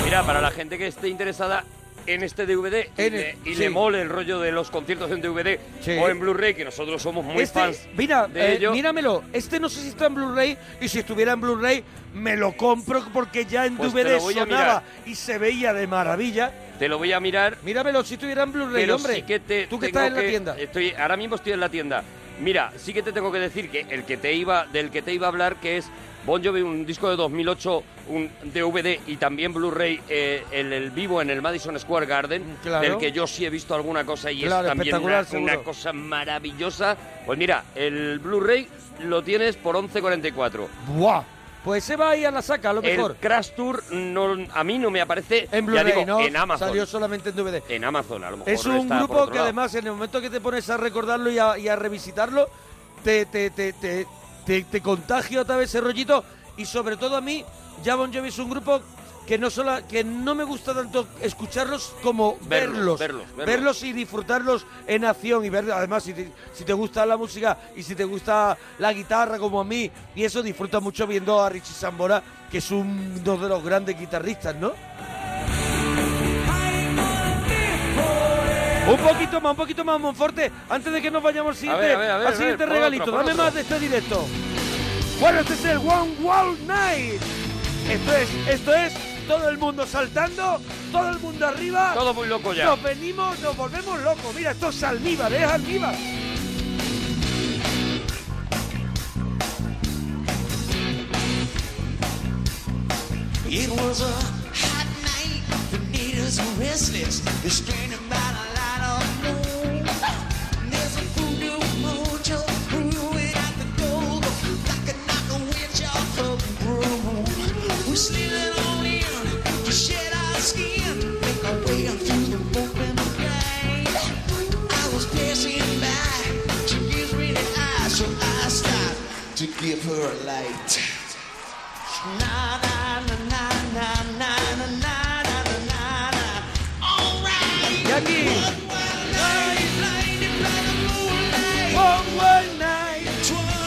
Speaker 4: Mira, para la gente que esté interesada en este DVD y,
Speaker 3: En
Speaker 4: le,
Speaker 3: el-
Speaker 4: y
Speaker 3: sí.
Speaker 4: le mole el rollo de los conciertos en DVD
Speaker 3: Sí.
Speaker 4: o en Blu-ray, que nosotros somos muy
Speaker 3: este,
Speaker 4: fans
Speaker 3: mira,
Speaker 4: de
Speaker 3: eh,
Speaker 4: ello.
Speaker 3: míramelo. Este no sé si está en Blu-ray y si estuviera en Blu-ray me lo compro porque ya en
Speaker 4: Pues te
Speaker 3: DVD
Speaker 4: lo voy a
Speaker 3: sonaba
Speaker 4: mirar.
Speaker 3: y se veía de maravilla.
Speaker 4: Te lo voy a mirar.
Speaker 3: Míramelo si estuviera en Blu-ray,
Speaker 4: Pero
Speaker 3: hombre.
Speaker 4: sí que te
Speaker 3: Tú que
Speaker 4: tengo
Speaker 3: estás en la tienda.
Speaker 4: Estoy, ahora mismo estoy en la tienda. Mira, sí que te tengo que decir que el que te iba, del que te iba a hablar, que es Bon Jovi, un disco de 2008, un DVD y también Blu-ray, eh, el, el vivo en el Madison Square Garden,
Speaker 3: Mm, claro.
Speaker 4: del que yo sí he visto alguna cosa y
Speaker 3: Claro,
Speaker 4: es también
Speaker 3: espectacular,
Speaker 4: una,
Speaker 3: seguro.
Speaker 4: una cosa maravillosa. Pues mira, el Blu-ray lo tienes por 11.44.
Speaker 3: ¡Buah! Pues se va y a la saca, a lo
Speaker 4: El
Speaker 3: mejor.
Speaker 4: Crash Tour no, a mí no me aparece ya
Speaker 3: En Blu-ray,
Speaker 4: digo,
Speaker 3: ¿no?
Speaker 4: en Amazon.
Speaker 3: Salió solamente en DVD.
Speaker 4: En Amazon, a lo mejor.
Speaker 3: Es un
Speaker 4: está por
Speaker 3: grupo
Speaker 4: otro
Speaker 3: que
Speaker 4: lado.
Speaker 3: además en el momento que te pones a recordarlo y a, y a revisitarlo, te, te, te, te, te- te contagia otra vez ese rollito. Y sobre todo a mí, ya Bon Jovi es un grupo que no solo que no me gusta tanto escucharlos como
Speaker 4: Verlos,
Speaker 3: verlos verlos,
Speaker 4: verlos, verlos.
Speaker 3: y disfrutarlos en acción y ver además si te, si te gusta la música y si te gusta la guitarra como a mí y eso disfruta mucho viendo a Richie Sambora que es un- uno de los grandes guitarristas ¿no? Un poquito más, un poquito más, Monforte, antes de que nos vayamos al siguiente,
Speaker 4: ver, a ver, a ver,
Speaker 3: al
Speaker 4: a
Speaker 3: siguiente
Speaker 4: ver, pon
Speaker 3: regalito.
Speaker 4: otro, pon
Speaker 3: Dame
Speaker 4: otro.
Speaker 3: más de este directo. Bueno, este es el One Wall Night. Esto es, esto es, todo el mundo saltando, todo el mundo arriba.
Speaker 4: Todo muy loco ya.
Speaker 3: Nos venimos, nos volvemos locos. Mira, esto es ¿eh? almíbar, es almíbar.
Speaker 2: It was a hot night, the natives were restless, they're straining by the light of the moon. There's a voodoo mojo brewing at the door, that could knock a witch off of the broom. We're slipping on in to shed our skin, make our way up through the open flame. I was passing by, she gives me the eye, so I stopped to give her a light. Na na na na na na na na na na na na. All right.
Speaker 3: Jackie.
Speaker 2: One wild night, blinded by the moonlight.
Speaker 3: One wild night.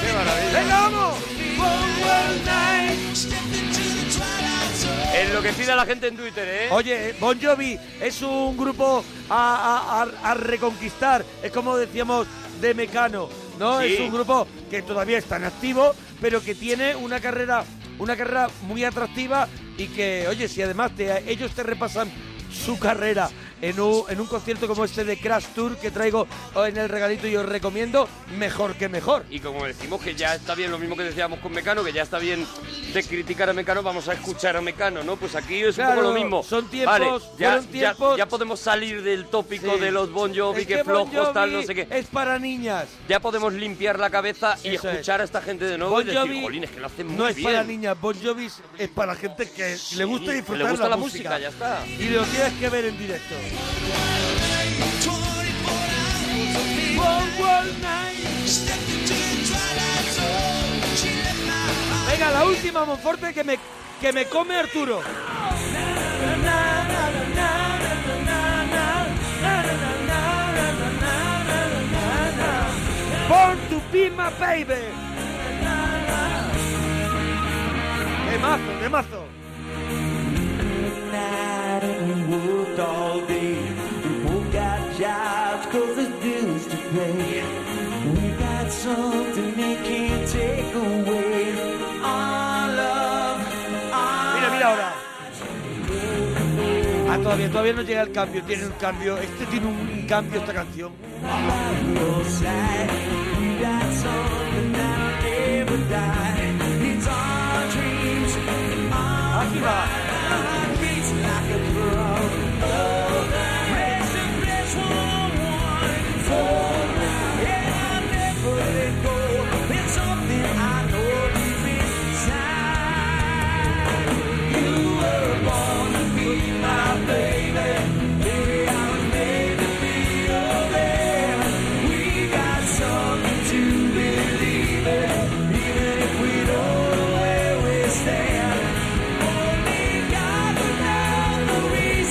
Speaker 2: Qué
Speaker 4: maravilla.
Speaker 2: Venga,
Speaker 3: vamos.
Speaker 2: One wild night. Stepped into the twilight zone.
Speaker 4: Enloquecida la gente en Twitter, ¿eh?
Speaker 3: Oye, Bon Jovi es un grupo a, a- a- a reconquistar. Es como decíamos de Mecano, ¿no?
Speaker 4: Sí.
Speaker 3: Es un grupo que todavía está en activo, pero que tiene una carrera, una carrera muy atractiva y que, oye, si además te- ellos te repasan su carrera en un, en un concierto como este de Crash Tour que traigo en el regalito y os recomiendo, mejor que mejor.
Speaker 4: Y como decimos que ya está bien, lo mismo que decíamos con Mecano, que ya está bien de criticar a Mecano, vamos a escuchar a Mecano, ¿no? Pues aquí es
Speaker 3: Claro,
Speaker 4: un poco lo mismo.
Speaker 3: son tiempos,
Speaker 4: Vale, ya,
Speaker 3: fueron
Speaker 4: ya-
Speaker 3: tiempos.
Speaker 4: ya podemos salir del tópico
Speaker 3: Sí.
Speaker 4: de los Bon Jovi,
Speaker 3: Es
Speaker 4: que,
Speaker 3: que Bon
Speaker 4: flojos, tal, no
Speaker 3: Jovi
Speaker 4: sé qué.
Speaker 3: Es para niñas.
Speaker 4: Ya podemos limpiar la cabeza y
Speaker 3: Eso es.
Speaker 4: escuchar a esta gente de nuevo
Speaker 3: Bon
Speaker 4: y decir,
Speaker 3: Jovi
Speaker 4: jolín, es que lo hacen muy
Speaker 3: No es
Speaker 4: bien.
Speaker 3: para niñas, Bon Jovi es- es para gente que le gusta
Speaker 4: que le
Speaker 3: disfrutar
Speaker 4: gusta
Speaker 3: la,
Speaker 4: la
Speaker 3: música.
Speaker 4: música, ya está.
Speaker 3: Y lo tienes que ver en directo.
Speaker 2: Stepped into the twilight zone. She left my heart.
Speaker 3: Venga, la última, Monforte, que me, que me come Arturo. Born to be my baby. De mazo, de mazo.
Speaker 2: night and we worked all day. We both got jobs cause the dues to pay. We got something they can't take away.
Speaker 3: Ah, todavía, todavía no llega el cambio, tiene un cambio, este tiene un cambio esta canción.
Speaker 2: Aquí va.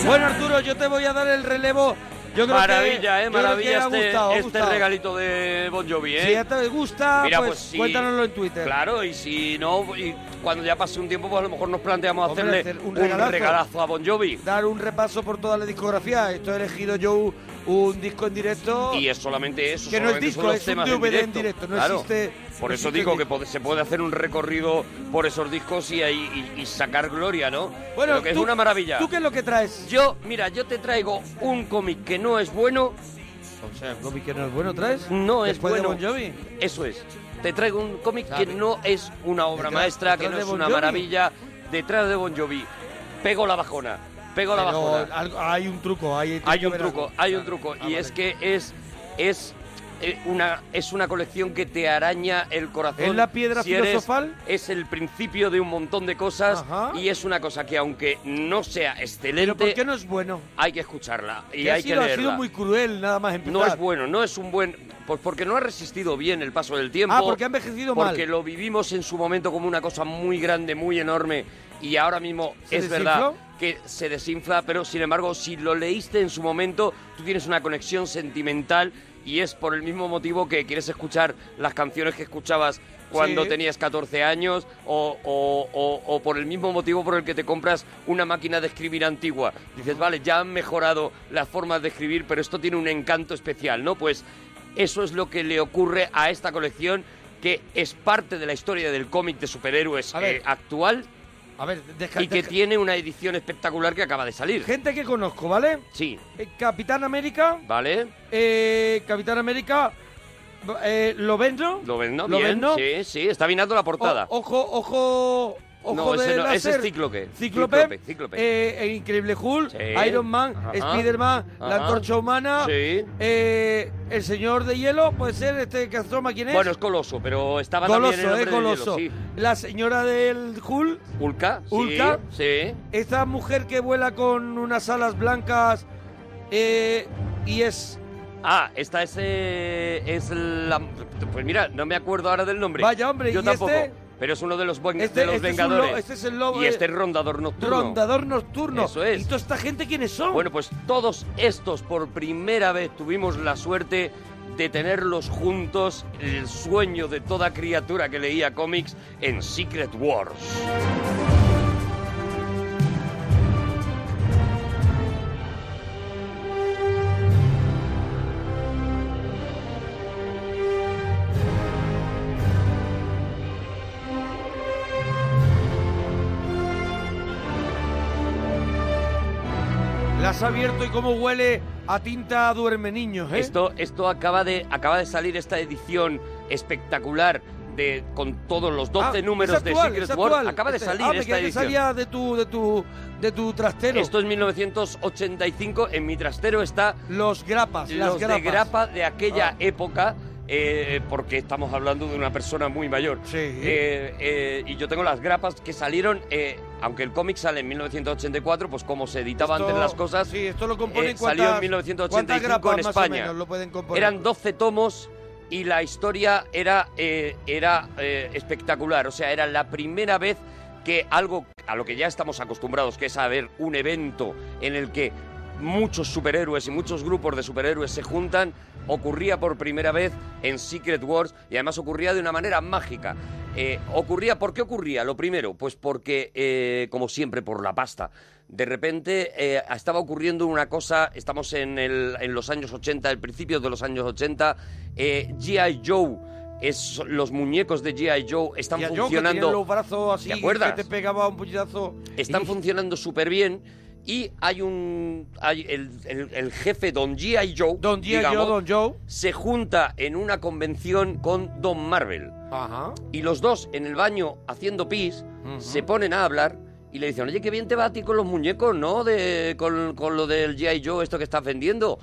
Speaker 3: Bueno, Arturo, yo te voy a dar el relevo. Yo creo
Speaker 4: maravilla,
Speaker 3: que,
Speaker 4: eh,
Speaker 3: yo creo que
Speaker 4: maravilla
Speaker 3: ha
Speaker 4: este,
Speaker 3: gustado, ha
Speaker 4: este
Speaker 3: gustado.
Speaker 4: regalito de Bon Jovi, eh.
Speaker 3: Si ya te gusta,
Speaker 4: Mira,
Speaker 3: pues,
Speaker 4: pues sí.
Speaker 3: cuéntanoslo en Twitter.
Speaker 4: Claro, y si no, y cuando ya pase un tiempo, pues a lo mejor nos planteamos
Speaker 3: Hombre,
Speaker 4: hacerle
Speaker 3: hacer un
Speaker 4: un regalazo.
Speaker 3: regalazo.
Speaker 4: a Bon Jovi.
Speaker 3: Dar un repaso por toda la discografía. Esto he elegido yo un disco en directo.
Speaker 4: Y es solamente eso,
Speaker 3: Que no es
Speaker 4: solamente son
Speaker 3: disco,
Speaker 4: los
Speaker 3: es un
Speaker 4: temas
Speaker 3: DVD en directo, no
Speaker 4: Claro.
Speaker 3: existe-
Speaker 4: Por
Speaker 3: no
Speaker 4: eso
Speaker 3: existe
Speaker 4: digo
Speaker 3: disco.
Speaker 4: que pod- se puede hacer un recorrido por esos discos y, ahí- y- y sacar gloria, ¿no?
Speaker 3: Bueno,
Speaker 4: Pero que es
Speaker 3: tú-
Speaker 4: una maravilla.
Speaker 3: ¿Tú qué es lo que traes?
Speaker 4: Yo, mira, yo te traigo un cómic que no es bueno.
Speaker 3: O sea, cómic que no es bueno, ¿traes?
Speaker 4: No es
Speaker 3: Después de
Speaker 4: bueno.
Speaker 3: Bon Jovi.
Speaker 4: Eso es. Te traigo un cómic que
Speaker 3: Sabe.
Speaker 4: no es una obra
Speaker 3: Detrás-
Speaker 4: maestra, que
Speaker 3: detrás
Speaker 4: no
Speaker 3: de
Speaker 4: es
Speaker 3: Bon
Speaker 4: una
Speaker 3: Jovi.
Speaker 4: maravilla. Detrás de Bon Jovi. Pego la bajona. Pego la
Speaker 3: Pero
Speaker 4: bajona.
Speaker 3: algo- hay un Ah, truco, hay, tiene
Speaker 4: Hay
Speaker 3: que
Speaker 4: un
Speaker 3: haber
Speaker 4: truco,
Speaker 3: algo.
Speaker 4: hay un truco. Y es que es, es, eh, una, es una colección que te araña el corazón.
Speaker 3: ¿Es la piedra
Speaker 4: Si eres-
Speaker 3: filosofal?
Speaker 4: es el principio de un montón de cosas. Y es una cosa que, aunque no sea excelente,
Speaker 3: ¿Pero por qué no es bueno?
Speaker 4: hay que escucharla y
Speaker 3: Que ha
Speaker 4: hay que
Speaker 3: sido- ha sido
Speaker 4: leerla.
Speaker 3: muy cruel, nada más empezar.
Speaker 4: No es bueno, no es un buen... Pues porque no ha resistido bien el paso del tiempo.
Speaker 3: Ah, porque ha envejecido mal.
Speaker 4: Porque lo vivimos en su momento como una cosa muy grande, muy enorme. Y ahora mismo
Speaker 3: ¿Se
Speaker 4: es
Speaker 3: desinfló?
Speaker 4: verdad que se desinfla, pero sin embargo, si lo leíste en su momento, tú tienes una conexión sentimental y es por el mismo motivo que quieres escuchar las canciones que escuchabas cuando
Speaker 3: Sí.
Speaker 4: tenías 14 años o, o- o- o por el mismo motivo por el que te compras una máquina de escribir antigua. Dices, vale, ya han mejorado las formas de escribir, pero esto tiene un encanto especial, ¿no? Pues eso es lo que le ocurre a esta colección que es parte de la historia del cómic de superhéroes
Speaker 3: A ver.
Speaker 4: eh, actual
Speaker 3: A ver, deja,
Speaker 4: y que
Speaker 3: deja-
Speaker 4: tiene una edición espectacular que acaba de salir.
Speaker 3: Gente que conozco, ¿vale?
Speaker 4: Sí,
Speaker 3: Eh, Capitán América,
Speaker 4: ¿vale?
Speaker 3: eh, Capitán América, eh, lo vendo.
Speaker 4: Lo vendo,
Speaker 3: ¿Lo
Speaker 4: bien.
Speaker 3: vendo?
Speaker 4: Sí, sí, está vinando la portada.
Speaker 3: O- ojo, ojo, ojo
Speaker 4: No, ese
Speaker 3: de
Speaker 4: no, ese
Speaker 3: láser.
Speaker 4: es Cíclope.
Speaker 3: Cíclope,
Speaker 4: Cíclope, Cíclope.
Speaker 3: eh, el Increíble Hulk,
Speaker 4: Sí.
Speaker 3: Iron Man,
Speaker 4: Ajá.
Speaker 3: Spider-Man, la
Speaker 4: Ajá.
Speaker 3: Antorcha Humana,
Speaker 4: Sí.
Speaker 3: eh, el Señor de Hielo, puede ser este que asoma quién es.
Speaker 4: Bueno, es Coloso, pero estaba también
Speaker 3: Goloso,
Speaker 4: en
Speaker 3: eh,
Speaker 4: el Hombre de
Speaker 3: goloso.
Speaker 4: Hielo, sí.
Speaker 3: La señora del Hulk,
Speaker 4: Ulca, sí,
Speaker 3: Ulca.
Speaker 4: sí.
Speaker 3: esta mujer que vuela con unas alas blancas eh, y es
Speaker 4: Ah, esta es, eh, es la... Pues mira, no me acuerdo ahora del nombre.
Speaker 3: Vaya, hombre,
Speaker 4: Yo
Speaker 3: ¿y
Speaker 4: tampoco.
Speaker 3: este?
Speaker 4: Pero es uno de los, buen-
Speaker 3: Este-
Speaker 4: de los
Speaker 3: este es un
Speaker 4: Vengadores.
Speaker 3: lo- este es el lobo,
Speaker 4: Y
Speaker 3: eh,
Speaker 4: este es Rondador Nocturno.
Speaker 3: rondador nocturno.
Speaker 4: Eso es.
Speaker 3: ¿Y toda esta gente quiénes son?
Speaker 4: Bueno, pues todos estos por primera vez tuvimos la suerte de tenerlos juntos, el sueño de toda criatura que leía cómics en Secret Wars.
Speaker 3: La has abierto y cómo huele a tinta duerme niños, ¿eh?
Speaker 4: Esto, esto acaba, de, acaba de salir esta edición espectacular de, con todos los 12
Speaker 3: Ah,
Speaker 4: números
Speaker 3: es
Speaker 4: de
Speaker 3: actual,
Speaker 4: Secret
Speaker 3: es
Speaker 4: Wars.
Speaker 3: actual.
Speaker 4: Acaba de
Speaker 3: Este-
Speaker 4: salir
Speaker 3: ah, me
Speaker 4: esta
Speaker 3: creía que
Speaker 4: edición.
Speaker 3: salía de tu, de tu, de tu trastero.
Speaker 4: Esto es 1985. En mi trastero está
Speaker 3: los grapas, las
Speaker 4: los
Speaker 3: grapas.
Speaker 4: de grapa de aquella
Speaker 3: Ah.
Speaker 4: época. eh, porque estamos hablando de una persona muy mayor. Eh, eh, y yo tengo las grapas que salieron, eh, aunque el cómic sale en 1984, pues como se editaba
Speaker 3: Esto-
Speaker 4: antes las cosas,
Speaker 3: Sí, esto lo componen
Speaker 4: eh,
Speaker 3: cuántas-
Speaker 4: salió en
Speaker 3: cuántas
Speaker 4: 1985
Speaker 3: grapas
Speaker 4: en
Speaker 3: más o
Speaker 4: España.
Speaker 3: menos lo pueden componer.
Speaker 4: Eran 12 tomos y la historia era, eh, era eh, espectacular. O sea, era la primera vez que algo a lo que ya estamos acostumbrados, que es a ver un evento en el que muchos superhéroes y muchos grupos de superhéroes se juntan, ocurría por primera vez en Secret Wars y además ocurría de una manera mágica. Eh, ocurría, ¿por qué ocurría? Lo primero, pues porque, eh, como siempre, por la pasta. De repente eh, estaba ocurriendo una cosa, estamos en, el- en los años 80, el principio de los años 80, eh, G.I. Joe, es, los muñecos de G.I. Joe están
Speaker 3: Yo, que tenía
Speaker 4: funcionando
Speaker 3: los brazos así,
Speaker 4: ¿Te acuerdas?
Speaker 3: que te pegaba un puñetazo.
Speaker 4: están funcionando súper bien Y hay un. hay el, el- el jefe Don G.I. Joe. Don
Speaker 3: G.I. Joe, Don Joe.
Speaker 4: Se junta en una convención con Don Marvel.
Speaker 3: Ah.
Speaker 4: Y los dos en el baño haciendo pis se ponen a hablar y le dicen: Oye, qué bien te va a ti con los muñecos, ¿no? De, con, con lo del G.I. Joe, esto que estás vendiendo.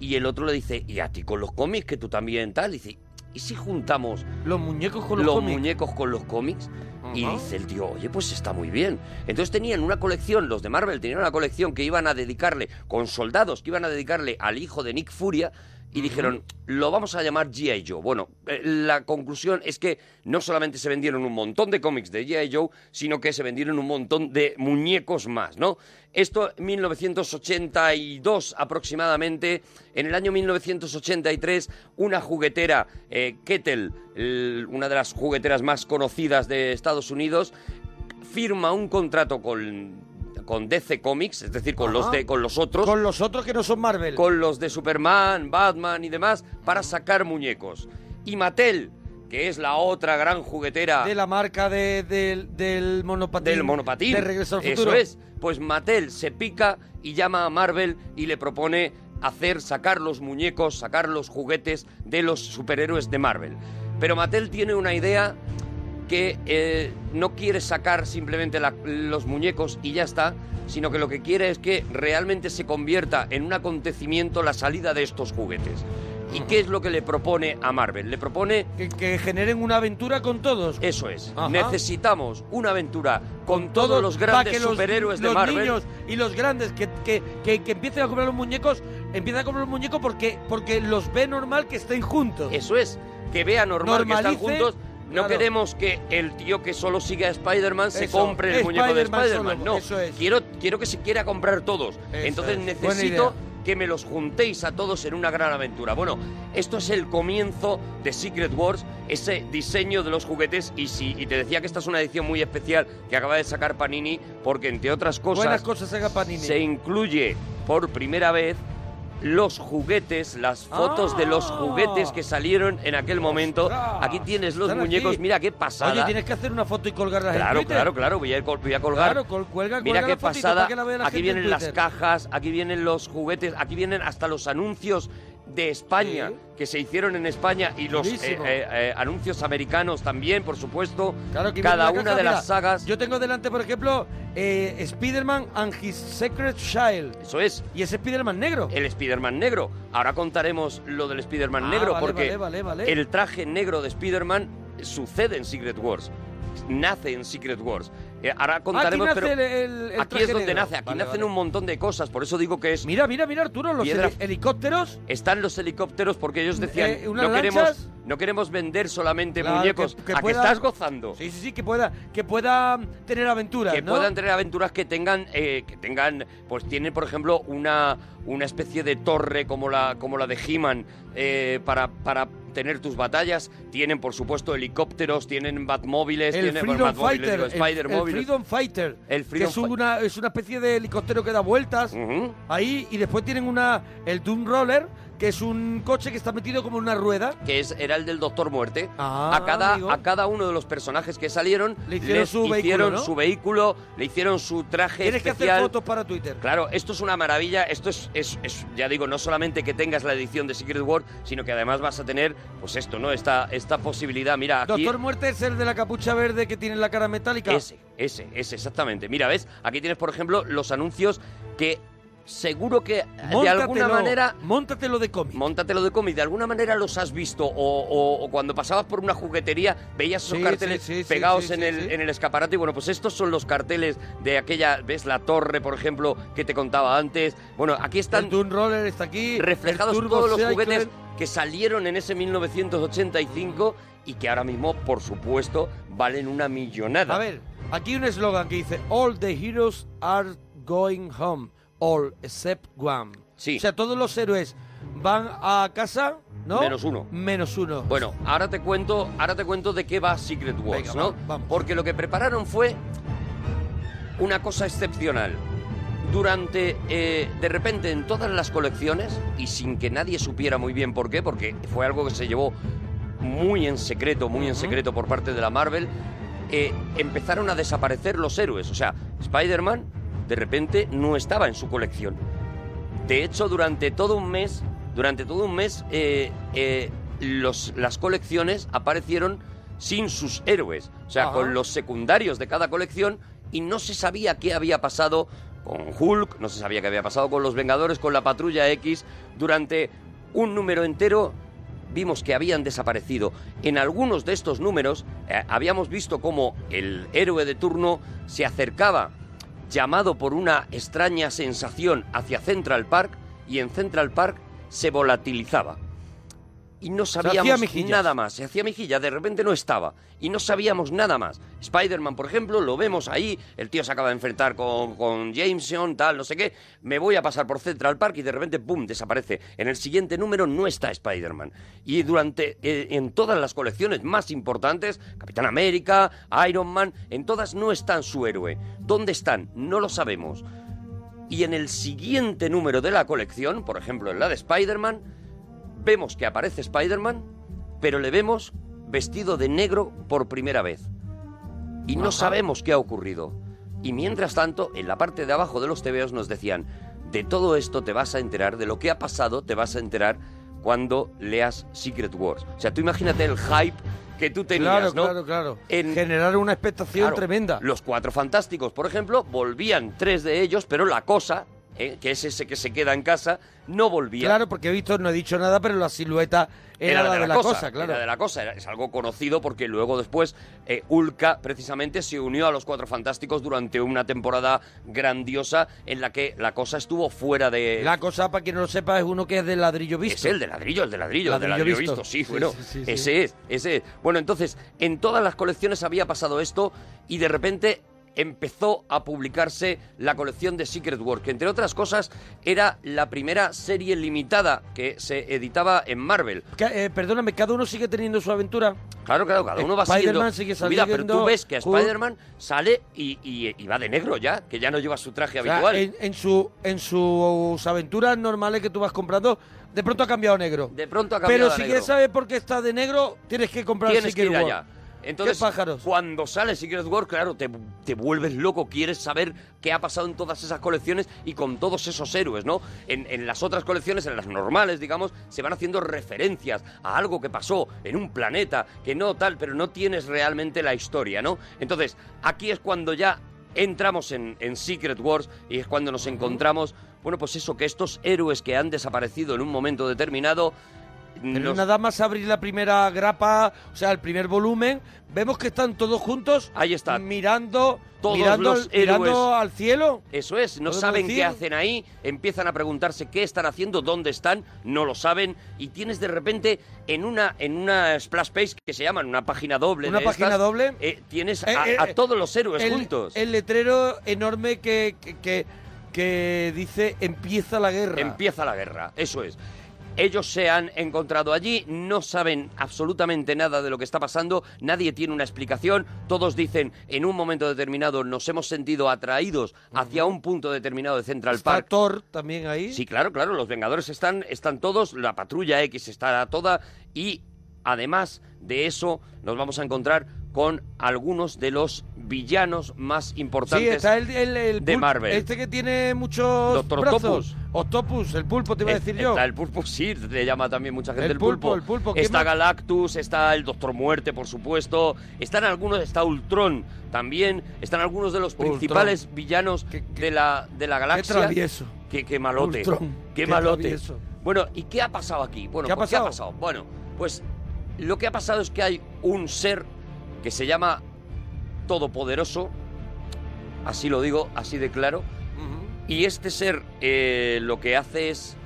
Speaker 4: Y el otro le dice: Y a ti con los cómics, que tú también tal. Y dice: ¿Y si juntamos
Speaker 3: los muñecos con los cómics?
Speaker 4: muñecos con los cómics? Y
Speaker 3: Ajá.
Speaker 4: dice el tío, oye, pues está muy bien. Entonces tenían una colección, los de Marvel tenían una colección que iban a dedicarle, con soldados que iban a dedicarle al hijo de Nick Furia, y dijeron, lo vamos a llamar G.I. Joe. Bueno, eh, la conclusión es que no solamente se vendieron un montón de cómics de G.I. Joe, sino que se vendieron un montón de muñecos más, ¿no? Esto en 1982 aproximadamente. En el año 1983, una juguetera, eh, Kettle, el- una de las jugueteras más conocidas de Estados Unidos, firma un contrato con, con DC Comics, es decir, con los,
Speaker 3: Ajá.
Speaker 4: de, con los otros.
Speaker 3: Con los otros que no son Marvel.
Speaker 4: Con los de Superman, Batman y demás, para sacar muñecos. Y Mattel, que es la otra gran juguetera
Speaker 3: De la marca de- del- del monopatín.
Speaker 4: del monopatín.
Speaker 3: De Regreso al Futuro.
Speaker 4: Eso es. Pues Mattel se pica y llama a Marvel y le propone hacer, sacar los muñecos, sacar los juguetes de los superhéroes de Marvel. Pero Mattel tiene una idea que eh, no quiere sacar simplemente la- los muñecos y ya está, sino que lo que quiere es que realmente se convierta en un acontecimiento la salida de estos juguetes. ¿Y qué es lo que le propone a Marvel? Le propone...
Speaker 3: Que, que generen una aventura con todos.
Speaker 4: Eso es.
Speaker 3: Ajá.
Speaker 4: Necesitamos una aventura con, todos, los grandes
Speaker 3: para que
Speaker 4: superhéroes de
Speaker 3: los
Speaker 4: Marvel.
Speaker 3: niños y los grandes que, que- que- que empiecen a comprar los muñecos, empiezan a comprar los muñecos porque, porque los ve normal que estén juntos.
Speaker 4: Eso es, que vea normal que están
Speaker 3: Normalice,
Speaker 4: juntos. No
Speaker 3: claro.
Speaker 4: queremos que el tío que solo sigue a Spider-Man se
Speaker 3: Eso,
Speaker 4: compre el muñeco de
Speaker 3: Spider-Man solo,
Speaker 4: Spider-Man. No,
Speaker 3: eso es.
Speaker 4: Quiero, quiero que se quiera comprar todos. Entonces
Speaker 3: es, buena
Speaker 4: necesito
Speaker 3: idea.
Speaker 4: que me los juntéis a todos en una gran aventura. Bueno, esto es el comienzo de Secret Wars, ese diseño de los juguetes. Y, si, y te decía que esta es una edición muy especial que acaba de sacar Panini, porque entre otras cosas
Speaker 3: Buenas cosas haga Panini.
Speaker 4: se incluye por primera vez los juguetes, las fotos de
Speaker 3: Ah.
Speaker 4: los juguetes que salieron en aquel momento. Aquí tienes los
Speaker 3: Están aquí.
Speaker 4: muñecos, mira qué pasada.
Speaker 3: Oye, tienes que hacer una foto y colgarla en
Speaker 4: Claro,
Speaker 3: Twitter.
Speaker 4: claro, claro, voy a, col- voy a colgar.
Speaker 3: Claro, col- cuelga-
Speaker 4: Mira
Speaker 3: cuelga
Speaker 4: qué
Speaker 3: la fotito
Speaker 4: pasada.
Speaker 3: para que la vea la
Speaker 4: aquí
Speaker 3: gente en
Speaker 4: vienen las
Speaker 3: Twitter.
Speaker 4: cajas, aquí vienen los juguetes, aquí vienen hasta los anuncios de España que se hicieron en España y los eh,
Speaker 3: Buenísimo.
Speaker 4: eh, eh, anuncios americanos también, por supuesto.
Speaker 3: Claro que
Speaker 4: Cada
Speaker 3: viene
Speaker 4: una
Speaker 3: caja,
Speaker 4: de
Speaker 3: mira,
Speaker 4: las sagas.
Speaker 3: Yo tengo delante, por ejemplo, eh, Spider-Man and his Secret Child.
Speaker 4: Eso es.
Speaker 3: Y es Spider-Man negro.
Speaker 4: El Spider-Man negro. Ahora contaremos lo del Spider-Man
Speaker 3: Ah,
Speaker 4: negro
Speaker 3: vale,
Speaker 4: porque
Speaker 3: vale, vale, vale.
Speaker 4: el traje negro de Spider-Man sucede en Secret Wars. Nace en Secret Wars. Eh, ahora contaremos,
Speaker 3: nace
Speaker 4: pero
Speaker 3: el- el- el
Speaker 4: aquí
Speaker 3: traje
Speaker 4: es donde
Speaker 3: negro.
Speaker 4: nace. Aquí
Speaker 3: Vale,
Speaker 4: nacen
Speaker 3: vale.
Speaker 4: un montón de cosas. Por eso digo que es.
Speaker 3: Mira, mira, mira, Arturo, los
Speaker 4: piedra-
Speaker 3: heli- helicópteros.
Speaker 4: están los helicópteros porque ellos decían
Speaker 3: Eh, unas
Speaker 4: no queremos
Speaker 3: lanchas".
Speaker 4: no queremos vender solamente
Speaker 3: Claro,
Speaker 4: muñecos.
Speaker 3: que- que
Speaker 4: ¿A que
Speaker 3: pueda-
Speaker 4: estás gozando?
Speaker 3: Sí, sí, sí, que pueda, que pueda mm, tener aventuras,
Speaker 4: que
Speaker 3: ¿no?
Speaker 4: puedan tener aventuras que tengan eh, que tengan pues tienen por ejemplo una una especie de torre como la como la de He-Man eh, para para tener tus batallas tienen por supuesto helicópteros tienen batmóviles
Speaker 3: el
Speaker 4: tienen
Speaker 3: Freedom
Speaker 4: bueno, batmóviles,
Speaker 3: Fighter,
Speaker 4: digo,
Speaker 3: el- el,
Speaker 4: Spider-móviles.
Speaker 3: Freedom Fighter,
Speaker 4: El
Speaker 3: que
Speaker 4: Freedom
Speaker 3: es una, es una especie de helicóptero que da vueltas ahí y después tienen una el Doom Roller, que es un coche que está metido como en una rueda.
Speaker 4: que es, era el del Doctor Muerte.
Speaker 3: Ah,
Speaker 4: a, cada,
Speaker 3: amigo.
Speaker 4: a cada uno de los personajes que salieron
Speaker 3: Le hicieron
Speaker 4: les
Speaker 3: su vehículo,
Speaker 4: hicieron
Speaker 3: ¿no?
Speaker 4: su vehículo, le hicieron su traje
Speaker 3: Tienes que hacer
Speaker 4: especial.
Speaker 3: fotos para Twitter.
Speaker 4: Claro, esto es una maravilla. Esto es, es- es- ya digo, no solamente que tengas la edición de Secret World, sino que además vas a tener, pues esto, ¿no? Esta, esta posibilidad. Mira, aquí.
Speaker 3: Doctor Muerte es el de la capucha verde que tiene la cara metálica.
Speaker 4: Ese, ese, ese, exactamente. Mira, ¿ves? Aquí tienes, por ejemplo, los anuncios que seguro que de
Speaker 3: Móntatelo,
Speaker 4: alguna manera...
Speaker 3: Móntatelo de cómic.
Speaker 4: Móntatelo de cómic. De alguna manera los has visto o, o- o cuando pasabas por una juguetería veías esos
Speaker 3: Sí,
Speaker 4: carteles
Speaker 3: sí, sí, sí,
Speaker 4: pegados
Speaker 3: sí,
Speaker 4: en,
Speaker 3: sí,
Speaker 4: el,
Speaker 3: sí.
Speaker 4: en el escaparate. Y bueno, pues estos son los carteles de aquella... ¿Ves? La torre, por ejemplo, que te contaba antes. Bueno, aquí están...
Speaker 3: El Doom Roller está aquí.
Speaker 4: reflejados
Speaker 3: el Turbo
Speaker 4: todos los
Speaker 3: Cycle.
Speaker 4: juguetes que salieron en ese 1985 y que ahora mismo, por supuesto, valen una millonada.
Speaker 3: A ver, aquí un eslogan que dice All the heroes are going home, all except one. O sea, todos los héroes van a casa, ¿no?
Speaker 4: Menos uno.
Speaker 3: Menos uno.
Speaker 4: Bueno, ahora te cuento, ahora te cuento de qué va Secret Wars,
Speaker 3: Venga,
Speaker 4: ¿no?
Speaker 3: va- vamos.
Speaker 4: Porque lo que prepararon fue una cosa excepcional. Durante, eh, de repente, en todas las colecciones, y sin que nadie supiera muy bien por qué, porque fue algo que se llevó muy en secreto, muy en secreto por parte de la Marvel, eh, empezaron a desaparecer los héroes. O sea, Spider-Man de repente no estaba en su colección. De hecho, durante todo un mes, durante todo un mes, eh, eh, los- las colecciones aparecieron sin sus héroes, o sea,
Speaker 6: Ajá.
Speaker 4: con los secundarios de cada colección y no se sabía qué había pasado con Hulk, no se sabía qué había pasado con los Vengadores, con la Patrulla X. Durante un número entero vimos que habían desaparecido. En algunos de estos números eh, habíamos visto cómo el héroe de turno se acercaba llamado por una extraña sensación hacia Central Park y en Central Park se volatilizaba. Y no
Speaker 3: hacía
Speaker 4: sabíamos
Speaker 3: mejillas.
Speaker 4: nada más. Se hacía mejilla, de repente no estaba. Y no sabíamos nada más. Spider-Man, por ejemplo, lo vemos ahí. El tío se acaba de enfrentar con, con Jameson, tal, no sé qué. Me voy a pasar por Central Park y de repente, ¡pum!, desaparece. En el siguiente número no está Spider-Man. Y durante, eh, en todas las colecciones más importantes, Capitán América, Iron Man, en todas no están su héroe. ¿Dónde están? No lo sabemos. Y en el siguiente número de la colección, por ejemplo en la de Spider-Man, vemos que aparece Spider-Man, pero le vemos vestido de negro por primera vez. Y no sabemos qué ha ocurrido. Y mientras tanto, en la parte de abajo de los TVOs nos decían, de todo esto te vas a enterar, de lo que ha pasado te vas a enterar cuando leas Secret Wars. O sea, tú imagínate el hype que tú tenías,
Speaker 3: Claro,
Speaker 4: ¿no?
Speaker 3: claro, claro.
Speaker 4: En-
Speaker 3: Generar una expectación
Speaker 4: Claro,
Speaker 3: tremenda.
Speaker 4: Los cuatro fantásticos, por ejemplo, volvían tres de ellos, pero la cosa, eh, que es ese que se queda en casa, no volvía.
Speaker 3: Claro, porque he visto, no he dicho nada, pero la silueta era, la de la, cosa, claro.
Speaker 4: Era de la cosa, era- es algo conocido porque luego después eh, Ulca precisamente se unió a los Cuatro Fantásticos durante una temporada grandiosa en la que la cosa estuvo fuera de...
Speaker 3: La cosa, para quien no lo sepa, es uno que es de ladrillo visto.
Speaker 4: Es el de ladrillo, el de ladrillo, el de
Speaker 3: Ladrillo
Speaker 4: ladrillo
Speaker 3: visto.
Speaker 4: visto, sí, bueno,
Speaker 3: Sí, sí, sí, sí.
Speaker 4: ese es, ese es. Bueno, entonces, en todas las colecciones había pasado esto y de repente empezó a publicarse la colección de Secret Wars, que entre otras cosas era la primera serie limitada que se editaba en Marvel.
Speaker 3: Ca- eh, perdóname, cada uno sigue teniendo su aventura.
Speaker 4: Claro, claro, cada uno va siguiendo
Speaker 3: Spider-Man sigue
Speaker 4: su vida, pero
Speaker 3: saliendo,
Speaker 4: tú ves que a
Speaker 3: Hulk.
Speaker 4: Spider-Man sale y, y- y va de negro ya, que ya no lleva su traje
Speaker 3: O sea,
Speaker 4: habitual.
Speaker 3: en, en su, en sus aventuras normales que tú vas comprando, de pronto ha cambiado a negro.
Speaker 4: De pronto ha cambiado
Speaker 3: Pero
Speaker 4: a
Speaker 3: si
Speaker 4: negro.
Speaker 3: quieres saber por qué está de negro, tienes que comprar
Speaker 4: Tienes que
Speaker 3: Secret
Speaker 4: ir
Speaker 3: Wars.
Speaker 4: allá. Entonces,
Speaker 3: ¿Qué pájaros?
Speaker 4: cuando sale Secret Wars, claro, te, te vuelves loco, quieres saber qué ha pasado en todas esas colecciones y con todos esos héroes, ¿no? En, en las otras colecciones, en las normales, digamos, se van haciendo referencias a algo que pasó en un planeta, que no tal, pero no tienes realmente la historia, ¿no? Entonces, aquí es cuando ya entramos en, en Secret Wars y es cuando nos encontramos, bueno, pues eso, que estos héroes que han desaparecido en un momento determinado...
Speaker 3: Pero
Speaker 4: nos-
Speaker 3: nada más abrir la primera grapa, o sea, el primer volumen, vemos que están todos juntos.
Speaker 4: Ahí están.
Speaker 3: Mirando,
Speaker 4: Todos
Speaker 3: mirando,
Speaker 4: los
Speaker 3: mirando
Speaker 4: héroes.
Speaker 3: al cielo.
Speaker 4: Eso es, no
Speaker 3: ¿Podemos
Speaker 4: saben
Speaker 3: decir?
Speaker 4: qué hacen ahí, empiezan a preguntarse qué están haciendo, dónde están, no lo saben y tienes de repente en una en una splash page que se llama en una página doble,
Speaker 3: ¿Una
Speaker 4: de
Speaker 3: página
Speaker 4: estas,
Speaker 3: doble?
Speaker 4: eh, tienes
Speaker 3: Eh,
Speaker 4: a,
Speaker 3: eh,
Speaker 4: a todos los héroes
Speaker 3: el,
Speaker 4: juntos.
Speaker 3: El letrero enorme que, que, que- que dice empieza la guerra.
Speaker 4: Empieza la guerra, eso es. Ellos se han encontrado allí, no saben absolutamente nada de lo que está pasando, nadie tiene una explicación, todos dicen en un momento determinado nos hemos sentido atraídos hacia un punto determinado de Central Park.
Speaker 3: Está Thor también ahí.
Speaker 4: Sí, claro, claro, los Vengadores están, están todos, la patrulla X está toda y además de eso nos vamos a encontrar con algunos de los villanos más
Speaker 3: Sí,
Speaker 4: importantes
Speaker 3: está el, el- el
Speaker 4: de
Speaker 3: pul-
Speaker 4: Marvel.
Speaker 3: Este que tiene muchos
Speaker 4: Doctor
Speaker 3: brazos.
Speaker 4: Octopus.
Speaker 3: Octopus, el pulpo, te iba a
Speaker 4: Es-
Speaker 3: decir yo.
Speaker 4: Está el pulpo, sí, le llama también mucha gente
Speaker 3: El
Speaker 4: el,
Speaker 3: pulpo, el pulpo, ¿qué
Speaker 4: Está
Speaker 3: más?
Speaker 4: Galactus, está el Doctor Muerte, por supuesto. Están algunos, está Ultron también. Están algunos de los
Speaker 3: Ultron.
Speaker 4: principales villanos de, la, de la galaxia.
Speaker 3: travieso.
Speaker 4: Qué, qué malote.
Speaker 3: Ultron,
Speaker 4: qué,
Speaker 3: qué
Speaker 4: malote.
Speaker 3: travieso.
Speaker 4: Bueno, ¿y qué ha pasado aquí? Bueno,
Speaker 3: ¿Qué ha
Speaker 4: pues,
Speaker 3: pasado?
Speaker 4: Bueno, pues lo que ha pasado es que hay un ser que se llama Todopoderoso, así lo digo, así de claro. Y este ser eh, lo que hace es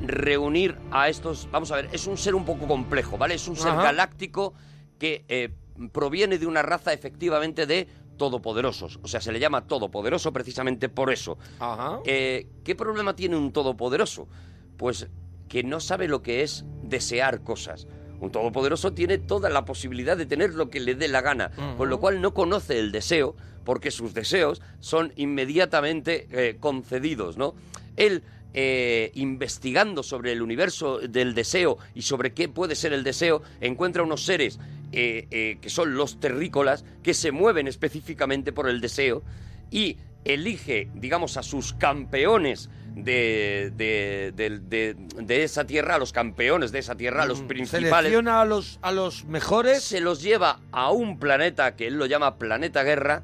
Speaker 4: reunir a estos. Vamos a ver, es un ser un poco complejo, ¿vale? Es un ser
Speaker 3: Ajá.
Speaker 4: galáctico que eh, proviene de una raza efectivamente de todopoderosos. O sea, se le llama todopoderoso precisamente por eso.
Speaker 3: Ajá.
Speaker 4: Eh, ¿Qué problema tiene un todopoderoso? Pues que no sabe lo que es desear cosas. Un todopoderoso tiene toda la posibilidad de tener lo que le dé la gana, con lo cual no conoce el deseo, porque sus deseos son inmediatamente eh, concedidos, ¿no? Él, eh, investigando sobre el universo del deseo y sobre qué puede ser el deseo, encuentra unos seres eh, eh, que son los terrícolas, que se mueven específicamente por el deseo, y elige, digamos, a sus campeones de, de- del- de- de esa tierra, a los campeones de esa tierra, a los principales.
Speaker 3: Mm, Selecciona a los, a los mejores.
Speaker 4: Se los lleva a un planeta que él lo llama Planeta Guerra.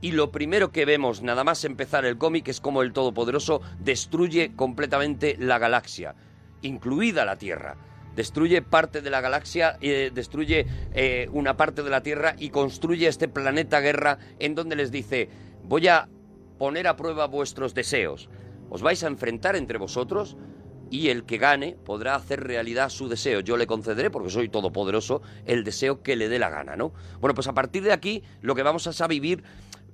Speaker 4: Y lo primero que vemos, nada más empezar el cómic, es como el Todopoderoso destruye completamente la galaxia, incluida la Tierra. Destruye parte de la galaxia, eh, destruye eh, una parte de la Tierra y construye este planeta guerra en donde les dice, voy a poner a prueba vuestros deseos. Os vais a enfrentar entre vosotros y el que gane podrá hacer realidad su deseo. Yo le concederé, porque soy todopoderoso, el deseo que le dé la gana, ¿no? Bueno, pues a partir de aquí lo que vamos es a vivir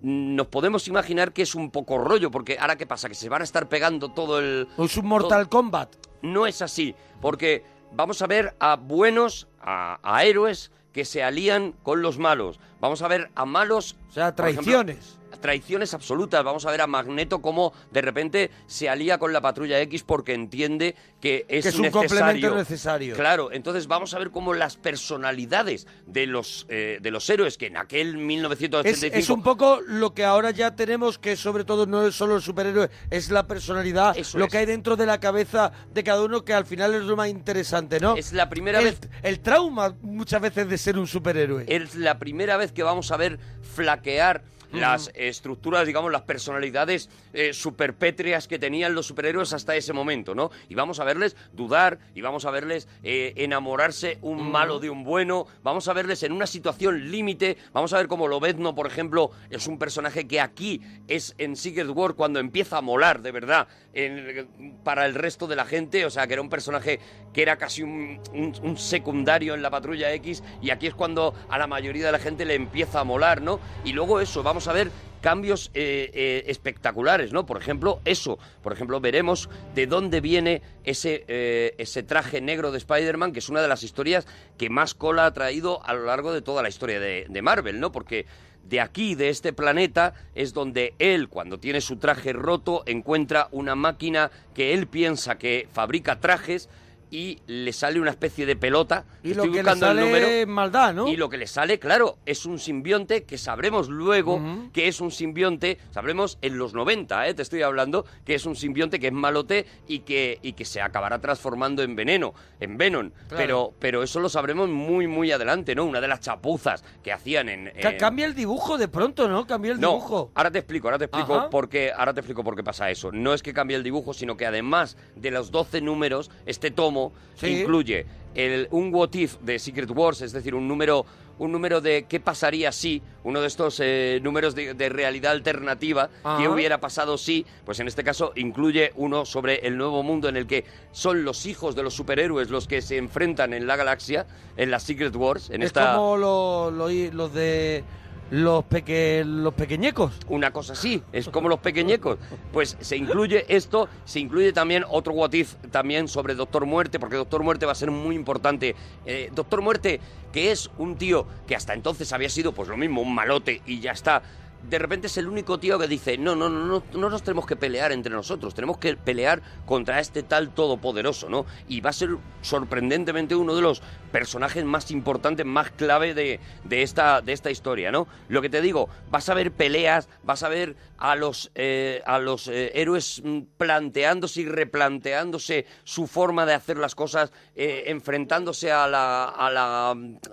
Speaker 4: mm, nos podemos imaginar que es un poco rollo, porque ahora qué pasa, que se van a estar pegando todo el...
Speaker 3: Es un Mortal Kombat.
Speaker 4: No es así, porque vamos a ver a buenos, a, a héroes que se alían con los malos. Vamos a ver a malos... O sea,
Speaker 3: traiciones.
Speaker 4: traiciones absolutas. Vamos a ver a Magneto como de repente se alía con la patrulla X porque entiende que es,
Speaker 3: que es un complemento necesario.
Speaker 4: Claro, entonces vamos a ver cómo las personalidades de los, eh, de los héroes que en aquel
Speaker 3: Es,
Speaker 4: 1985...
Speaker 3: es un poco lo que ahora ya tenemos, que sobre todo no es solo el superhéroe, es la personalidad, lo
Speaker 4: es.
Speaker 3: que hay dentro de la cabeza de cada uno, que al final es lo más interesante, ¿no?
Speaker 4: Es la primera
Speaker 3: El-
Speaker 4: vez- Eh,
Speaker 3: El trauma muchas veces de ser un superhéroe.
Speaker 4: Es la primera vez que vamos a ver flaquear las estructuras, digamos, las personalidades eh, superpétreas que tenían los superhéroes hasta ese momento, ¿no? Y vamos a verles dudar, y vamos a verles eh, enamorarse un malo de un bueno, vamos a verles en una situación límite, vamos a ver cómo Lobezno, por ejemplo, es un personaje que aquí es en Secret War cuando empieza a molar, de verdad, en- para el resto de la gente, o sea, que era un personaje que era casi un, un- un secundario en la patrulla X, y aquí es cuando a la mayoría de la gente le empieza a molar, ¿no? Y luego eso, vamos a ver cambios eh, eh, espectaculares, ¿no? Por ejemplo, eso. Por ejemplo, veremos de dónde viene ese, eh, ese traje negro de Spider-Man, que es una de las historias que más cola ha traído a lo largo de toda la historia de, de Marvel, ¿no? Porque de aquí, de este planeta, es donde él, cuando tiene su traje roto, encuentra una máquina que él piensa que fabrica trajes y le sale una especie de pelota.
Speaker 3: Y
Speaker 4: Estoy
Speaker 3: lo que le
Speaker 4: buscando el número.
Speaker 3: sale es maldad, ¿no?
Speaker 4: Y lo que le sale, claro, es un simbionte que sabremos luego que es un simbionte, sabremos en los 90, ¿eh? te estoy hablando, que es un simbionte que es malote y que, y que se acabará transformando en veneno, en Venom.
Speaker 3: Claro.
Speaker 4: Pero, pero eso lo sabremos muy, muy adelante, ¿no? Una de las chapuzas que hacían en...
Speaker 3: Ca-
Speaker 4: en-
Speaker 3: Cambia el dibujo de pronto, ¿no? Cambia el
Speaker 4: eh, no,
Speaker 3: dibujo.
Speaker 4: ahora te explico, ahora te explico
Speaker 3: Ajá.
Speaker 4: por qué, ahora te explico por qué pasa eso. No es que cambie el dibujo, sino que además de los 12 números, este tomo
Speaker 3: Sí.
Speaker 4: incluye el, un what if de Secret Wars, es decir, un número un número de qué pasaría si, uno de estos eh, números de, de realidad alternativa,
Speaker 3: Ajá.
Speaker 4: que hubiera pasado si, pues en este caso incluye uno sobre el nuevo mundo en el que son los hijos de los superhéroes los que se enfrentan en la galaxia, en la Secret Wars, en
Speaker 3: es
Speaker 4: esta...
Speaker 3: como lo- lo- los de los, peque, los pequeñecos.
Speaker 4: Una cosa así, es como los pequeñecos. Pues se incluye esto, se incluye también otro what if también sobre Doctor Muerte, porque Doctor Muerte va a ser muy importante. Eh, Doctor Muerte, que es un tío que hasta entonces había sido pues lo mismo, un malote y ya está. De repente es el único tío que dice, no, no, no, no, no nos tenemos que pelear entre nosotros, tenemos que pelear contra este tal todopoderoso, ¿no? Y va a ser sorprendentemente uno de los personajes más importantes, más clave de, de esta, de esta historia, ¿no? Lo que te digo, vas a ver peleas, vas a ver a los, eh, a los eh, héroes mm, planteándose y replanteándose su forma de hacer las cosas, eh, enfrentándose a la, a, la,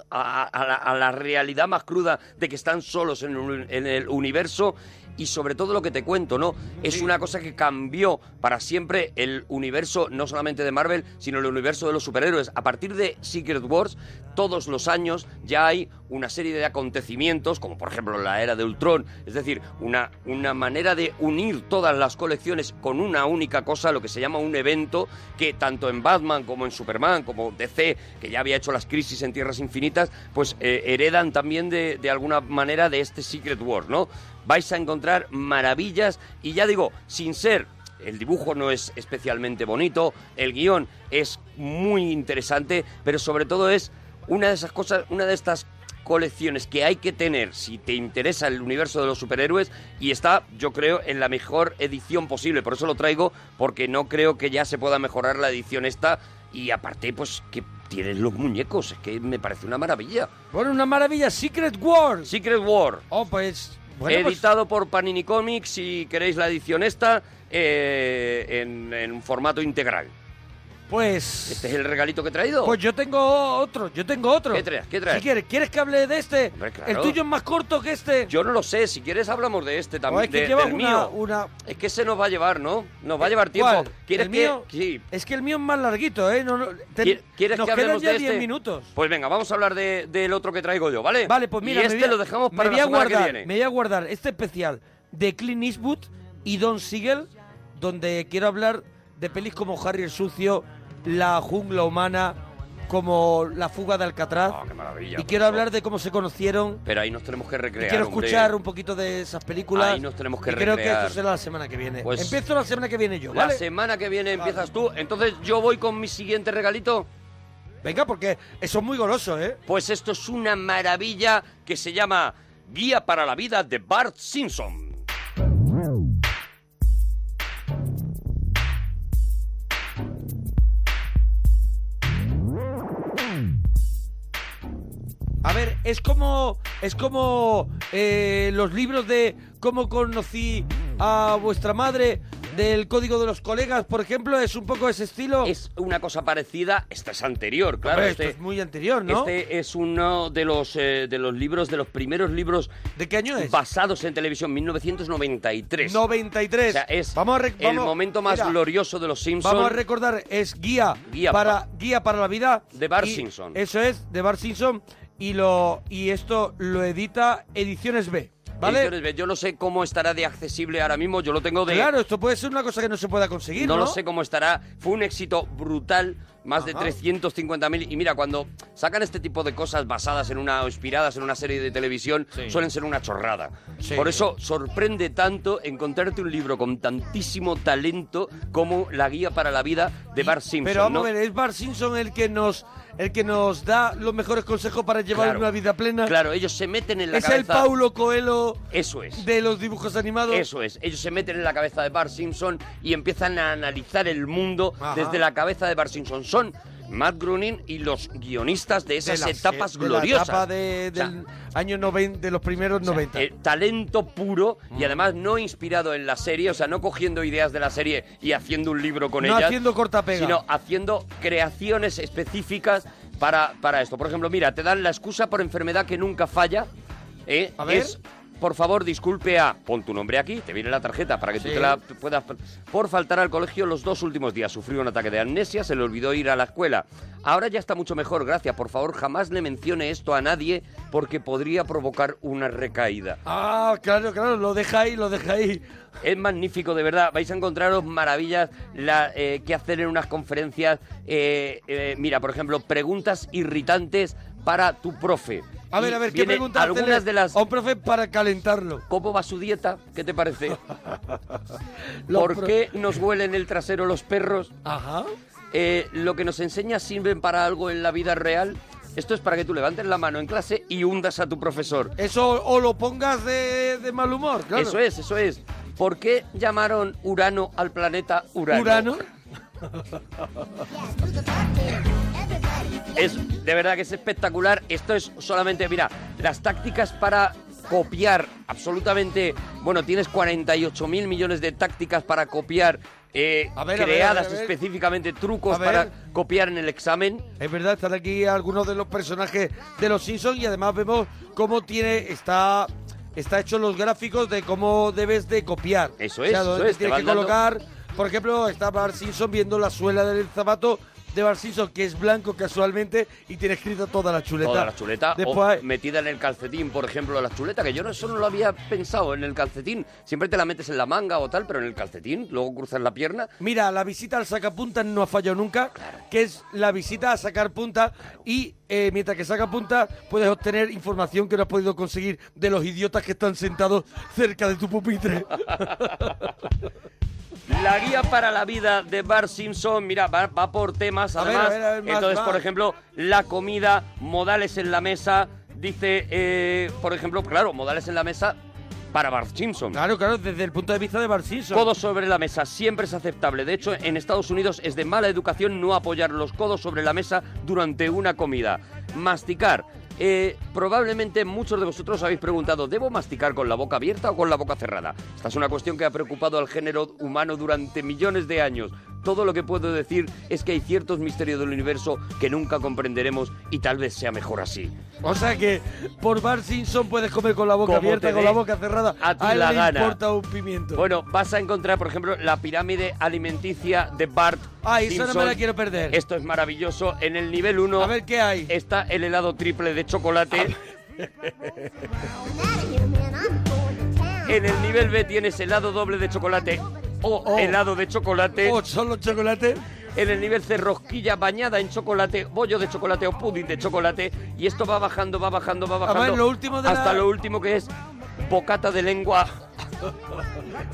Speaker 4: a- a la- a la realidad más cruda de que están solos en, un- en el universo. Y sobre todo lo que te cuento, ¿no? Es una cosa que cambió para siempre el universo, no solamente de Marvel, sino el universo de los superhéroes. A partir de Secret Wars, todos los años ya hay una serie de acontecimientos, como por ejemplo la era de Ultron, es decir, una, una manera de unir todas las colecciones con una única cosa, lo que se llama un evento, que tanto en Batman como en Superman, como DC, que ya había hecho las crisis en Tierras Infinitas, pues eh, heredan también de, de alguna manera de este Secret War, ¿no? Vais a encontrar maravillas y ya digo, sin ser el dibujo no es especialmente bonito, el guión es muy interesante, pero sobre todo es una de esas cosas, una de estas colecciones que hay que tener si te interesa el universo de los superhéroes y está yo creo en la mejor edición posible por eso lo traigo porque no creo que ya se pueda mejorar la edición esta y aparte pues que tienes los muñecos es que me parece una maravilla
Speaker 3: Bueno, una maravilla, Secret War.
Speaker 4: Secret War.
Speaker 3: Oh, pues Bueno, pues-
Speaker 4: editado por Panini Comics, si queréis la edición esta, eh, en, en un formato integral.
Speaker 3: Pues.
Speaker 4: ¿Este es el regalito que he traído?
Speaker 3: Pues yo tengo otro, yo tengo otro.
Speaker 4: ¿Qué traes? ¿Qué traes?
Speaker 3: Si quieres, ¿quieres que hable de este?
Speaker 4: claro.
Speaker 3: El tuyo es más corto que este.
Speaker 4: Yo no lo sé, si quieres hablamos de este
Speaker 3: O
Speaker 4: también,
Speaker 3: es que
Speaker 4: de-
Speaker 3: llevas
Speaker 4: del
Speaker 3: una-
Speaker 4: mío.
Speaker 3: una-
Speaker 4: Es que se nos va a llevar, ¿no? Nos va a llevar tiempo.
Speaker 3: ¿Cuál?
Speaker 4: ¿Quieres
Speaker 3: ¿El
Speaker 4: que...?
Speaker 3: mío?
Speaker 4: Sí.
Speaker 3: Es que el mío es más larguito, ¿eh? No, no- te-
Speaker 4: ¿Qui- ¿Quieres
Speaker 3: nos
Speaker 4: que
Speaker 3: quedan
Speaker 4: hablemos
Speaker 3: ya
Speaker 4: de
Speaker 3: 10
Speaker 4: este?
Speaker 3: minutos.
Speaker 4: Pues venga, vamos a hablar de- del otro que traigo yo, ¿vale?
Speaker 3: Vale, pues mira,
Speaker 4: y
Speaker 3: me
Speaker 4: este
Speaker 3: voy a-
Speaker 4: lo dejamos para
Speaker 3: me voy
Speaker 4: la
Speaker 3: a
Speaker 4: semana
Speaker 3: guardar,
Speaker 4: que viene.
Speaker 3: Me voy a guardar este especial de Clint Eastwood y Don Siegel, donde quiero hablar de pelis como Harry el Sucio, La Jungla Humana, como La Fuga de Alcatraz.
Speaker 4: Ah, maravilla,
Speaker 3: y
Speaker 4: por
Speaker 3: quiero
Speaker 4: favor.
Speaker 3: hablar de cómo se conocieron.
Speaker 4: Pero ahí nos tenemos que recrear,
Speaker 3: y quiero
Speaker 4: hombre.
Speaker 3: escuchar un poquito de esas películas.
Speaker 4: Ahí nos tenemos que
Speaker 3: y creo que
Speaker 4: recrear.
Speaker 3: esto será la semana que viene.
Speaker 4: Pues-
Speaker 3: Empiezo la semana que viene yo,
Speaker 4: La
Speaker 3: ¿vale?
Speaker 4: semana que viene empiezas tú, entonces yo voy con mi siguiente regalito.
Speaker 3: Venga, porque eso es muy goloso, ¿eh?
Speaker 4: Pues esto es una maravilla que se llama Guía para la Vida de Bart Simpson.
Speaker 3: A ver, es como. Es como. eh, los libros de cómo conocí a vuestra madre. Del código de los colegas, por ejemplo, es un poco ese estilo.
Speaker 4: Es una cosa parecida, esta es anterior, claro.
Speaker 3: Hombre,
Speaker 4: este,
Speaker 3: esto es muy anterior, ¿no?
Speaker 4: Este es uno de los, eh, de los libros, de los primeros libros.
Speaker 3: ¿De qué año es?
Speaker 4: Basados en televisión, 1993.
Speaker 3: 93.
Speaker 4: O sea, es
Speaker 3: Vamos a re-
Speaker 4: el
Speaker 3: vamos-
Speaker 4: momento más
Speaker 3: mira,
Speaker 4: glorioso de los Simpsons.
Speaker 3: Vamos a recordar, es guía,
Speaker 4: Guía
Speaker 3: para
Speaker 4: pa-
Speaker 3: guía para la vida
Speaker 4: De Bart
Speaker 3: y-
Speaker 4: Simpson.
Speaker 3: Eso es de Bart Simpson y lo y esto lo edita Ediciones B, ¿vale?
Speaker 4: Ediciones B. Yo no sé cómo estará de accesible ahora mismo, yo lo tengo de...
Speaker 3: Claro, esto puede ser una cosa que no se pueda conseguir, ¿no?
Speaker 4: No lo sé cómo estará. Fue un éxito brutal, más
Speaker 3: Ajá.
Speaker 4: de 350.000. Y mira, cuando sacan este tipo de cosas basadas en una o inspiradas en una serie de televisión,
Speaker 3: Sí.
Speaker 4: suelen ser una chorrada.
Speaker 3: Sí.
Speaker 4: Por eso sorprende tanto encontrarte un libro con tantísimo talento como La Guía para la Vida de Bart Simpson.
Speaker 3: Pero vamos
Speaker 4: ¿no?
Speaker 3: a ver, es Bart Simpson el que nos el que nos da los mejores consejos para llevar
Speaker 4: Claro.
Speaker 3: una vida plena.
Speaker 4: Claro, ellos se meten en la
Speaker 3: es el
Speaker 4: cabeza.
Speaker 3: Paulo Coelho
Speaker 4: Eso es.
Speaker 3: de los dibujos animados.
Speaker 4: Eso es, ellos se meten en la cabeza de Bart Simpson y empiezan a analizar el mundo
Speaker 3: Ajá.
Speaker 4: desde la cabeza de Bart Simpson. Son Matt Groening y los guionistas de esas
Speaker 3: De la-
Speaker 4: etapas
Speaker 3: de
Speaker 4: gloriosas.
Speaker 3: La etapa de, del año 90, de los primeros 90.
Speaker 4: Eh, talento puro
Speaker 3: Mm.
Speaker 4: y además no inspirado en la serie, o sea, no cogiendo ideas de la serie y haciendo un libro con
Speaker 3: no
Speaker 4: ellas,
Speaker 3: haciendo cortapega.
Speaker 4: sino haciendo creaciones específicas para, para esto. Por ejemplo, mira, te dan la excusa por enfermedad que nunca falla. ¿eh?
Speaker 3: A ver.
Speaker 4: Es, por favor, disculpe a. Pon tu nombre aquí, te viene la tarjeta para que tú
Speaker 3: Sí.
Speaker 4: te la puedas. Por faltar al colegio los dos últimos días. Sufrió un ataque de amnesia, se le olvidó ir a la escuela. Ahora ya está mucho mejor, gracias. Por favor, jamás le mencione esto a nadie porque podría provocar una recaída.
Speaker 3: Ah, claro, claro, lo deja ahí, lo deja ahí.
Speaker 4: Es magnífico, de verdad. Vais a encontraros maravillas la, eh, que hacer en unas conferencias. Eh, eh, mira, por ejemplo, preguntas irritantes para tu profe.
Speaker 3: A ver,
Speaker 4: Y
Speaker 3: a ver, ¿qué
Speaker 4: vienen
Speaker 3: preguntas
Speaker 4: Algunas de las...
Speaker 3: a un Oh, profe para calentarlo?
Speaker 4: ¿Cómo va su dieta? ¿Qué te parece?
Speaker 3: Los
Speaker 4: ¿Por
Speaker 3: pro-
Speaker 4: qué nos huelen el trasero los perros?
Speaker 3: Ajá.
Speaker 4: Eh, ¿Lo que nos enseña sirven para algo en la vida real? Esto es para que tú levantes la mano en clase y hundas a tu profesor.
Speaker 3: Eso o lo pongas de, de mal humor, claro.
Speaker 4: Eso es, eso es. ¿Por qué llamaron Urano al planeta Urano?
Speaker 3: Urano.
Speaker 4: Es de verdad que es espectacular. Esto es solamente, mira, las tácticas para copiar absolutamente, bueno, tienes 48 mil millones de tácticas para copiar eh,
Speaker 3: ver, a ver,
Speaker 4: creadas
Speaker 3: a ver, a ver.
Speaker 4: específicamente
Speaker 3: A
Speaker 4: trucos
Speaker 3: ver.
Speaker 4: para copiar en el examen.
Speaker 3: Es verdad, están aquí algunos de los personajes de los Simpsons y además vemos cómo tiene, está, está hecho los gráficos de cómo debes de copiar.
Speaker 4: Eso
Speaker 3: O
Speaker 4: es,
Speaker 3: sea,
Speaker 4: eso
Speaker 3: dónde
Speaker 4: es, te
Speaker 3: tienes
Speaker 4: van
Speaker 3: que
Speaker 4: dando-
Speaker 3: colocar, por ejemplo, está Bart Simpson viendo la suela del zapato de Bart Simpson, que es blanco casualmente y tiene escrito toda la chuleta.
Speaker 4: Toda la chuleta oh.
Speaker 3: Después
Speaker 4: o
Speaker 3: hay-
Speaker 4: metida en el calcetín, por ejemplo, la chuleta, que yo no, eso no lo había pensado en el calcetín. Siempre te la metes en la manga o tal, pero en el calcetín, luego cruzas la pierna.
Speaker 3: Mira, la visita al sacapuntas no ha fallado nunca, que es la visita a sacar punta y eh, mientras que saca punta puedes obtener información que no has podido conseguir de los idiotas que están sentados cerca de tu pupitre.
Speaker 4: La guía para la vida de Bart Simpson, mira, va, va por temas
Speaker 3: A ver,
Speaker 4: además.
Speaker 3: a ver, a ver, más,
Speaker 4: Entonces,
Speaker 3: más.
Speaker 4: por ejemplo, la comida, modales en la mesa, dice, eh, por ejemplo, claro, modales en la mesa para Bart Simpson.
Speaker 3: Claro, claro, desde el punto de vista de Bart Simpson.
Speaker 4: Codo sobre la mesa siempre es aceptable. De hecho, en Estados Unidos es de mala educación no apoyar los codos sobre la mesa durante una comida. Masticar. Eh, probablemente muchos de vosotros habéis preguntado, ¿debo masticar con la boca abierta o con la boca cerrada? Esta es una cuestión que ha preocupado al género humano durante millones de años. Todo lo que puedo decir es que hay ciertos misterios del universo que nunca comprenderemos y tal vez sea mejor así.
Speaker 3: O sea que por Bar Simpson puedes comer con la boca
Speaker 4: Como
Speaker 3: abierta,
Speaker 4: te
Speaker 3: con
Speaker 4: dé
Speaker 3: la boca cerrada.
Speaker 4: a ti
Speaker 3: él
Speaker 4: la
Speaker 3: le
Speaker 4: gana.
Speaker 3: importa un pimiento.
Speaker 4: Bueno, vas a encontrar, por ejemplo, la pirámide alimenticia de Bart.
Speaker 3: Ah, eso no me la quiero
Speaker 4: perder. Esto es maravilloso. En el nivel 1. A ver
Speaker 3: qué hay.
Speaker 4: Está el helado triple de chocolate. en el nivel B tienes helado doble de chocolate o helado de chocolate. O
Speaker 3: solo chocolate.
Speaker 4: En el nivel C, rosquilla bañada en chocolate, bollo de chocolate o pudding de chocolate. Y esto va bajando, va bajando, va bajando.
Speaker 3: Además, lo último de la-
Speaker 4: hasta lo último que es bocata de lengua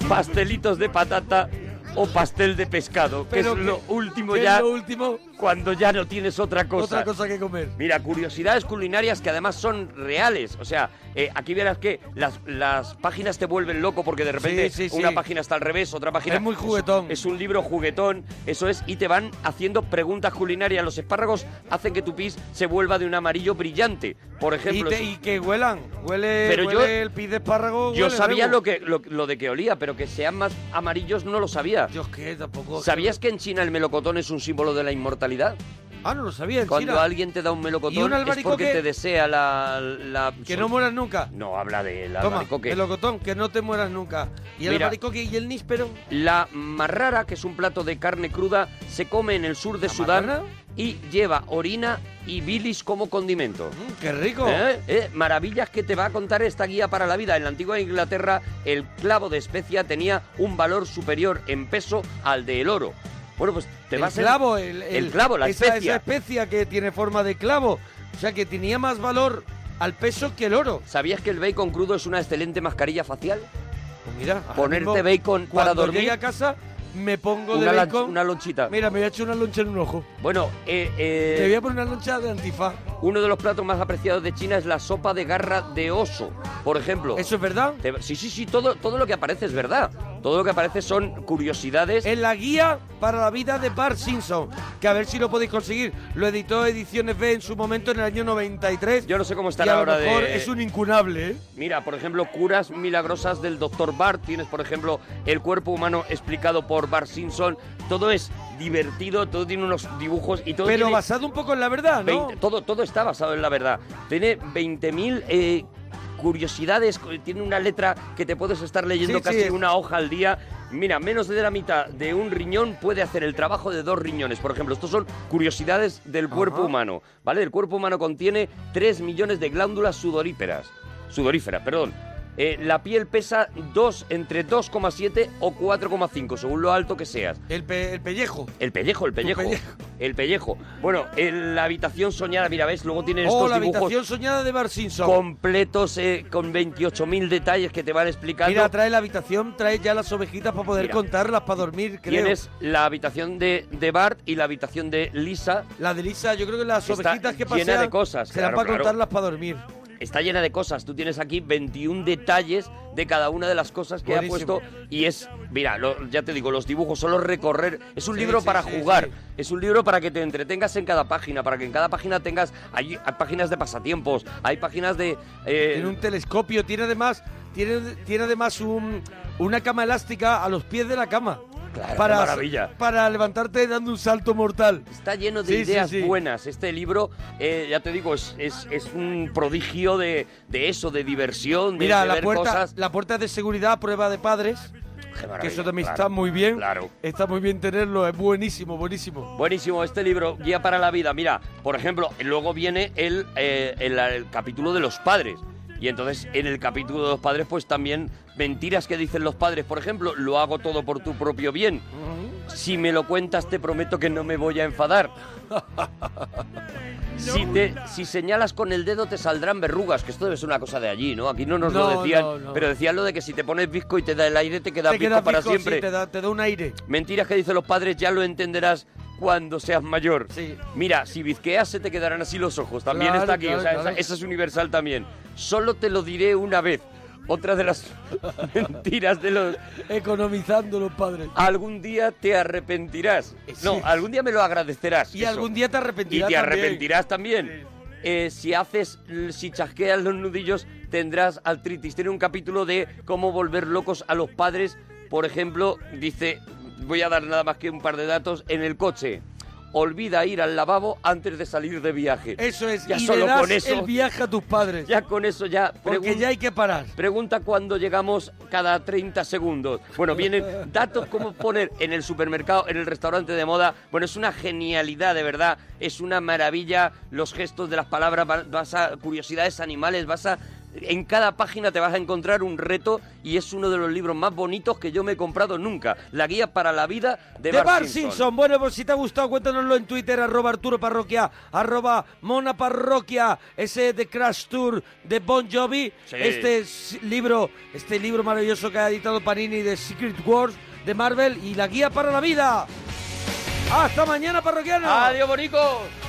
Speaker 4: pastelitos de patata o pastel de pescado, que
Speaker 3: Pero
Speaker 4: es
Speaker 3: que-
Speaker 4: lo último
Speaker 3: que es
Speaker 4: ya.
Speaker 3: lo último.
Speaker 4: Cuando ya no tienes otra cosa.
Speaker 3: Otra cosa que comer.
Speaker 4: Mira, curiosidades culinarias que además son reales. O sea, eh, aquí verás que las, las páginas te vuelven loco porque de repente
Speaker 3: Sí, sí, sí.
Speaker 4: una página está al revés, otra página.
Speaker 3: Es muy juguetón.
Speaker 4: Es, un libro juguetón, eso es, y te van haciendo preguntas culinarias. Los espárragos hacen que tu pis se vuelva de un amarillo brillante. Por ejemplo.
Speaker 3: y, te- y que huelan. Huele,
Speaker 4: Pero yo-
Speaker 3: huele el pis de espárrago.
Speaker 4: Yo
Speaker 3: huele
Speaker 4: sabía
Speaker 3: rebo.
Speaker 4: lo, que, lo, lo de que olía, pero que sean más amarillos no lo sabía.
Speaker 3: Yo es que tampoco.
Speaker 4: ¿Sabías que en China el melocotón es un símbolo de la inmortalidad?
Speaker 3: Ah, no lo sabía. En
Speaker 4: Cuando
Speaker 3: China.
Speaker 4: alguien te da un
Speaker 3: ¿Y un
Speaker 4: melocotón es
Speaker 3: albaricoque?
Speaker 4: porque te desea la... la-
Speaker 3: Que no mueras nunca.
Speaker 4: No, habla del
Speaker 3: Toma,
Speaker 4: albaricoque.
Speaker 3: melocotón, que no te mueras nunca. Y el
Speaker 4: Mira.
Speaker 3: albaricoque y el níspero.
Speaker 4: La marrara, que es un plato de carne cruda, se come en el sur de Sudán y lleva orina y bilis como condimento.
Speaker 3: Mm, ¡Qué rico!
Speaker 4: ¿Eh? ¿Eh? Maravillas que te va a contar esta guía para la vida. En la antigua Inglaterra, el clavo de especia tenía un valor superior en peso al del oro. Bueno, pues te
Speaker 3: el
Speaker 4: vas a-
Speaker 3: clavo, el, el-
Speaker 4: clavo, la
Speaker 3: esa,
Speaker 4: especia.
Speaker 3: Esa especia que tiene forma de clavo. O sea, que tenía más valor al peso que el oro.
Speaker 4: ¿Sabías que el bacon crudo es una excelente mascarilla facial?
Speaker 3: pues mira, ahora
Speaker 4: Ponerte
Speaker 3: mismo,
Speaker 4: bacon para
Speaker 3: cuando
Speaker 4: dormir.
Speaker 3: llegue a casa, me pongo
Speaker 4: Una,
Speaker 3: de
Speaker 4: lan-
Speaker 3: bacon.
Speaker 4: una lonchita.
Speaker 3: Mira, me voy a echar una loncha en un ojo.
Speaker 4: Bueno, eh, eh,
Speaker 3: Me voy a poner una loncha de antifaz.
Speaker 4: uno de los platos más apreciados de China es la sopa de garra de oso, por ejemplo.
Speaker 3: ¿Eso es verdad?
Speaker 4: sí, sí, sí, todo, todo lo que aparece es verdad. Todo lo que aparece son curiosidades.
Speaker 3: En la guía para la vida de Bart Simpson, que a ver si lo podéis conseguir. Lo editó Ediciones B en su momento en el año 93. Yo
Speaker 4: no sé cómo
Speaker 3: y
Speaker 4: estará
Speaker 3: a lo
Speaker 4: ahora de-
Speaker 3: mejor es un incunable, ¿eh?
Speaker 4: Mira, por ejemplo, curas milagrosas del doctor Bart. Tienes, por ejemplo, el cuerpo humano explicado por Bart Simpson. Todo es divertido, todo tiene unos dibujos y todo
Speaker 3: Pero
Speaker 4: tiene
Speaker 3: basado un poco en la verdad, ¿no?
Speaker 4: 20 todo, todo está basado en la verdad. Tiene 20.000 eh, curiosidades, cu- tiene una letra que te puedes estar leyendo
Speaker 3: Sí,
Speaker 4: casi
Speaker 3: sí.
Speaker 4: una hoja al día. Mira, menos de la mitad de un riñón puede hacer el trabajo de dos riñones. Por ejemplo, estos son curiosidades del cuerpo humano, ¿vale? El cuerpo humano contiene 3 millones de glándulas sudoríferas. Sudoríferas, perdón. Eh, la piel pesa 2, entre 2,7 o 4,5, según lo alto que seas.
Speaker 3: El, pe- el pellejo.
Speaker 4: El pellejo, el pellejo.
Speaker 3: pellejo.
Speaker 4: El pellejo. Bueno, el- la habitación soñada, mira, ¿ves? Luego tienen
Speaker 3: Oh,
Speaker 4: estos
Speaker 3: la
Speaker 4: dibujos
Speaker 3: habitación soñada de Bart Simpson.
Speaker 4: completos eh, con 28.000 detalles que te van explicando.
Speaker 3: Mira, trae la habitación, trae ya las ovejitas para poder
Speaker 4: Mira.
Speaker 3: contarlas, para dormir, creo.
Speaker 4: Tienes la habitación de, de Bart y la habitación de Lisa.
Speaker 3: La de Lisa, yo creo que las
Speaker 4: Está
Speaker 3: ovejitas que
Speaker 4: llena
Speaker 3: pasean
Speaker 4: de cosas,
Speaker 3: serán
Speaker 4: claro,
Speaker 3: para
Speaker 4: claro.
Speaker 3: contarlas para dormir.
Speaker 4: Está llena de cosas. Tú tienes aquí 21 detalles de cada una de las cosas que
Speaker 3: Buenísimo.
Speaker 4: ha puesto. Y es, mira, lo- ya te digo, los dibujos, solo recorrer. Es un
Speaker 3: Sí,
Speaker 4: libro
Speaker 3: sí,
Speaker 4: para
Speaker 3: sí,
Speaker 4: jugar.
Speaker 3: sí.
Speaker 4: Es un libro para que te entretengas en cada página, para que en cada página tengas. Hay, hay páginas de pasatiempos, hay páginas de. eh,
Speaker 3: Tiene un telescopio, tiene además, tiene, tiene además un, una cama elástica a los pies de la cama.
Speaker 4: Claro, qué maravilla.
Speaker 3: Para levantarte dando un salto mortal.
Speaker 4: Está lleno de
Speaker 3: Sí, sí,
Speaker 4: ideas
Speaker 3: sí.
Speaker 4: buenas. Este libro, eh, ya te digo, es, es- es un prodigio de, de eso, de diversión, de,
Speaker 3: Mira,
Speaker 4: de
Speaker 3: la
Speaker 4: ver
Speaker 3: puerta,
Speaker 4: cosas.
Speaker 3: la puerta de seguridad a prueba de padres. Que eso también está muy bien.
Speaker 4: Claro.
Speaker 3: Está muy bien tenerlo, es buenísimo, buenísimo.
Speaker 4: Buenísimo este libro, Guía para la Vida. Mira, por ejemplo, luego viene el, eh, el- el capítulo de los padres. Y entonces en el capítulo de los padres, pues también mentiras que dicen los padres. Por ejemplo, lo hago todo por tu propio bien. Si me lo cuentas, te prometo que no me voy a enfadar. Si, te, si señalas con el dedo te saldrán verrugas, que esto debe ser una cosa de allí, ¿no? Aquí no nos
Speaker 3: No,
Speaker 4: lo decían,
Speaker 3: no, no.
Speaker 4: pero decían lo de que si te pones bizco y te da el aire, te queda
Speaker 3: te
Speaker 4: bizco
Speaker 3: queda
Speaker 4: para
Speaker 3: pico, sí,
Speaker 4: siempre.
Speaker 3: te, da, te da un aire.
Speaker 4: Mentiras que dicen los padres, ya lo entenderás cuando seas mayor. Mira, si bizqueas se te quedarán así los ojos. También
Speaker 3: Claro,
Speaker 4: está aquí,
Speaker 3: claro,
Speaker 4: o sea,
Speaker 3: claro.
Speaker 4: esa, esa es universal también. Solo te lo diré una vez. Otra de las mentiras de los...
Speaker 3: Economizando los padres. Eh,
Speaker 4: Algún día te arrepentirás. No,
Speaker 3: Sí.
Speaker 4: algún día me lo agradecerás.
Speaker 3: Y
Speaker 4: eso.
Speaker 3: algún día te arrepentirás
Speaker 4: Y te
Speaker 3: también.
Speaker 4: arrepentirás también. eh, si haces, si chasqueas los nudillos, tendrás artritis. Tiene un capítulo de cómo volver locos a los padres. Por ejemplo, dice, voy a dar nada más que un par de datos, en el coche. Olvida ir al lavabo antes de salir de viaje.
Speaker 3: Eso es,
Speaker 4: ya
Speaker 3: y
Speaker 4: solo
Speaker 3: le das
Speaker 4: con eso.
Speaker 3: el viaje a tus padres.
Speaker 4: Ya con eso ya.
Speaker 3: Porque
Speaker 4: pregun-
Speaker 3: ya hay que parar.
Speaker 4: Pregunta cuando llegamos cada 30 segundos. Bueno, vienen datos como poner en el supermercado, en el restaurante de moda. Bueno, es una genialidad, de verdad. Es una maravilla los gestos de las palabras. va- Vas a curiosidades animales, vas a... En cada página te vas a encontrar un reto y es uno de los libros más bonitos que yo me he comprado nunca. La guía para la vida de,
Speaker 3: de
Speaker 4: Bart
Speaker 3: Bar
Speaker 4: Simpson.
Speaker 3: Simpson. Bueno, pues si te ha gustado, cuéntanoslo en Twitter, arroba Arturo Parroquia, arroba Mona Parroquia, ese de Crash Tour de Bon Jovi,
Speaker 4: Sí.
Speaker 3: este s- libro, este libro maravilloso que ha editado Panini de Secret Wars de Marvel y la guía para la vida. ¡Hasta mañana, parroquianos!
Speaker 4: ¡Adiós, bonicos!
Speaker 2: Oh, Oh, Oh,